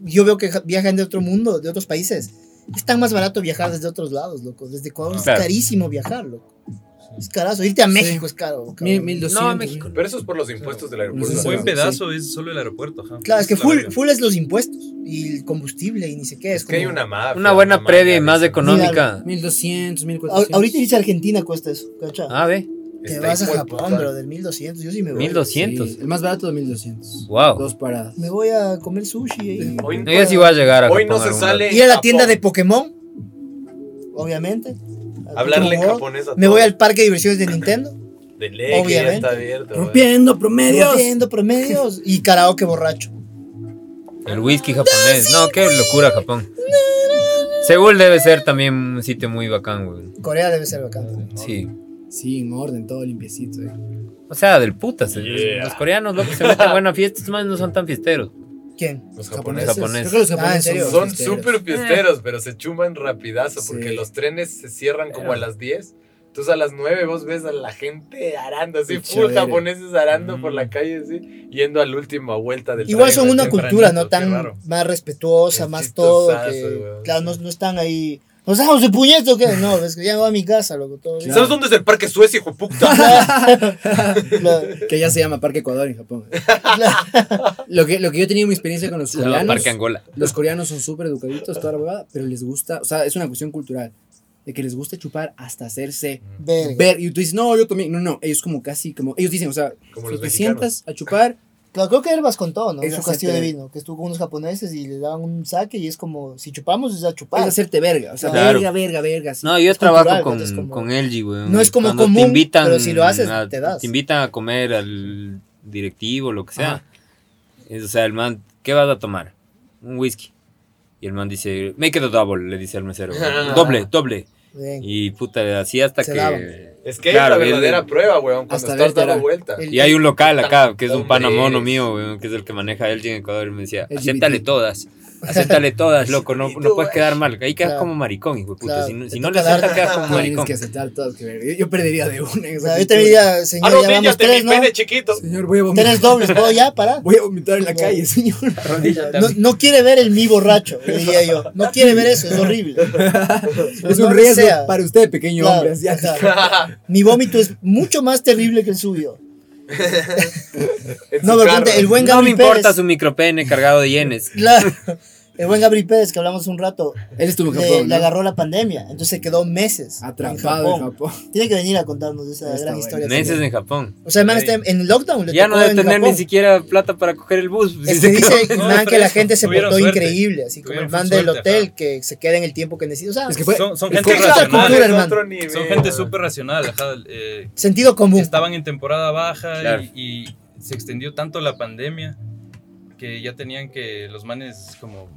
S2: Yo veo que ja- viajan de otro mundo, de otros países. Es tan más barato viajar desde otros lados, loco. Desde Ecuador es
S6: Claro.
S2: carísimo viajar, loco. Es carazo. Irte a
S5: Sí.
S2: México es caro. cabrón.
S5: Mil- 1200.
S6: No, México.
S1: Pero eso es por los impuestos del aeropuerto.
S5: Pues
S3: Un buen
S5: sí.
S3: pedazo es solo el aeropuerto. ajá.
S2: Claro, es que
S3: La
S2: full,
S3: verga.
S2: full es los impuestos y el combustible y ni sé qué. Es
S1: Es que hay
S2: como-
S1: una mafia.
S6: Una buena
S1: mafia
S6: previa y
S1: de
S6: más
S1: eso.
S6: económica.
S5: 1200,
S2: A-
S5: 1400.
S2: Ahorita irse a Argentina cuesta eso, ¿cachai?
S6: Ah, ve.
S2: Te
S1: Está
S2: vas a
S1: hijo de
S2: Japón,
S1: puta.
S2: bro, del 1200. Yo sí me voy.
S6: 1200.
S5: Sí, el más barato, 2200.
S6: Wow.
S5: Dos paradas.
S2: Me voy a comer sushi. ahí.
S1: Hoy
S6: No, yo sí voy a llegar a
S1: Hoy no
S6: Japón
S1: se
S6: algún
S1: sale.
S2: Ir a la
S1: Japón.
S2: tienda de Pokémon, obviamente. A
S1: Hablarle en
S2: Pokémon.
S1: japonés a
S2: Me voy al
S1: todos.
S2: parque de diversiones de Nintendo.
S1: De ley, que ya
S2: Obviamente.
S1: está abierto. weón.
S5: Rompiendo promedios.
S2: Rompiendo promedios y karaoke borracho.
S6: El whisky japonés. No, qué locura Japón. Seúl debe ser también un sitio muy bacán, güey.
S2: Corea debe ser bacán.
S6: Sí.
S5: Sí, en orden, todo limpiecito. eh.
S6: O sea, del putas. el-
S1: Yeah.
S6: Los coreanos, locos, se meten buena fiesta. Estos manes no son tan fiesteros.
S2: ¿Quién?
S1: Los
S6: Los
S1: japoneses.
S5: Creo
S6: japoneses.
S5: que los
S2: Ah, ¿en
S5: japoneses
S2: serio?
S5: son
S1: Son
S5: fiesteros.
S1: súper fiesteros, pero se chuman rapidazo porque
S5: Sí.
S1: los trenes se cierran como a las 10. Entonces a las 9 vos ves a la gente arando, así,
S5: Qué
S1: full
S5: chévere.
S1: japoneses arando
S3: Mm.
S1: por la calle, así, yendo a la última vuelta del
S2: Igual
S1: tren,
S2: son
S1: así,
S2: una
S1: tempranito,
S2: cultura, ¿no?
S1: qué
S2: Tan
S1: raro.
S2: más respetuosa,
S1: Es
S2: más todo.
S1: chistosazo,
S2: Que,
S1: weón.
S2: claro, no, no están ahí. Nos dejamos de puñeto, ¿qué? No, es que ya me voy a mi casa, loco. Todo bien.
S1: ¿Sabes dónde es el parque Suecia, hijo de puta?
S2: Claro,
S5: Que ya se llama Parque Ecuador en Japón.
S2: claro.
S5: Lo que, lo que yo he tenido en mi experiencia con los
S6: Se llama
S5: coreanos.
S6: Parque Angola.
S5: Los coreanos son súper educaditos, toda la huevada, pero les gusta, o sea, es una cuestión cultural. De que les gusta chupar hasta hacerse
S2: Verga.
S5: ver. Y tú dices, no, yo también. No, no, ellos como casi, como. Ellos dicen, o sea,
S1: Como
S5: si
S1: los
S5: te
S1: mexicanos.
S5: sientas a chupar,
S2: Claro, creo que Herbas contó, ¿no?
S5: Es
S2: Su castillo de
S5: hacerte-
S2: vino, que estuvo con unos japoneses y le daban un saque y es como, si chupamos es a
S5: Es
S2: chupar.
S5: hacerte verga. O sea,
S6: Claro.
S5: verga, verga, verga. sí.
S6: No, yo
S2: es
S6: trabajo
S2: cultural,
S6: con,
S2: entonces, como-
S6: con LG, güey.
S2: No es como común, pero si lo haces, te das.
S6: Te invitan a comer al directivo, lo que sea. Es, o sea, el man, ¿qué vas a tomar? Un whisky. Y el man dice, make it a double, le dice al mesero. doble, doble.
S2: Bien.
S6: Y puta, así hasta
S2: Se
S6: que...
S2: daban.
S1: Es que
S6: Claro,
S1: es la verdadera
S6: el-
S1: prueba, weón, cuando
S5: Hasta
S1: estás
S5: verte
S1: dando
S5: era-
S1: vuelta.
S2: el-
S6: Y hay un local acá, que es un
S1: Hombre.
S6: panamono mío, weón, que es el que maneja LG en Ecuador, y me decía,
S5: LGBT.
S6: acéptale todas, acéptale todas, loco, no, no puedes quedar mal, ahí quedas
S2: Claro.
S6: como maricón, hijo de puta,
S2: Claro,
S6: si no,
S2: te
S6: si no le
S2: toca
S6: aceptas
S2: dar-
S6: quedas como
S5: Tienes
S6: maricón.
S5: que aceptar todas que verga. Yo, yo perdería de una. en
S2: O
S5: esa
S2: sea, Ah, yo te
S5: cultura.
S2: diría,
S1: Ah,
S6: Ah,
S2: señor, ya vamos tres, ¿no?
S1: chiquito.
S5: Señor, voy a vomitar.
S2: Tres dobles, ¿puedo ya? Para.
S5: Voy a vomitar en la
S2: No.
S5: calle, señor.
S2: No, no quiere ver el mi borracho, le diría yo. No quiere ver eso, es horrible. Pues
S5: Es
S2: No
S5: un
S2: lo
S5: riesgo
S2: sea.
S5: para usted, pequeño
S2: Claro,
S5: hombre. asiático.
S2: claro. Mi vómito es mucho más terrible que el suyo.
S1: En
S2: No,
S1: su
S2: pero
S1: carro.
S2: ponte, el buen
S6: No me
S2: Gabri
S6: importa
S2: Pérez.
S6: su micropene cargado de yenes.
S2: Claro. El buen Gabri Pérez, que hablamos un rato,
S5: Él estuvo en
S2: le,
S5: Japón.
S2: le
S5: ¿no?
S2: agarró la pandemia. Entonces se quedó meses.
S5: Atrapado en
S2: Japón.
S5: Japón.
S2: Tiene que venir a contarnos esa
S5: Está
S2: gran
S5: bueno.
S2: historia.
S6: Meses en Japón.
S2: O sea, el man está en- en lockdown. le
S6: Ya
S2: tocó
S6: no debe
S2: en
S6: tener ni
S2: Japón.
S6: siquiera plata para coger el bus. si
S2: Es que
S6: se quedó-
S2: Este dice el
S3: No,
S2: man
S3: pero
S2: que la
S3: eso,
S2: gente se
S3: tuvieron
S2: portó
S3: suerte.
S2: increíble, así como el
S3: Tuvieron
S2: man
S3: suerte,
S2: del hotel
S3: ajá.
S2: que se queda en el tiempo que necesita. O sea,
S5: Es que fue.
S3: Son, son
S5: es
S3: gente
S5: como-
S2: otra
S3: racional.
S2: cultura,
S1: Es
S2: hermano.
S1: otro nivel,
S3: Son gente
S1: weón.
S3: súper racional. ajá, eh,
S2: sentido común.
S3: estaban en temporada baja
S6: Claro.
S3: y, y se extendió tanto la pandemia que ya tenían que los manes como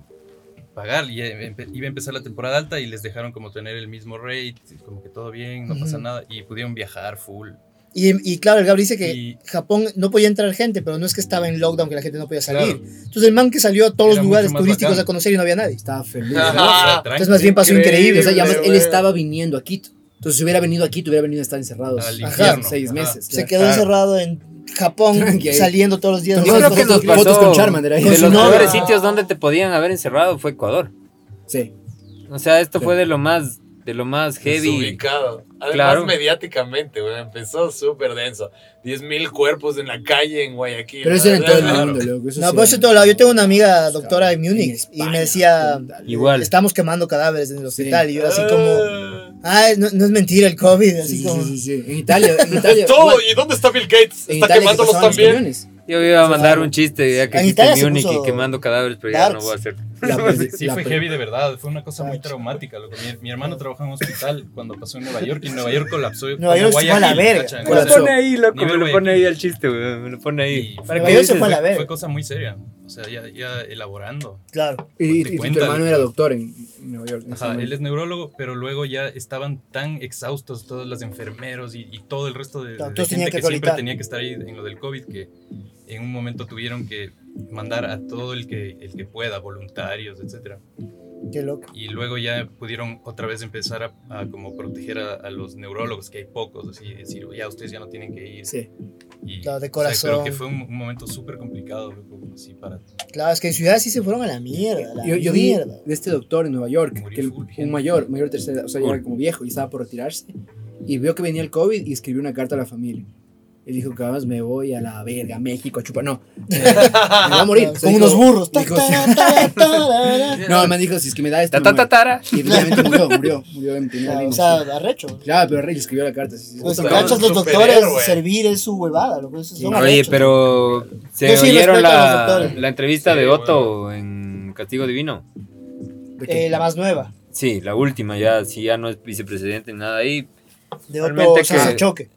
S3: pagar y em, empe- iba a empezar la temporada alta y les dejaron como tener el mismo rate, como que todo bien, no pasa
S2: Ujú.
S3: nada y pudieron viajar full.
S2: Y, y claro, el Gabriel dice que
S3: Y-
S2: Japón no podía entrar gente, pero no es que estaba en lockdown que la gente no podía salir.
S3: Claro,
S2: Entonces el man que salió a todos
S3: Era
S2: los
S3: mucho
S2: lugares
S3: más
S2: turísticos
S3: bacán.
S2: a conocer y no había nadie.
S5: Estaba feliz.
S1: Ajá.
S5: ¿no?
S3: o sea, tranqui.
S2: Entonces más bien pasó increíble.
S5: O sea, y además, él
S1: güey.
S5: estaba viniendo a Quito. Entonces, si hubiera venido a Quito, hubiera venido a estar encerrados
S3: Al
S5: seis-
S2: infierno,
S5: seis
S3: ajá.
S5: meses.
S2: Se
S5: claro.
S2: quedó encerrado en Japón,
S5: Tranqui ahí.
S2: saliendo todos los días.
S5: Yo creo
S2: Nosotros-
S5: que nos
S2: nosotros-
S5: Fotos con Charmander ahí.
S6: De
S2: Con su
S6: los
S2: novia.
S6: peores sitios donde te podían haber encerrado fue Ecuador.
S5: Sí.
S6: O sea, esto fue de lo más, de lo más heavy.
S1: Desubicado. Además,
S6: Claro.
S1: mediáticamente, güey, empezó súper denso. 10.000 cuerpos en la calle en Guayaquil.
S5: Pero eso era en todo el
S1: Claro.
S5: mundo, loco. Eso
S2: No, pero
S5: sí era-
S2: eso en todo lado. Yo tengo una amiga doctora en Múnich y
S5: España,
S2: me decía,
S5: puta,
S6: Igual.
S2: estamos quemando cadáveres en el
S5: Sí.
S2: hospital. Y yo así como, ah, no, no es mentira el COVID. Así
S5: Sí, sí,
S2: como,
S5: sí, sí, sí. En Italia, en Italia.
S1: Todo,
S5: igual,
S1: ¿y dónde está Bill Gates? Está
S5: en Italia que
S1: quemándolos
S5: pasaban los
S1: también.
S5: camiones.
S6: Yo iba a mandar un chiste ya que
S2: En
S6: hiciste
S2: Italia se
S6: Munich y
S2: puso
S6: quemando cadáveres, pero ya
S2: darks.
S6: no voy a hacer.
S5: La presi-
S3: Sí,
S5: la
S3: fue
S5: pre-
S3: heavy de verdad, fue una cosa muy
S2: Ah,
S3: traumática. loco. Mi, mi hermano trabajó en un hospital cuando pasó en Nueva York y Nueva York colapsó.
S2: Nueva York se fue a la verga.
S6: Me lo
S5: Colapsó.
S6: pone ahí, loco,
S3: Nivel
S6: me lo
S3: Guayaquil.
S6: pone ahí el chiste, weón, me lo pone ahí.
S3: Y-
S6: ¿Para
S2: Nueva
S6: qué
S2: York
S6: dices?
S2: se fue a la verga.
S3: Fue cosa muy seria, o sea, ya, ya elaborando.
S2: Claro.
S5: Y, y- y
S3: Te
S5: tu
S3: cuentan.
S5: hermano era doctor en en Nueva York. en ese
S3: Ajá, él
S5: momento.
S3: es neurólogo, pero luego ya estaban tan exhaustos todos los enfermeros y, y todo el resto de,
S2: Claro,
S3: de
S2: todos tenían que
S3: gente que, siempre
S2: colectar.
S3: tenía que estar ahí en lo del COVID que en un momento tuvieron que mandar a todo el que, el que pueda, voluntarios, etcétera.
S2: Qué loco.
S3: Y luego ya pudieron otra vez empezar a, a como proteger a, a los neurólogos, que hay pocos, así decir, ya ustedes ya no tienen que ir.
S5: Sí.
S3: Y,
S2: Claro, de
S3: o sea,
S2: corazón.
S3: pero que fue un, un momento súper complicado, loco, así para
S2: Claro, es que en ciudades sí se fueron a la mierda. a la
S5: Yo, yo vi
S2: mierda.
S5: de este doctor en Nueva York,
S3: Morir
S5: que el-
S3: full, gente.
S5: un mayor, mayor tercera, o sea, ya
S6: Full.
S5: era como viejo y estaba por retirarse, y vio que venía el COVID y escribió una carta a la familia. Y dijo, cabas, me voy a la verga, a México, a chupar. No, me voy a morir.
S2: Con unos burros. Ta,
S5: dijo-
S2: ta, ta, ta,
S5: No, el man dijo, si es que me da esto.
S6: Ta,
S5: me
S6: ta,
S5: muero".
S6: ta, tara.
S5: Y efectivamente murió, murió, murió en primera
S2: ta.
S5: línea.
S2: O sea, pues, arrecho.
S5: Claro, pero Rey escribió la carta. sí, sí, sí.
S2: Los
S1: Puta,
S2: cachos
S1: un
S2: los doctores,
S1: superhéroe.
S2: servir es su huevada, loco. Esos son
S6: Oye,
S2: arrechos.
S6: pero se
S2: Yo sí respeto
S6: oyeron
S2: a los
S6: la,
S2: doctores.
S6: la entrevista
S3: Sí,
S6: de
S3: bueno.
S6: Otto en Castigo Divino.
S5: ¿De qué?
S2: Eh, la más nueva,
S6: Sí, la última, ya, si ya no es vicepresidente ni nada ahí.
S2: de otro
S6: Realmente que-
S2: choque.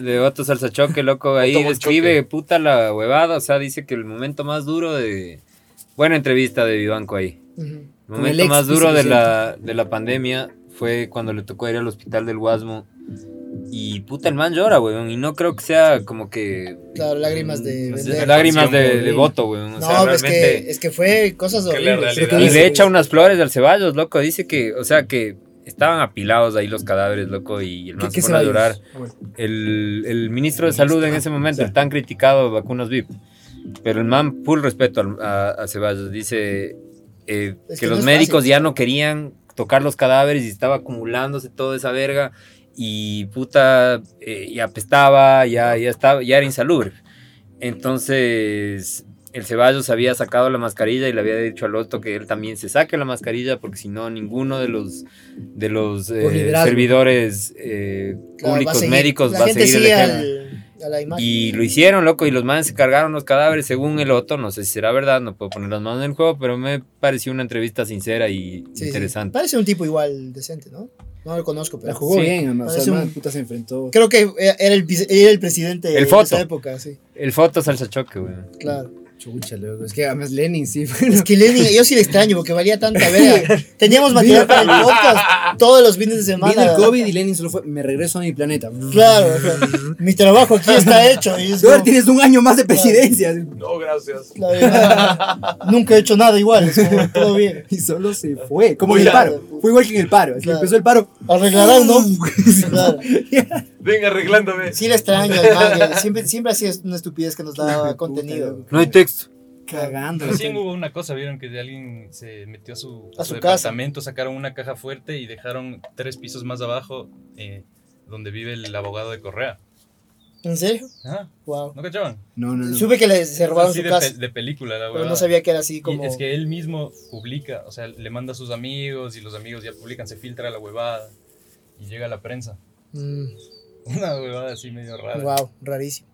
S6: De Otto Salsachoque, loco, ahí
S1: Otto Bonchoque.
S6: describe puta la huevada. O sea, dice que el momento más duro de. Buena entrevista de Vivanco ahí. El
S5: Con
S6: momento
S5: el ex
S6: más duro de la, de la pandemia fue cuando le tocó ir al hospital del Guasmo. Y puta, el man llora, weón. Y no creo que sea como que.
S2: Claro, lágrimas de
S3: Mm,
S6: Pues,
S2: vender.
S6: Lágrimas
S3: Canción,
S6: de,
S3: güey.
S6: de voto, weón.
S2: No,
S6: O sea,
S2: pero es
S6: realmente.
S2: que, es que fue cosas
S1: Que la
S2: horribles.
S1: realidad-
S6: Y
S5: Dice,
S6: le echa
S5: güey.
S6: unas flores al Ceballos, loco. Dice que, o sea, que estaban apilados ahí los cadáveres, loco, y el
S5: ¿Qué-
S6: man
S5: qué
S6: se pone a
S5: Ceballos?
S6: llorar.
S5: Ah, bueno.
S6: El, el ministro de Salud en ese momento,
S5: Sí.
S6: el tan criticado Vacunas VIP. Pero el man, full respeto al- a, a Ceballos, dice eh,
S2: Es que
S6: que
S2: no
S6: los
S2: es
S6: médicos
S2: fácil.
S6: ya no querían tocar los cadáveres y estaba acumulándose toda esa verga. Y puta, eh, y apestaba, ya, ya, estaba, ya era insalubre. Entonces, el Ceballos había sacado la mascarilla y le había dicho al otro que él también se saque la mascarilla porque si no ninguno de los de los eh,
S5: liderazgo.
S6: servidores eh,
S2: Claro, va a
S6: públicos
S2: seguir-
S6: médicos
S2: la
S6: va a
S2: gente
S6: seguir el
S2: sigue
S6: ejemplo.
S2: al- a la imagen.
S6: Y lo hicieron, loco, y los manes se cargaron los cadáveres según el otro. No sé si será verdad, no puedo poner las manos en el juego, pero me pareció una entrevista sincera y
S2: Sí, sí.
S6: interesante.
S2: Parece un tipo igual decente, ¿no? No lo conozco,
S5: La
S2: pero
S5: jugó
S6: Sí,
S5: bien, además. O
S2: parece
S5: sea, el man
S2: un-
S5: puta se enfrentó.
S2: creo que era el, vice- era el presidente
S6: El
S2: de
S6: foto.
S2: esa época, sí,
S6: El foto salsa choque, güey.
S2: claro.
S5: Chucha, luego. Es que además Lenin sí.
S2: Es que Lenin, yo sí le extraño porque valía tanta verga. Teníamos material para el podcast todos los fines de
S5: Vino
S2: semana.
S5: el COVID y Lenin solo fue. Me regreso a mi planeta.
S2: Claro, o sea, mi trabajo aquí está hecho. y es
S5: Ahora
S2: como-
S5: tienes un año más de presidencia.
S1: No, gracias.
S2: La verdad, nunca he hecho nada igual, es como, todo bien.
S5: Y solo se fue. Como en el
S2: Claro.
S5: paro. Fue igual que en el paro. Es que
S2: Claro.
S5: empezó el paro.
S2: Arreglarán, ¿no?
S5: Uh.
S2: Claro.
S1: Venga, arreglándome.
S2: Sí le extraño al manga, siempre, siempre hacía una estupidez que nos daba
S5: Puta,
S2: contenido.
S5: loco.
S6: No hay texto.
S5: Cagando.
S3: Recién hubo una cosa, vieron que de alguien se metió a su,
S2: A su casa.
S3: departamento, sacaron una caja fuerte y dejaron tres pisos más abajo eh, donde vive el abogado de Correa.
S2: ¿En serio?
S3: Ah,
S2: Wow.
S3: ¿No cachaban?
S5: No, no, no.
S2: Supe que le, se robaron
S3: Así
S2: su
S3: de,
S2: casa,
S3: pe- de película, la
S2: pero
S3: verdad.
S2: no sabía que era así
S3: Y
S2: como...
S3: es que él mismo publica, o sea, le manda a sus amigos y los amigos ya publican, se filtra la huevada y llega a la prensa. Una huevada así medio rara.
S2: wow, Mm, rarísimo.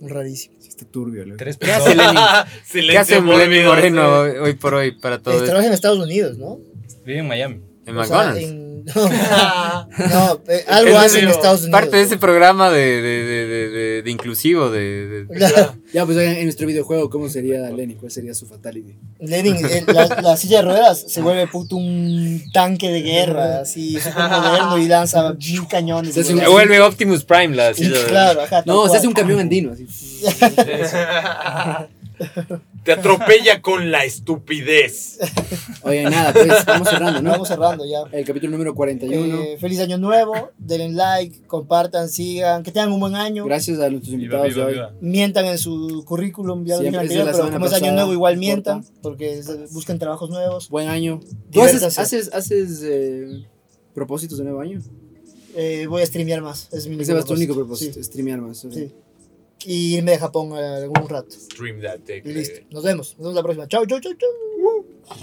S2: Rarísimo.
S5: Sí, Está turbio, loco.
S3: Tres
S6: ¿Qué hace
S3: personas.
S6: Lenin? ¿Qué hace Lenin
S1: mórbido.
S6: Moreno hoy, hoy por hoy para todo
S2: Eh,
S6: esto?
S2: trabaja en Estados Unidos, ¿no?
S3: Vive en Miami.
S6: En
S2: O sea,
S6: McDonald's.
S2: en- no, eh, algo
S6: Es
S2: hace en
S1: medio
S2: Estados Unidos.
S6: Parte de ese programa de, de, de, de, de- de inclusivo, de, de-
S2: La-
S5: Ya, pues en en nuestro videojuego, ¿cómo sería Lenin? ¿Cuál sería su fatality?
S2: Lenin, eh, la, la silla de ruedas se vuelve puto un tanque de guerra, así, súper moderno y lanza mil cañones.
S5: Se hace
S2: y
S5: un-
S6: Se vuelve Optimus Prime la
S2: Y
S6: silla de-
S2: claro, ajá, tal
S5: No, se hace un
S2: cual.
S5: camión andino. Así.
S1: Te atropella con la estupidez.
S5: Oye, nada, pues estamos cerrando, ¿no?
S2: Vamos cerrando ya.
S5: El capítulo número 41.
S2: Eh, feliz año nuevo, denle like, compartan, sigan, que tengan un buen año.
S5: Gracias a nuestros
S3: Viva,
S5: invitados
S3: viva,
S5: de hoy.
S3: viva.
S2: Mientan en su currículum, ya lo dije
S5: Siempre,
S2: anterior,
S5: esa es la
S2: pero
S5: semana
S2: como es año
S5: pasada,
S2: nuevo, igual
S5: no
S2: mientan, porque se- buscan trabajos nuevos.
S5: Buen año. ¿Tú haces,
S2: Diviértanse.
S5: haces, haces eh, propósitos de nuevo año?
S2: Eh, voy a streamear más, es mi
S5: Ese va a ser tu único
S2: Sí.
S5: propósito, streamear más. ok.
S2: Sí. Y irme de Japón eh, algún rato.
S1: Stream that,
S2: Y listo. Nos vemos. Nos vemos la próxima. Chau, chau, chau, chau.